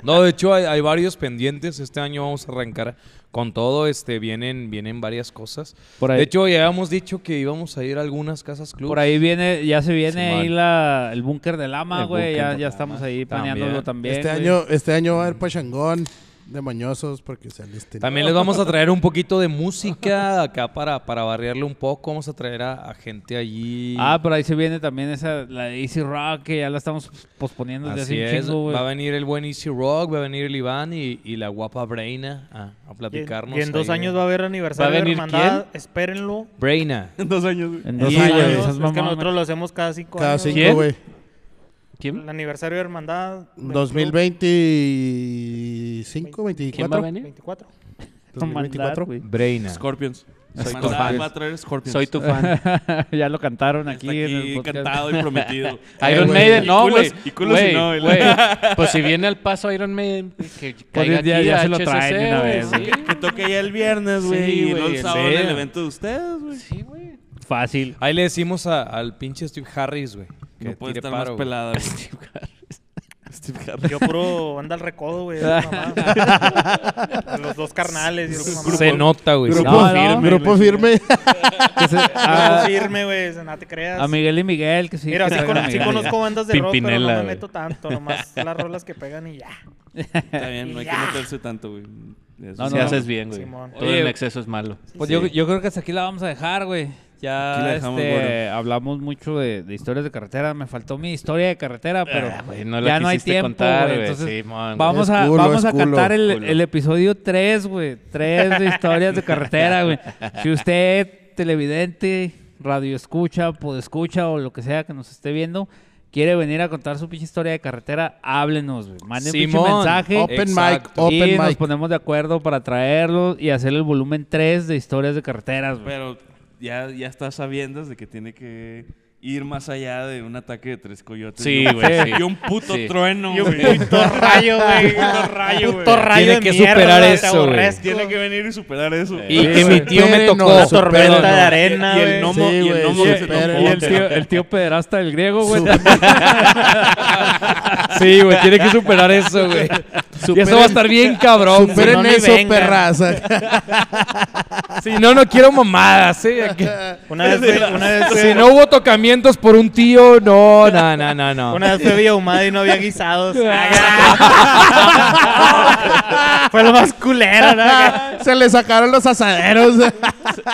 S5: No, de hecho, hay, hay varios pendientes. Este año vamos a arrancar con todo. Este, vienen, vienen varias cosas.
S1: Por ahí,
S5: De hecho, ya habíamos dicho que íbamos a ir a algunas casas club.
S1: por ahí viene, ya se viene ahí
S5: Simón.
S1: la, el búnker del ama,
S5: El
S1: güey.
S5: búnker
S1: Ya,
S5: del
S1: ya
S5: ama.
S1: estamos ahí
S5: También.
S1: planeándolo también.
S6: Este
S1: güey.
S6: año, este año va a haber pachangón de mañosos porque se alisten.
S5: También les vamos a traer un poquito de música acá para, para barriarle un poco. Vamos a traer a, a gente allí.
S1: Ah, por ahí se viene también esa, la de Easy Rock, que ya la estamos posponiendo desde
S5: Así
S1: hace un
S5: es.
S1: chingo,
S5: Va a
S1: güey.
S5: venir el buen Easy Rock, va a venir el Iván y, y la guapa Breina a, a
S7: Y en,
S5: platicarnos.
S7: y en dos
S5: ahí. eh.
S7: años va a haber aniversario
S5: ¿Va a
S7: de
S5: venir
S7: hermandad. Espérenlo.
S5: Breina.
S2: En dos años, güey.
S1: En dos
S6: Sí,
S1: años.
S6: güey.
S1: esas
S7: Es que
S1: mamadas.
S7: nosotros lo hacemos cada cinco
S6: Cada
S7: años.
S6: cinco,
S7: güey.
S6: güey.
S4: ¿Quién?
S7: El aniversario de hermandad.
S6: 2025,
S4: ¿Quién va
S6: 24.
S4: a venir?
S7: 24.
S1: No mandar,
S6: 2024.
S1: güey.
S5: Breina.
S2: Scorpions.
S4: Soy
S2: Mandaba-
S4: tu fan.
S2: Va a traer Scorpions.
S4: Soy tu fan.
S1: ya lo cantaron
S2: Está
S1: aquí,
S2: aquí,
S1: en el podcast.
S2: cantado y prometido.
S6: güey.
S4: Iron Maiden, no,
S2: Y culos-
S4: güey.
S2: y culos y
S4: Güey,
S2: no, el-
S4: güey. Pues si viene al paso Iron Maiden, que caiga
S1: ya-
S4: aquí
S1: ya
S4: a
S1: se lo
S4: HCC,
S1: traen de una
S4: güey,
S1: vez,
S4: sí.
S2: Que toque ya el viernes,
S4: Sí,
S2: güey. y
S4: güey,
S2: luego el
S4: en
S2: sábado en el
S4: serio.
S2: evento de ustedes, güey.
S4: Sí, güey.
S1: Fácil.
S5: Ahí le decimos a- al pinche Steve Harris, güey. Que
S2: No puede
S5: tire
S2: estar más
S5: paro, güey.
S2: pelada, güey.
S6: Steve
S7: Yo puro anda al recodo, güey. esas mamadas. Los dos carnales. y esas mamadas.
S5: Se nota, güey.
S6: Grupo,
S1: No, no.
S6: firme, grupo firme.
S1: Que se-
S7: Ah,
S1: a,
S7: firme, güey. No te creas.
S1: a Miguel y Miguel, que sí.
S7: Mira,
S1: que
S7: sí,
S1: traigan
S7: con-
S1: a
S7: sí
S1: Miguel.
S7: conozco bandas de rock, pero no
S4: Pimpinela,
S7: me
S4: güey.
S7: meto tanto. Nomás las rolas que pegan y ya.
S2: Está bien, no hay que meterse tanto, güey. Eso
S1: No,
S4: Si
S2: sí.
S4: haces bien, güey.
S7: Simón.
S4: Todo
S1: Oye,
S4: en exceso es malo.
S1: Pues yo, yo creo que hasta aquí la vamos a dejar, güey.
S2: Aquí la
S1: Ya
S2: dejamos,
S1: este,
S2: bueno.
S1: hablamos mucho de, de historias de carretera. Me faltó mi historia de carretera, pero
S4: Ah, güey, no la
S1: ya no hay
S4: quisiste
S1: tiempo,
S4: contar,
S1: güey.
S4: güey.
S1: Entonces,
S4: Simón, güey.
S1: vamos
S6: Es
S1: a,
S6: culo,
S1: vamos
S6: es
S1: a
S6: culo,
S1: cantar el,
S4: culo.
S1: el episodio 3, güey. 3 de historias de carretera, güey. Si usted, televidente, radio escucha, escucha o lo que sea que nos esté viendo, quiere venir a contar su pinche historia de carretera, háblenos, güey. Mande un pinche
S5: Simón,
S1: mensaje.
S5: op-
S6: Open mic,
S5: Exacto.
S1: y
S6: open
S1: nos
S6: mic.
S1: ponemos de acuerdo para traerlos y hacer el volumen 3 de historias de carreteras, güey.
S2: Pero ya, ya estás sabiendo de que tiene que ir más allá de un ataque de tres coyotes.
S4: Sí,
S2: y un-
S4: güey, sí.
S2: Y un puto
S4: Sí.
S2: trueno,
S7: Y un
S2: güey.
S7: puto rayo, güey. Un puto rayo, güey. Puto rayo
S5: Tiene
S7: de
S5: que
S7: mierda,
S5: superar
S7: te
S5: eso, güey.
S7: aborrezco.
S2: Tiene que venir y superar eso.
S5: Y
S6: Sí,
S5: que
S6: güey.
S5: mi tío me
S6: Pero no,
S5: tocó.
S6: super-
S7: tormenta
S5: Perdón.
S7: de arena,
S2: Y el
S7: güey.
S2: gnomo,
S6: Sí,
S2: y el
S6: güey,
S2: gnomo
S6: sí,
S2: que se
S6: pero-
S2: topó.
S1: Y el tío, el tío pederasta del griego, güey.
S5: Sí, güey, tiene que superar eso, güey. Y eso va a estar bien cabrón, güey.
S6: Superen
S5: No, ni
S6: eso,
S5: vengan.
S6: perraza.
S5: Si no, no quiero mamadas, ¿eh? Aquí-
S7: Una vez, fui- una vez fui-
S5: Si no hubo tocamientos por un tío, no, no, no, no, no.
S7: Una vez fue Villa Ahumada y no había guisados. fue lo más culero, ¿no?
S6: Se le sacaron los asaderos.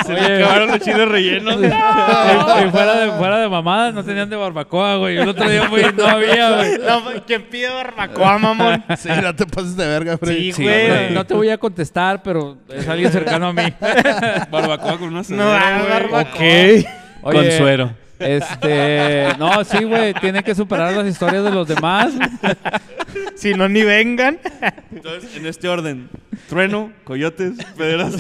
S2: Se le acabaron los chiles rellenos.
S1: Y- y fuera de, fuera de mamadas, no tenían de barbacoa, güey. El otro día, güey, no había, güey.
S7: No, pues, ¿Quién pide barbacoa, mamón?
S6: sí, no te pases de verga, Freddy.
S7: Sí, güey.
S1: No te voy a contestar, pero es alguien cercano a mí.
S2: Barbacoa con una
S7: No,
S2: asadera, güey.
S7: barbacoa.
S4: Consuero.
S1: Este, no, sí, güey, tiene que superar las historias de los demás.
S7: Si no, ni vengan.
S2: Entonces, en este orden. Trueno, coyotes, pederas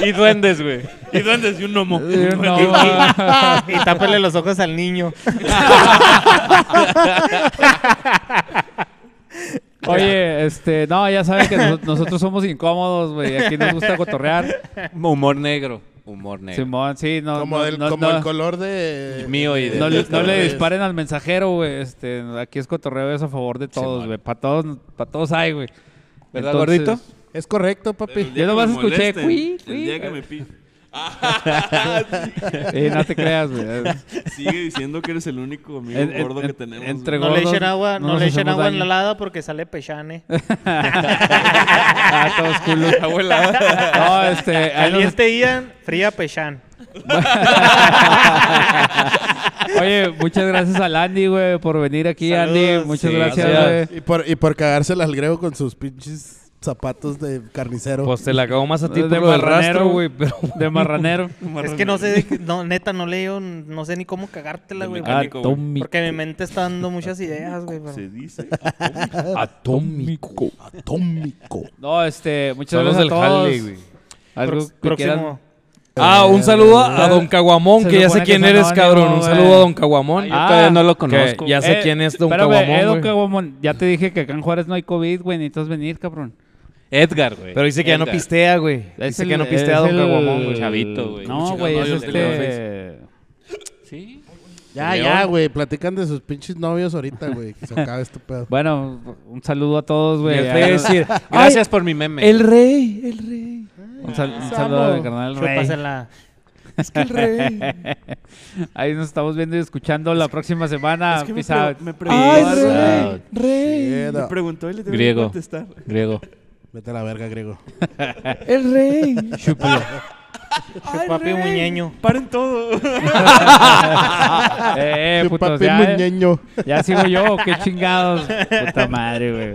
S4: Y duendes, güey.
S2: y duendes y un gnomo.
S1: No,
S7: Y tápele los ojos al niño.
S1: Oye, este, no, ya saben que nos- nosotros somos incómodos, güey. Aquí nos gusta cotorrear.
S4: Humor negro. Humor negro.
S1: Simón, sí, no.
S6: como
S1: no,
S6: del-
S1: no,
S6: como
S1: no.
S6: el color de...
S4: Mío y de-
S1: No, le-
S6: de-
S1: no le
S6: de-
S1: disparen al mensajero, güey. Este, aquí es cotorreo es a favor de todos,
S4: Simón.
S1: güey. Para todos, para todos hay, güey.
S4: ¿Verdad,
S1: Entonces,
S4: gordito?
S6: Es correcto, papi.
S1: Yo nomás escuché, "Cui, cui".
S2: El día que me pi-
S1: eh, no te creas, güey. Es-
S2: Sigue diciendo que eres el único amigo
S1: En- en-
S2: gordo que
S1: en-
S2: tenemos.
S1: entre
S2: güey.
S7: No le
S1: gordos,
S7: echen agua,
S1: no
S7: no,
S1: nos
S7: le echen
S1: hacemos
S7: agua en la
S1: daño.
S7: helada porque sale pechane.
S1: ah, todos culos.
S5: Abuela.
S1: No, este, ahí nos-
S7: Caliente Ian, fría pechan.
S1: Oye, muchas gracias al Andy, güey, por venir aquí, Andy.
S7: Saludos.
S1: Muchas
S5: Sí,
S1: gracias,
S5: gracias.
S1: güey.
S6: Y por, y por cagársela al grego con sus pinches zapatos de carnicero.
S5: Pues te la cago más a ti
S1: De
S5: por lo del rastro,
S1: marranero,
S5: güey. Pero
S1: De marranero.
S7: Es que no sé, de qué- no, neta, no leo, no sé ni cómo cagártela, güey.
S2: Ah,
S7: porque-
S2: Atómico, güey.
S1: Atómico.
S7: Porque mi mente está dando muchas ideas, güey. pero-
S2: Se dice. Ah,
S5: atómico.
S6: Atómico.
S1: No, este, muchas
S5: Son los
S1: gracias a
S5: del
S1: todos.
S5: jale, güey.
S1: Algo
S7: Prox-
S1: que quieran-
S7: próximo.
S5: Ah, un saludo a Don Caguamón,
S1: Se
S5: que ya sé
S1: supone que
S5: quién
S1: es
S5: eres,
S1: anónimo,
S5: cabrón. Un
S1: güey.
S5: saludo a Don Caguamón.
S1: yo eh. Ah,
S4: todavía no lo conozco.
S5: Ya sé
S1: Eh,
S5: quién es Don
S1: espérame, eh, Don
S5: Caguamón, güey.
S1: Caguamón, ya te dije que acá en Juárez no hay COVID, güey, necesitas venir, cabrón.
S4: Edgar, güey.
S5: Pero dice que ya no
S4: Edgar.
S5: pistea, güey.
S1: Es
S5: Dice
S1: el-
S5: que no pistea
S1: es
S5: Don
S1: el-
S5: Caguamón, güey.
S4: Chavito, güey.
S1: No,
S5: Chingado,
S1: güey,
S5: no,
S1: es
S5: yo te leo
S1: este...
S4: Sí.
S6: Ya,
S5: León.
S6: ya, güey. Platican de sus pinches novios ahorita, güey. Que se acabe este pedo.
S1: Bueno, un saludo a todos, güey.
S4: Les voy a decir, gracias por mi meme.
S5: El rey, el rey.
S1: Un, sal- un saludo a mi carnal Rey.
S7: Chúpasela.
S5: Es que el rey.
S1: Ahí nos estamos viendo y escuchando la próxima semana.
S2: Es que me,
S1: Peace out.
S2: pre- me
S5: Ay,
S2: preguntó.
S5: rey, rey.
S2: Me
S6: Mierda.
S2: preguntó y le tengo
S4: Griego.
S2: que contestar.
S4: Griego.
S6: Vete a la verga, griego.
S5: El rey.
S7: Papi muñeño.
S2: Paren todo.
S1: Eh, eh,
S6: Qué
S1: putos,
S6: papi
S1: ya, eh.
S6: muñeño.
S1: ya sigo yo, qué chingados. Puta madre, güey.